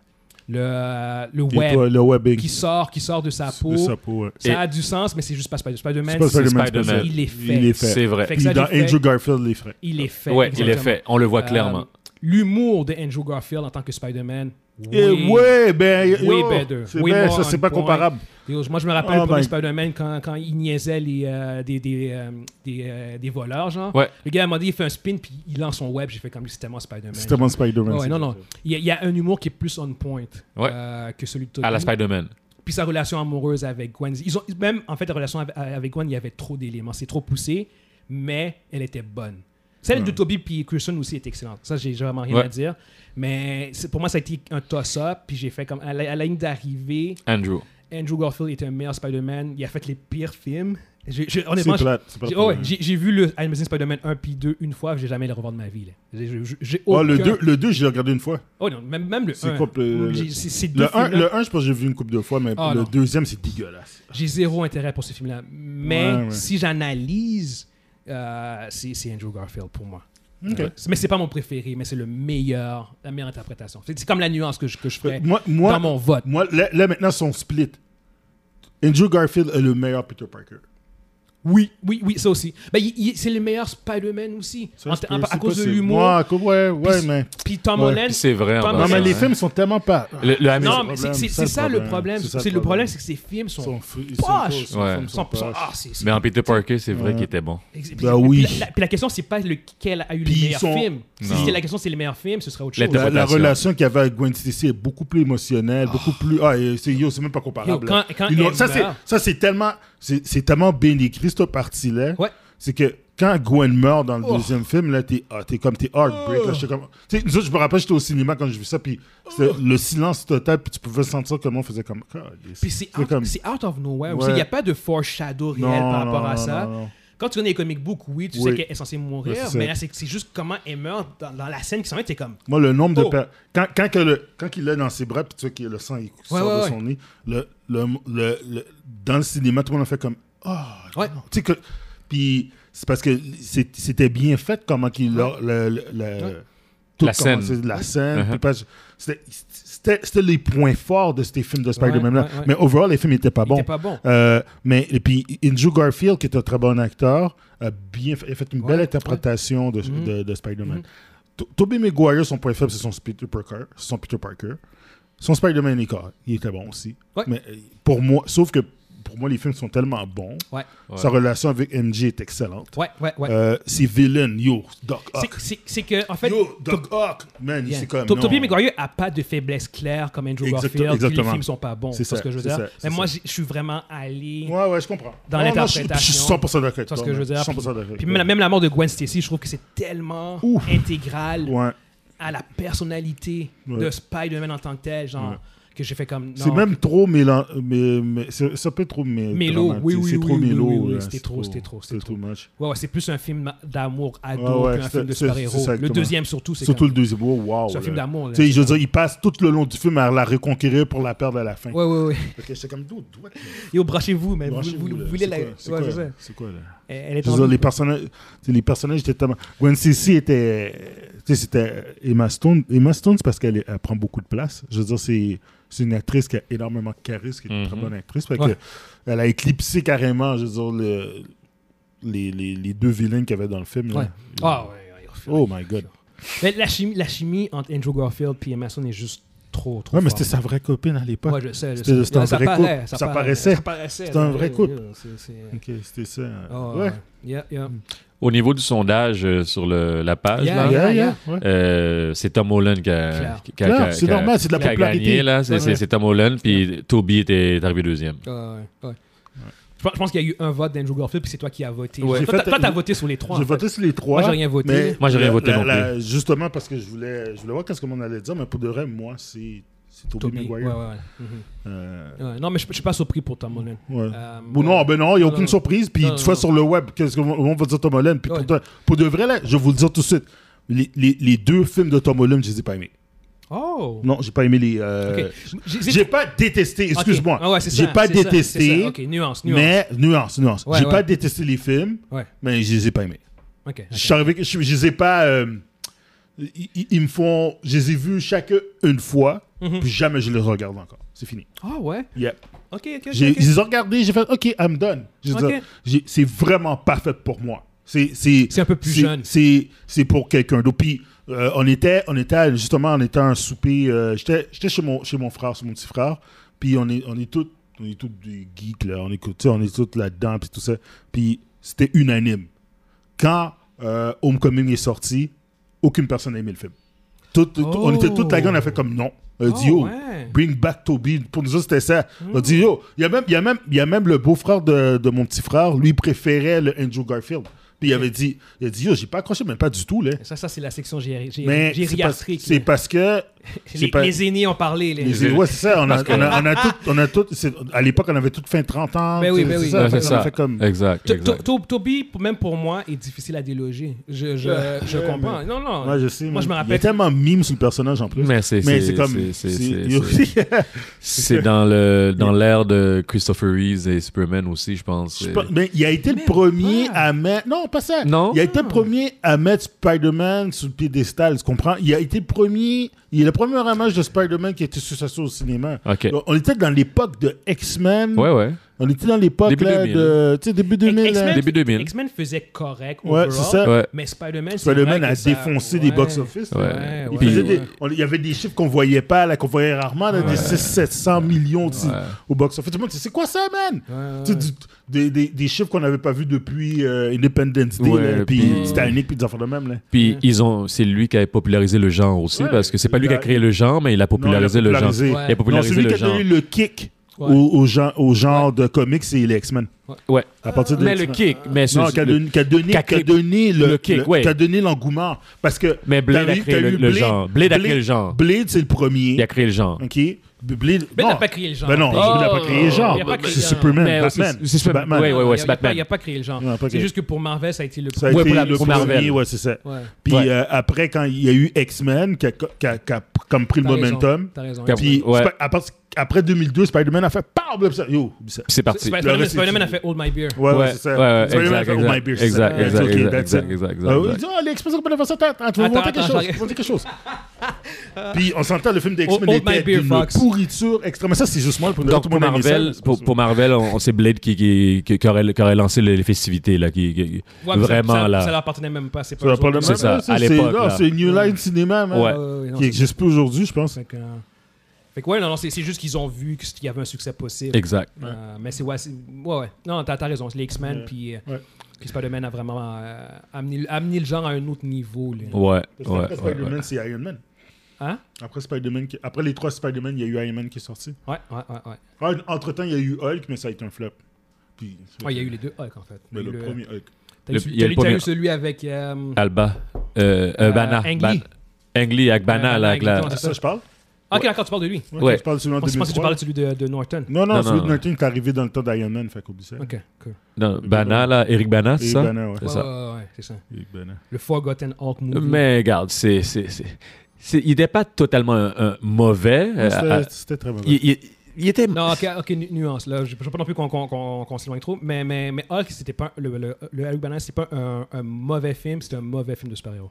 Le, euh, le
Et
web
toi, le webbing.
qui sort, qui sort de sa peau.
De sa peau, ouais.
Ça a du sens, mais c'est juste pas Spider- Spider-Man.
C'est pas
c'est-
Spider-Man,
Spider-Man.
c'est ça.
Il est fait.
Il est fait.
C'est vrai.
Fait que
Puis
ça,
dans
j'ai fait-
Andrew Garfield, les frais.
Il est fait.
Ouais, il est
exactement.
fait. On le voit
Euh,
clairement.
L'humour de Andrew Garfield en tant que Spider-man.
Oui, ouais, ben,
Way
yo,
better.
c'est
Way
ben,
more
ça, c'est
on
pas
point.
comparable.
Yo, Moi, je me rappelle
Oh
le premier
my-
Spider-Man quand, quand il niaisait les, euh, des, des, euh, des, euh, des voleurs, genre.
Ouais.
Le gars m'a dit, il fait un spin, puis il lance son web. J'ai fait comme, c'est tellement Spider-Man.
C'est tellement Spider-Man.
Ouais,
c'est
non,
ça.
non. Il y, a, il y a un humour qui est plus on point
Ouais.
euh, que celui de Tobey.
À la Spider-Man.
Puis sa relation amoureuse avec Gwen. Ils ont, même, en fait, la relation avec, avec Gwen, il y avait trop d'éléments. C'est trop poussé, mais elle était bonne. Celle de Toby puis Kirsten aussi est excellente. Ça, j'ai j'ai vraiment rien
Ouais.
à dire. Mais c'est- pour moi, ça a été un toss-up. Puis j'ai fait comme. À la, à la ligne d'arrivée,
Andrew.
Andrew Garfield était un meilleur Spider-Man. Il a fait les pires films. J'ai- j'ai-
C'est
honnêtement, j'ai-
plate. c'est pas hein.
j'ai-
le
oh ouais,
problème.
j'ai j'ai vu le Amazing Spider-Man 1 puis 2 une fois. J'ai jamais le revoir de ma vie. là. J'ai- j'ai- J'ai
Ah, le
aucun-
2, le 2, j'ai regardé une fois.
Oh non, même, même le
C'est
1.
quoi, le-
J'ai- c'est- c'est deux
Le 1,
films-là.
le un, je pense que j'ai vu une couple de fois, mais
Ah,
le
non. Ben,
deuxième, c'est dégueulasse.
J'ai zéro intérêt pour ce film-là. Mais
Ouais, ouais.
si j'analyse, euh, c'est c'est Andrew Garfield pour moi.
Ok.
Ouais. Mais c'est pas mon préféré, mais c'est le meilleur, la meilleure interprétation. C'est c'est comme la nuance que je, que je ferais
Moi, moi,
dans mon vote.
moi là, là, maintenant, son split. Andrew Garfield est le meilleur Peter Parker.
Oui, oui, oui, ça aussi. Ben, il- il- c'est le meilleur Spider-Man aussi.
Ça,
En-
c'est
en-
pas-
à
c'est
cause de
possible.
l'humour.
Ouais, à cause- ouais, ouais,
Puis-
mais.
Puis Tom
Ouais.
Holland.
C'est vrai. en
Tom
passant.
Non, mais
c'est-
les films sont tellement pas.
Le, le Amazing-
Non,
le
mais c'est
problème,
c'est- c'est ça le problème. C'est le problème, c'est que ces films
Ils
sont.
sont fous, ils
poches.
sont
Ouais.
pauvres, ils sont
sont-
pauvres.
sont- ah, c'est- c'est-
Mais en Peter Parker, c'est vrai
Ouais.
qu'il était bon.
Ex- Puis,
Ben oui.
puis la, puis la question, c'est pas lequel a eu
Puis
les
ils
meilleurs
sont-
films. Si
Non.
c'était la question, c'est les meilleurs films, ce serait autre chose.
La-
La, Euh, la
Interprétation.
relation qu'il y avait avec Gwen Stacy est beaucoup plus émotionnelle, beaucoup plus. Ah, et c'est yo, c'est même pas comparable.
Yo, quand-
là.
quand
Ils l'ont-
elle
ça, c'est,
meurt-
ça, c'est tellement, c'est, c'est tellement bien écrit cette partie-là.
Ouais.
C'est que quand Gwen meurt dans le
Oh.
deuxième film, là, t'es, ah, t'es comme t'es heartbreak. Là, j'étais comme, tu sais, nous autres, je me rappelle, j'étais au cinéma quand j'ai vu ça, puis c'était
Oh.
le silence total, puis tu pouvais sentir que le monde faisait comme. God,
Puis c'est out,
comme-
c'est out of nowhere.
Ouais.
Il n'y a pas de foreshadow réel
Non,
par
non,
rapport à
non,
ça.
non, non.
Quand tu connais les comic books, oui, tu
Oui.
sais qu'elle est censée mourir,
Ouais, c'est ça.
mais là, c'est c'est juste comment elle meurt dans, dans la scène qui s'en vient, t'es comme.
Moi, le nombre de
Oh.
per- quand, quand, que le- quand il est dans ses bras, puis tu vois que le sang il sort
ouais,
de
ouais.
son nez, le, le, le- le- dans le cinéma, tout le monde a fait comme Ah,
Ouais.
non. Tu sais que. Puis c'est parce que c'est- c'était bien fait comment qu'il a. le- le- le- tout
La
comment
scène. Uh-huh.
c'est de La scène. puis parce- c'était- C'était c'était les points forts de ces films de Spider-Man. là
ouais, ouais.
Mais overall, les films n'étaient pas
Il
bons.
était pas bon.
Euh, mais et puis Andrew Garfield, qui est un très bon acteur, a bien fait, a fait une
Ouais,
belle
ouais. Mhm.
interprétation de, de- de Spider-Man. To- Tobey Maguire, son point faible, c'est son Peter Parker. Son Peter Parker. Son Spider-Man est correct. Il était bon aussi.
Ouais.
Mais euh, pour moi, sauf que pour moi, les films sont tellement bons.
Ouais,
Sa relation avec MJ est excellente.
ouais, ouais. ouais.
Euh, ses villains, yo, Doc Ock.
C'est- c'est- c'est que, en fait.
Yo, Doc Ock, man,
Yeah.
c'est comme.
To-
non.
Tobey Maguire a pas de faiblesse claire comme Andrew
Exacto-
Garfield. puis Les
exactement.
films sont pas bons,
C'est
c'est
ça,
ce que je veux
c'est
dire.
ça, c'est
mais moi,
ça.
j'ai- je suis vraiment allé.
Ouais, ouais, je comprends. Oh,
Dans
Non, non, je- Je
l'interprétation.
suis 100% d'accord avec
Tu vois ce
toi,
que je veux
man.
dire?
100% d'accord avec
Puis
toi.
même, même la mort de Gwen Stacy, je trouve que c'est tellement
Ouf.
intégral
Ouais.
à la personnalité
Ouais.
de Spider-Man en tant que tel, genre,
Ouais.
que j'ai fait comme.
C'est
non.
même trop mélan... mais, mais c'est c'est un peu trop mé-
Mélo,
dramatique.
oui, oui,
c'est
oui,
trop
oui,
mélo,
oui, oui,
là,
c'était
c'est
trop, c'était trop, c'était
c'est
trop.
much.
Ouais, ouais, c'est plus un film d'amour ado
Ouais, ouais,
qu'un
c'est-
film de
c'est- c'est ça,
super-héros. Le
exactement.
deuxième, surtout, c'est
Surtout
comme-
le deuxième, oh, wow.
C'est un
là.
film d'amour, là.
Tu sais, je veux dire, il passe tout le long du film à la reconquérir pour la perdre à la fin.
Ouais, ouais, ouais.
Ok, j'étais comme, d'où d'où-
Yo, branchez-vous, mais vous, vous-
branchez-vous, là.
vous voulez
C'est
la.
quoi, C'est
ouais,
quoi,
c'est
là?
ça.
C'est quoi, là?
Elle elle est
Je veux
en
dire,
vie.
les personnages, tu sais, les personnages étaient tellement. Gwen Stacy était. Tu sais, c'était Emma Stone. Emma Stone, c'est parce qu'elle est- elle prend beaucoup de place. Je veux dire, c'est, c'est une actrice qui a énormément de charisme, qui est une très
Mhm.
bonne actrice. Fait
Ouais.
que elle a éclipsé carrément, je veux dire, le- les, les, les deux vilaines qu'il y avait dans le film. là.
Ouais. Ah, ouais, ouais, ouais.
Oh my god.
Mais la chimie, la chimie entre Andrew Garfield et Emma Stone est juste trop, trop.
Ouais, mais
forte.
c'était sa vraie copine à l'époque.
Ouais, je sais. je
C'était-
sais.
c'était un
Ça
vrai
paraît,
couple. Ça
paraît,
paraissait.
ça paraissait,
C'était un
ouais,
vrai
ouais,
couple.
ouais, c'est- c'est-
Ok, c'était ça.
Ah,
ouais.
ouais. Yeah, yeah.
Au niveau de son sondage euh, sur le- la page,
Yeah,
là,
yeah.
Ah, ouais.
euh, c'est Tom Holland qui a,
Clair.
qui- qui a-
Clair,
qui a-
c'est
qui a-
normal, c'est de la
qui a gagné.
popularité.
là. C'est-
Ouais.
C'est c'est Tom Holland, puis Toby était est arrivé deuxième.
Ouais, ouais. Je pense, je pense qu'il y a eu un vote d'Andrew Garfield, puis c'est toi qui as voté.
Ouais.
Toi,
J'ai fait-
t'as- toi, t'as voté sur les trois.
J'ai
en fait.
voté sur les trois.
Moi, j'ai rien voté.
mais
Moi, j'ai rien voté non
Justement, parce que je voulais, je voulais voir qu'est-ce que mon allait dire, mais pour de vrai, moi, c'est C'est Tobey
Tobey.
Maguire.
Ouais, ouais, ouais. Mhm.
Euh,
Ouais, Non, mais je je suis pas surpris pour Tom Holland.
ouais.
Euh,
Bon, non, ben non, il n'y a
non,
aucune
non.
surprise. Puis,
Non,
tu
non,
vois,
non.
sur le web, qu'est-ce qu'on on va dire Tom Holland? Puis,
Ouais.
pour, toi- pour de vrai, là, je vais vous le dire tout de suite. Les, les- les deux films de Tom Holland, je les ai pas aimés.
Oh!
Non, j'ai pas aimé les. euh,
Ok. J'ai-
J'ai pas détesté,
Ok.
excuse-moi.
Ah ouais, c'est
j'ai
ça,
pas
c'est ça, c'est
détesté,
ça. Ok, nuance, nuance.
mais nuance, nuance.
Ouais,
j'ai
ouais.
pas détesté les films,
Ouais.
mais je les ai pas aimés.
Ok.
Je
ok.
suis arrivé, je, je les ai pas. euh, ils, ils- ils me font. Je les ai vus chacun une fois,
Mm-hmm.
puis jamais je les regarde encore. C'est fini.
Mhm. Ah ouais?
Yeah.
Ok, ok, ok.
J'ai-
ok.
Je les ai regardés, j'ai fait OK, I'm done. Je veux
Ok.
dire, j'ai- C'est vraiment pas fait pour moi. C'est c'est-
C'est un peu plus
c'est-
jeune.
C'est c'est pour quelqu'un d'autre. Puis euh, on, était, on était, justement, on était à un souper. euh, J'étais j'étais chez mon, chez mon frère, chez mon petit frère. Puis on est, on est tous on est tous des geeks, là. On, écoute, tu sais, on est tous là-dedans, puis tout ça. Puis c'était unanime. Quand euh, Homecoming est sorti, aucune personne n'a aimé le film. Tout- tout- tout- On était toute la gang, on a fait comme non. On a dit,
Oh,
oh,
ouais.
Bring back Toby. Pour nous autres, c'était ça. On dit, yo, il y, a même- il y, a même- il y a même le beau-frère de, de mon petit frère, lui il préférait le Andrew Garfield. Puis il avait dit, il a dit, yo, j'ai pas accroché, mais pas du tout, là.
Ça, ça c'est la section géri- géri-
Mais c'est parce,
gériatrique.
c'est parce que. c'est
les,
pas-
les aînés ont parlé. Les...
les- ouais, c'est ça. On a, on a, on a tout. On a tout c'est- à l'époque, on avait toutes fin 30 ans.
Ben oui,
tu sais,
ben oui.
c'est ça.
Ouais,
fait
c'est
qu'on a
ça.
fait comme-
Exact.
To-
exact.
to- to- Toby, pour- même pour moi, est difficile à déloger. Je, je, je
Ouais,
comprends. Non, non.
Ouais, je sais.
Moi, je me
Il y a
rappelle.
tellement mime sur le personnage en plus.
Mais c'est
Mais
c'est-
c'est comme.
c'est- c'est-
c'est-
c'est- c'est- C'est dans le dans l'ère de Christopher Reeves et Superman aussi, je pense.
Je
C'est-
pense- mais il a été le premier à mettre. Non, pas ça.
Non?
Il a été
Ah.
le premier à mettre Spider-Man sous le piédestal, tu comprends? Il a été le premier. Il est le premier image de Spider-Man qui a été successful au cinéma.
Ok.
On était dans l'époque de X-Men.
Ouais, ouais.
On était dans l'époque
Début
là,
2000.
de. Tu sais, début hein. 2000. là.
X-Men,
Début 2000.
X-Men faisait correct.
euh, Ouais,
overall,
c'est ça.
Ouais.
Mais Spider-Man, c'est
Spider-Man
vrai que
a
ça-
défoncé
ouais.
des box-office. là.
Ouais.
Ouais,
Il,
ouais,
faisait
ouais.
des- on- il y avait des chiffres qu'on voyait pas, là, qu'on voyait rarement, là, des 600-700 millions tu sais, au box-office. Tout le monde dit, c'est quoi ça, man?
Ouais,
Tu sais, du- des, des, des chiffres qu'on n'avait pas vus depuis euh, Independence Day,
Ouais,
là, puis
puis-
Titanic, puis des affaires de même. Là.
Puis ils ont, c'est lui qui a popularisé le genre aussi,
Ouais,
parce que c'est pas lui qui a
la-
créé le genre, mais il a popularisé
Non, il a
le genre.
popularisé.
Il
Ouais.
a
Non,
popularisé
celui qui
le
a
genre.
donné le kick
Ouais.
au, au gen- au genre de comics, c'est les X-Men.
Ouais.
À partir de
Mais le
X-Men.
kick, mais
Non,
ce-
qui a
le-
donné, qui a donné,
qui a
qui a
créé-
donné le,
le kick,
le-
ouais.
qui a donné l'engouement. Parce que.
Mais Blade
t'as
a
eu-
créé
t'as
le-
eu
le genre. Blade a créé le genre.
Blade, c'est le premier.
il a créé le genre.
OK. B- Blade.
Ben,
non.
n'a pas créé le genre.
Ben non,
Blade.
Oh.
il n'a pas créé le genre.
Il a pas créé
C'est
le genre.
Superman,
Mais aussi,
Batman.
c'est Superman.
Batman.
Ouais, ouais,
Non,
ouais,
Ah, il a- il
c'est
a pas-
Batman.
Il n'a pas créé le genre.
Il a pas
C'est
créé.
juste que pour Marvel, ça a été le
Ça a
premier.
Ouais,
été
pour la-
le
pour
premier,
Marvel.
ouais, c'est ça.
Ouais.
Puis
Ouais.
euh, après, quand il y a eu X-Men, qui a, qui a- qui a comme pris le
T'as raison,
momentum.
T'as raison.
Cap-
Puis
Ouais.
Spi- à part- après 2002, Spider-Man a fait pow, blah, ça. Yo, ça.
Puis c'est
Sp-
parti.
Spider-Man-
Le reste,
Spider-Man a
c'est-
fait Hold My Beer.
Ouais, ouais,
ouais,
c'est ça.
ouais,
Spider-Man
exact,
a fait, oh,
exact,
my beer, c'est ça.
exact,
Ouais,
exact,
ok,
exact,
that's it.
exact, exact, exact.
Ah oui, il dit, oh, les X-Men sont pas dans ça, attends, attends, tu vas
Attends,
monter quelque
attends,
chose,
je
tu vas monter quelque chose. Puis on s'entend, le film des
Oh,
X-Men
Hold My
était
Beer,
une
Fox.
pourriture extrême. Mais Ça, c'est juste moi, pour
Donc
tout
pour
le monde aime ça,
Marvel,
mais c'est pas
pour,
ça.
pour Marvel, on, on- c'est Blade qui, qui, qui, qui aurait, qui aurait lancé les, les festivités là, qui, qui-
Ouais, mais ça-
vraiment
ça,
là.
Ça leur appartenait même pas. C'est
Tu vas
pas eux
parler de
autres.
C'est
Marvel,
ça, à
c'est-
l'époque,
non,
là.
C'est New Line Cinéma, man,
Ouais.
Ouais, ouais, ouais, non,
qui
c'est-
n'existe plus aujourd'hui, je pense.
Fait que, euh, fait que ouais, non, non, c'est c'est juste qu'ils ont vu que- qu'il y avait un succès possible.
Exact.
Euh, mais c'est ouais, c'est- ouais, ouais. Non, t'as t'as raison. C'est les X-Men,
Ouais.
puis euh,
Ouais.
puis Spider-Man a vraiment euh, amené, amené le genre à un autre niveau. là.
Ouais, ouais,
Parce qu'après
ouais, ouais.
Spider-Man, c'est Iron Man.
Hein?
Après, Spider-Man qui- Après les trois Spider-Man, il y a eu Iron Man qui est sorti.
Ouais, ouais, ouais. ouais.
Ah, Entre-temps, il y a eu Hulk, mais ça a été un flop. Puis,
Ouais, il y a eu les deux Hulk, en fait.
Mais
Il y a
le
eu
premier Hulk.
T'as
Le-
eu, celui-
il y a
t'as
le
eu- t'as
premier-
eu celui avec... euh,
Alba, euh, euh,
Euh,
Bana,
Ang
Ban-
Lee.
Ang Lee, avec Bana
Ouais,
là,
Ang
avec
Lee,
la-
non,
Ah, ça, je parle
Ok, d'accord, tu parles de lui.
Ouais.
Je parle de celui en
Je pensais que tu
2003.
parlais de celui de, de Norton.
Non, non,
Non,
celui
non.
de Norton qui est arrivé dans le temps d'Iron Man, fait qu'oublie ça.
Ok, cool.
non, Bana là, Eric Bana, c'est
Eric
ça?
Bana, ouais.
C'est
Ouais,
ça. Euh,
ouais, ouais, ouais, c'est ça.
Eric Bana.
Le Forgotten Hulk movie.
Mais regarde, c'est, c'est, c'est- c'est- il n'était pas totalement un, un mauvais. euh,
C'était-
à-
C'était très mauvais.
il, il- il était.
Non, ok, ok, nu- nuance. Là, je ne veux pas non plus qu'on qu'on- qu'on- qu'on s'éloigne trop, mais, mais, mais Hulk, c'était pas le, le, le Hulk Banner, c'était pas un, un mauvais film, c'était un mauvais film de super-héros.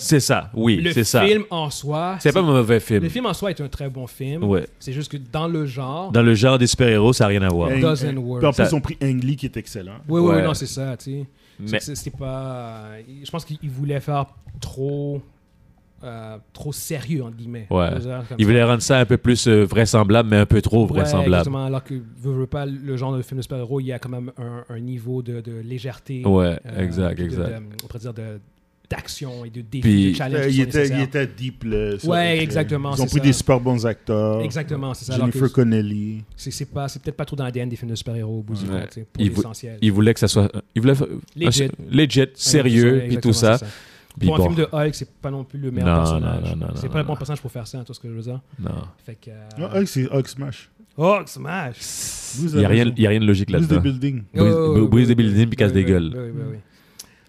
C'est ça, oui,
Le
c'est ça.
film en soi,
C'est pas un mauvais film.
le film en soi est un très bon film.
Ouais.
C'est juste que dans le genre,
Dans le genre des super-héros, ça n'a rien à voir.
Ang-
doesn't
Ang-
work.
Puis en plus,
Ça-
ils ont pris Ang Lee qui est excellent.
oui, oui,
Ouais.
oui, non, c'est ça, tu sais. C'est
Mais-
que c'est- C'était pas. Je pense qu'il voulait faire trop, euh, trop sérieux entre guillemets.
Ouais.
Deux heures comme
Il
ça.
voulait rendre ça un peu plus euh, vraisemblable, mais un peu trop
Ouais,
vraisemblable.
exactement, alors que veux, veux pas le genre de film de super-héros, il y a quand même un, un niveau de, de légèreté.
Ouais,
euh,
exact,
puis de-
exact.
de- on pourrait dire de- d'action et de défi,
Puis-
de challenge.
Euh,
qui
Il
sont
était, il
nécessaires.
était deep, là. ça,
Ouais,
avec, euh,
exactement,
Ils ont
c'est
pris
ça.
des super bons acteurs.
Exactement, c'est ça. alors que
Jennifer Connelly.
c'est, c'est, pas, c'est peut-être pas trop dans l'ADN des films de super-héros au bout du
Ouais.
compte, tu sais, pour
Il vou-
l'essentiel.
euh, Il voulait que ça soit. Il voulait.
Legit.
legit, sérieux,
Ouais,
puis tout
exactement,
ça.
c'est Pour un
Bibor.
film de Hulk, c'est pas non plus le meilleur
Non,
personnage.
non, non, non,
c'est
non,
pas le
non.
bon personnage pour faire ça, tout ce que je veux dire.
Non.
Fait que. euh,
Non, Hulk, c'est Hulk Smash.
Oh, smash!
Vous
Il n'y a,
avez
rien-
raison.
y a rien de logique
Plus de
là-dedans.
building.
Brise- br- brise des buildings puis casse
oui,
des gueules.
Oui, oui, oui.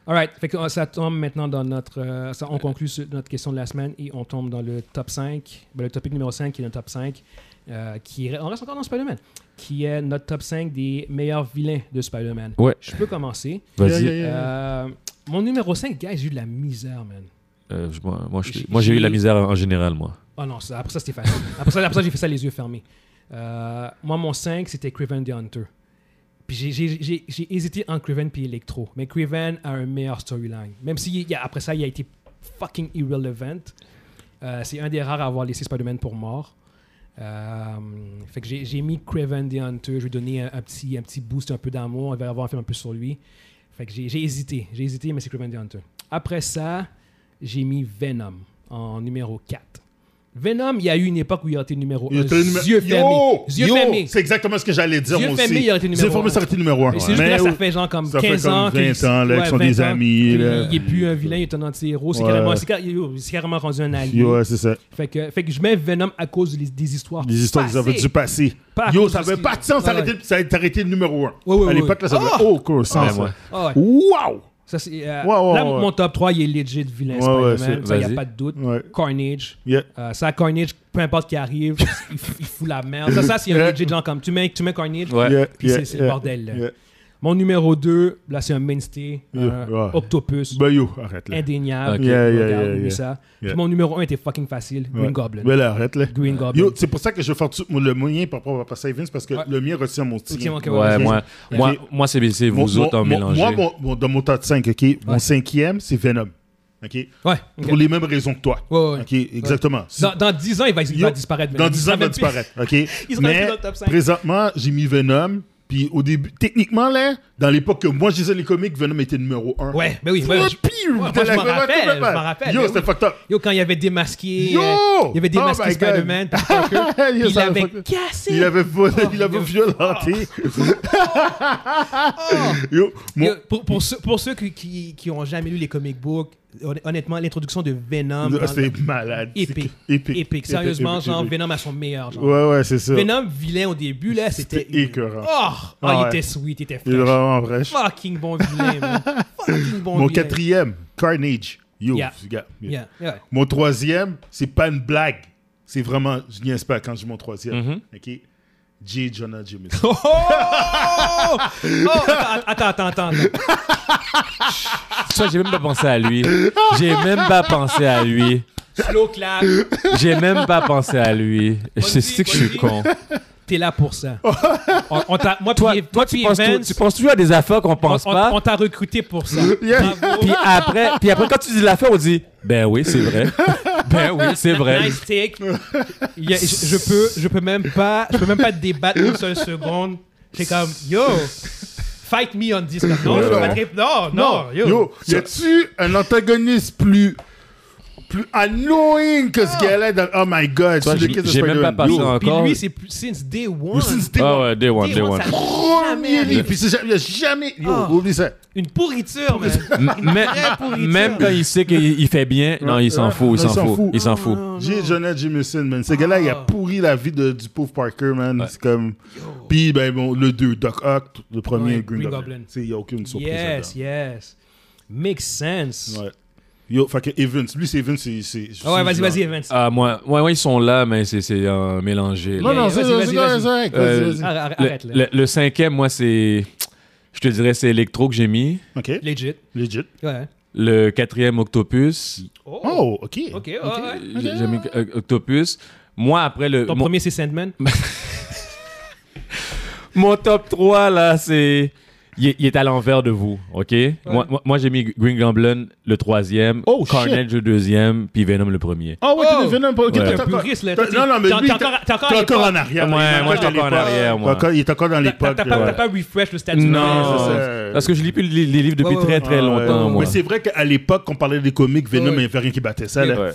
All right. Fait que euh, ça tombe maintenant dans notre... euh, ça, on conclut sur notre question de la semaine et on tombe dans le top 5. Ben, le topic numéro 5 qui est le top 5. euh, qui, est- on reste encore dans Spider-Man. Qui est notre top 5 des meilleurs vilains de Spider-Man.
Ouais.
Je peux commencer.
Vas-y.
Yeah, yeah, yeah.
Euh, mon numéro 5, gars, j'ai eu de la misère, man.
Euh, je- moi, moi, je-
J'ai-
moi, j'ai eu la
j'ai-
misère en en général, moi.
Oh non, ça- après ça, c'était facile. Après ça, après ça, j'ai fait ça les yeux fermés. Euh, moi, mon 5, c'était Craven the Hunter. Puis j'ai- j'ai- j'ai j'ai hésité entre Craven puis Electro. Mais Craven a un meilleur storyline. Même si il y a- après ça, il a été fucking irrelevant. Euh, C'est un des rares à avoir laissé Spider-Man pour mort. Euh, fait que j'ai j'ai mis Craven the Hunter. Je lui ai donné un, un petit, un petit boost, un peu d'amour. Il va y avoir un film un peu sur lui. Fait que j'ai j'ai hésité. J'ai hésité, mais c'est Craven the Hunter. Après ça, j'ai mis Venom en numéro 4. Venom, il y a eu une époque où il a été numéro 1.
Il était numé-
Yeux fermés.
Yo!
Yeux
Yo!
fermés.
C'est exactement ce que j'allais dire,
Yeux
moi
fermés,
aussi.
il aurait été numéro
Yeux
un.
fermés, ça aurait été numéro 1.
Mais C'est juste que là, ça fait genre comme
ça fait
15
comme
ans
20 ans, là, qu'ils sont
20
des
ans,
amis,
qu'il-
là.
Il est plus un vilain, il est un anti-héros. C'est
Ouais.
carrément, c'est car- yo, c'est carrément rendu un allié.
Ouais, c'est ça.
Fait, que, fait que je mets Venom à cause des, des histoires.
Les histoires qu'ils avaient
passées.
dû passer.
Pas à
Yo,
cause de
ça avait
ce
pas de
qui-
sens. Ça
Ouais,
arrêtait- Ça a été arrêté le numéro 1.
Ouais, ouais,
À
ouais,
l'époque, là, ça avait aucun sens.
Ouais, moi.
là.
Ah ouais.
Wow!
Ça, c'est, euh,
Ouais, ouais,
là,
ouais.
mon top 3, il est legit vilain
Ouais, ouais,
Spider-Man.
c'est-
ça, il n'y
vas-y.
a pas de doute.
Ouais.
Carnage.
Yeah.
Euh, ça, Carnage, peu importe qui
[LAUGHS]
arrive, il, f- il fout la merde. Ça, ça c'est un
Yeah.
legit genre comme tu mets, tu mets Carnage,
Ouais.
Yeah,
puis
yeah,
c'est- c'est le
yeah,
bordel. là.
yeah.
Mon numéro 2, là, c'est un mainstay.
Yeah,
euh,
ouais.
Octopus.
Ben, yo, arrête là.
indéniable.
Ok.
Yeah, yeah,
Regarde,
yeah,
oublie
yeah.
ça.
Yeah.
Puis mon numéro 1 était fucking facile. Green
Ouais.
Goblin.
Ben là, arrête là.
Green Goblin.
Yo, c'est pour ça que je vais faire tout- le moyen par rapport à passer Vince parce que
Ouais.
le mien retient mon
Ok,
style.
ok,
Ouais,
ouais.
moi,
Ok.
moi, moi c'est c'est vous
Mon-
autres en
mon- mon-
mélangé.
Moi, mon, mon- dans mon top 5, OK, mon cinquième, c'est Venom. OK?
Ouais, ok.
Pour les mêmes raisons que toi.
Ouais, ouais.
OK, exactement.
Dans, dans 10 ans, il va, il
Yo,
va disparaître.
Dans 10 ans, il va
même plus.
disparaître.
[LAUGHS]
OK?
sera plus
Mais
dans le top cinq.
présentement, j'ai mis Venom. Puis au début, techniquement, là, dans l'époque que moi je disais les comics, Venom était numéro 1.
Ouais, ben oui, ouais, je-
pire,
moi,
t'as
je
la-
m'en rappelle, je m'en rappelle,
Yo,
ben
c'était
oui.
fucked up.
Yo, quand il y avait démasqué.
Yo!
euh, il y avait démasqué
Oh my God. [LAUGHS]
Spider-Man. puis Parker, puis
Yo,
il
ça
avait
fucked up.
cassé. [LAUGHS]
Il avait, volé, il avait
yo. Oh.
violenté. [LAUGHS] Yo, mon-
Yo, pour, pour ceux, pour ceux qui, qui, qui ont jamais lu les comic books, hon- honnêtement, l'introduction de Venom. dans-
c'était malade. Ah, C'est
Épique.
Épique.
Épique. Sérieusement,
épique,
genre,
épique.
Venom à son meilleur. Genre.
Ouais, ouais, c'est ça.
Venom vilain au début, là, c'était.
C'était écœurant.
Oh, Ah,
Ah
il
ouais.
était sweet, il était
Il est
fresh.
vraiment vrai.
Fucking bon vilain, man. Fucking bon
Mon
vilain.
quatrième, Carnage. Yo,
Yeah.
ce gars.
Yeah, yeah.
Mon troisième, c'est pas une blague. C'est vraiment, je niaise pas quand je dis mon troisième.
Mm-hmm.
OK? J. Jonah Jameson.
[LAUGHS] Oh! oh! Attends, attends, attends, attends.
Ça, j'ai même pas pensé à lui. J'ai même pas pensé à lui.
Slow clap,
J'ai même pas pensé à lui. Je sais
Vas-y,
que je suis
vas-y.
con.
t'es là pour ça. On, on t'a- moi,
Toi,
puis-
toi
moi,
tu,
puis
penses tou-
Evans,
tu penses toujours à des affaires qu'on
on,
pense
on-
pas.
on t'a recruté pour ça.
Yeah.
Bravo.
Puis après, puis après, quand tu dis l'affaire, on dit Ben oui, c'est vrai. Ben oui, c'est vrai.
Nice take. Il y a- je, je peux, je peux même pas, je peux même pas débattre une seule seconde. C'est comme yo, fight me on this. Non, je peux
Ouais.
pas te- non, non, Ah, yo.
Yo, y a-tu un antagoniste plus. plus annoying que ce
Ah.
gars-là dans- Oh my god,
Toi,
sur le
j'ai-
kiss de
j'ai même
Spider-Man.
pas pensé
Yo,
en-
Puis
encore.
lui, c'est plus- since day one.
yo, since day
Ah
one,
ouais, day one, day one.
ça a jamais
Premier
arrivé.
livre, puis c'est jamais, y a jamais. Yo,
Ah.
oublie ça.
Une pourriture, man.
Même,
pourriture.
même quand il sait qu'il il fait bien, non, il s'en fout, il
Non,
s'en fout, il s'en fout.
J. Jonah Jameson, man. Ce gars-là, il a pourri la vie de, du pauvre Parker, man.
Ouais.
C'est comme. Puis, ben, bon, le 2, Doc Ock, le premier,
Ouais,
Green,
Green Goblin.
Goblin. Il n'y a aucune surprise.
Yes, yes. Makes sense.
là-dedans. Ouais. Yo, fait que Evans, lui, c'est Evans, c'est. c'est-
Ah ouais,
c'est
vas-y,
genre-
vas-y, Evans.
Ah, moi, ouais, ouais, ils sont là, mais c'est c'est, euh, mélangé. là.
Non, non, c'est
Vas-y, vas-y,
c'est correct,
vas-y.
c'est correct.
Euh,
Vas-y, vas-y.
Arr- arr-
Le-
Arrête, là.
le, le cinquième, moi, c'est. Je te dirais, c'est Electro que j'ai mis.
Ok,
Legit.
legit.
Ouais. hein.
Le quatrième, Octopus.
Oh, ok.
Ok, ouais, ouais.
J'ai j'ai mis euh, Octopus. Moi, après, le,
Ah. Ton
mon,
premier, c'est Sandman.
mon top 3, là, c'est. Il, est- il est à l'envers de vous, OK? Moi, moi, moi, j'ai mis Green Goblin le troisième,
Oh, shit.
Carnage le deuxième, puis Venom le premier.
Ah ouais,
Oh!
t'es Venom. ok,
Ouais.
t'as-
T'es un
t'as-
puriste, là.
t'as-
T'es-
Non, non, mais
t'es-
lui,
t'es
t'es
encore- t'es encore
t'es
à
encore
l'époque.
en arrière.
Ouais,
Il
moi, je
est
suis
dans
encore en
l'époque.
arrière, moi.
T'es encore- Il est encore dans
T'as t'as
l'époque.
pas,
là.
t'as pas refresh le statut.
Non,
c'est ça.
parce que je lis plus les, les livres depuis
Ouais, ouais.
très, très
Ah,
longtemps,
ouais.
moi.
Mais c'est vrai qu'à l'époque, quand on parlait des comics, Venom,
Ouais.
il n'y avait rien qui battait ça. là.
Ouais.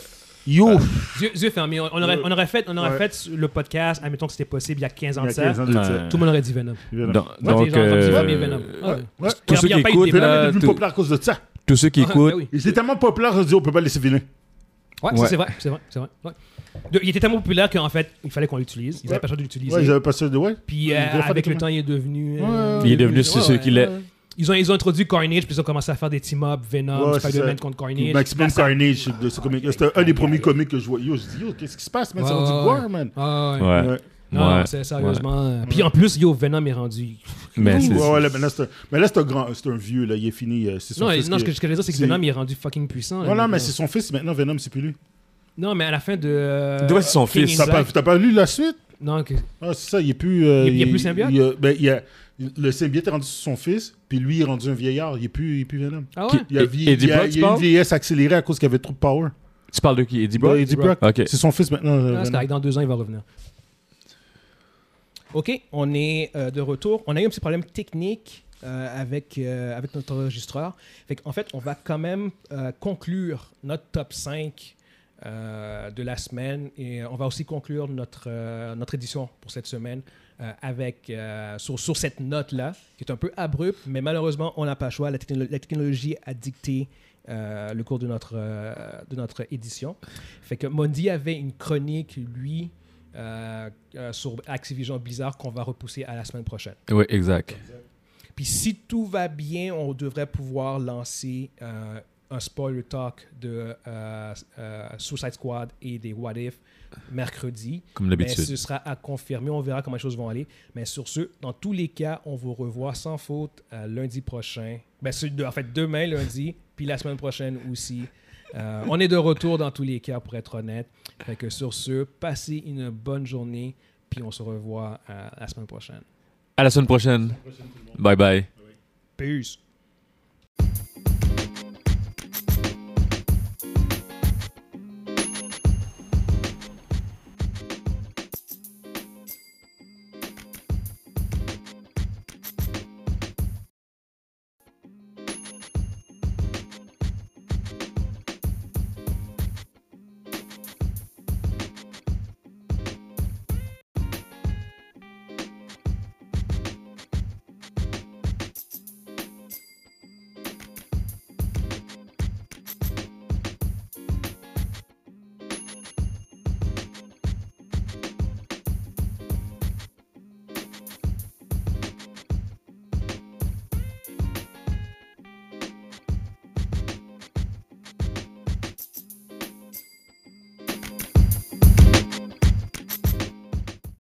Yo,
Yeux, yeux fermés. On, on aurait, on aurait fait, on aurait
Ouais.
fait le podcast, admettons que c'était possible il y a 15 ans
il y
de ça.
a 15 ans de ça.
Ouais.
Tout le monde aurait dit Venom.
Venom.
Donc,
Moi,
donc,
t'es genre comme, tu
euh,
vois, mais Venom. Ah,
Ouais.
tous
Il y
ceux
a
qui
pas eu de
écoutent,
débat,
Venom
là,
est devenu
euh, tout-
populaire à cause de ça.
tous ceux qui
Ah,
écoutent.
ben oui.
Il était tellement populaire, on se dit, on peut pas le laisser venir.
Ouais, ça,
Ouais.
c'est vrai, c'est vrai, c'est vrai. ouais. De- il était tellement populaire qu'en fait, il fallait qu'on l'utilise. Ils n'avaient pas le choix de l'utiliser.
Ouais, ils avaient pas ça de. Ouais.
Puis
Ils
euh,
devaient faire
avec
des
le temps, il est devenu. euh,
Il est devenu
ouais,
c'est ce
ouais.
qu'il est.
Ils ont, ils ont introduit Carnage, puis ils ont commencé à faire des team-up, Venom,
Ouais, c'est
Spider-Man
ça.
contre
Puis
Carnage.
Maximum
Là, ça-
Carnage, c'est de- c'est comique. c'était un des premiers comics que je vois. Yo, je dis, yo, qu'est-ce qui se passe, man? C'est
Ouais,
rendu
ouais,
gore, man.
Ah, ouais.
Ouais.
Ouais.
Non,
Ouais.
c'est sérieusement. euh, Puis en plus, yo, Venom est rendu.
[LAUGHS] Mais c'est-
Ouais, ouais, là, mais là, c'est un- mais là, c'est un grand, c'est un vieux, là, il est fini. euh, C'est son
Non,
fils
non, ce
qui-
que ce que je veux dire, c'est que
c'est-
Venom il est rendu fucking puissant. là,
Ouais, non, mais
maintenant.
c'est son fils maintenant, Venom, c'est plus lui.
Non, mais à la fin de. euh,
Ouais, c'est son
King
fils.
in
T'as pas,
Black-
t'as pas lu la suite?
Non, que-
Ah, c'est ça, il est plus. euh,
Il est- il est plus symbiote?
il, euh, ben, il a- le symbiote est rendu sur son fils, puis lui, il est rendu un vieillard, il est plus, il est plus Venom.
Ah ouais?
Qui-
Il a,
Et-
vie-
Eddie
il a-
Brock, tu
il a une
parles?
vieillesse accélérée à cause qu'il avait trop de power.
Tu parles de qui Eddie
Ben,
Brock
Eddie Brock,
Ok.
c'est son fils maintenant. euh,
Ah, c'est
Venom.
correct, dans deux ans, il va revenir.
OK, on est euh, de retour. On a eu un petit problème technique euh, avec, euh, avec notre enregistreur. Fait en fait, on va quand même euh, conclure notre top 5 euh, de la semaine et euh, on va aussi conclure notre, euh, notre édition pour cette semaine euh, avec, euh, sur, sur cette note-là, qui est un peu abrupte, mais malheureusement, on n'a pas le choix. La, technolo- la technologie a dicté euh, le cours de notre, euh, de notre édition. Fait que Mondi avait une chronique, lui, euh, euh, sur Activision Blizzard qu'on va repousser à la semaine prochaine.
Oui, exact.
Puis si tout va bien, on devrait pouvoir lancer euh, un spoiler talk de euh, euh, Suicide Squad et des What If mercredi.
Comme
Mais
d'habitude.
ce sera à confirmer, on verra comment les choses vont aller. Mais sur ce, dans tous les cas, on vous revoit sans faute euh, lundi prochain. Ben, ce- de- en fait, demain lundi, puis la semaine prochaine aussi. Euh, on est de retour dans tous les cas, pour être honnête. Fait que sur ce, passez une bonne journée, puis on se revoit euh, la semaine prochaine.
À la semaine prochaine. Bye bye.
Peace!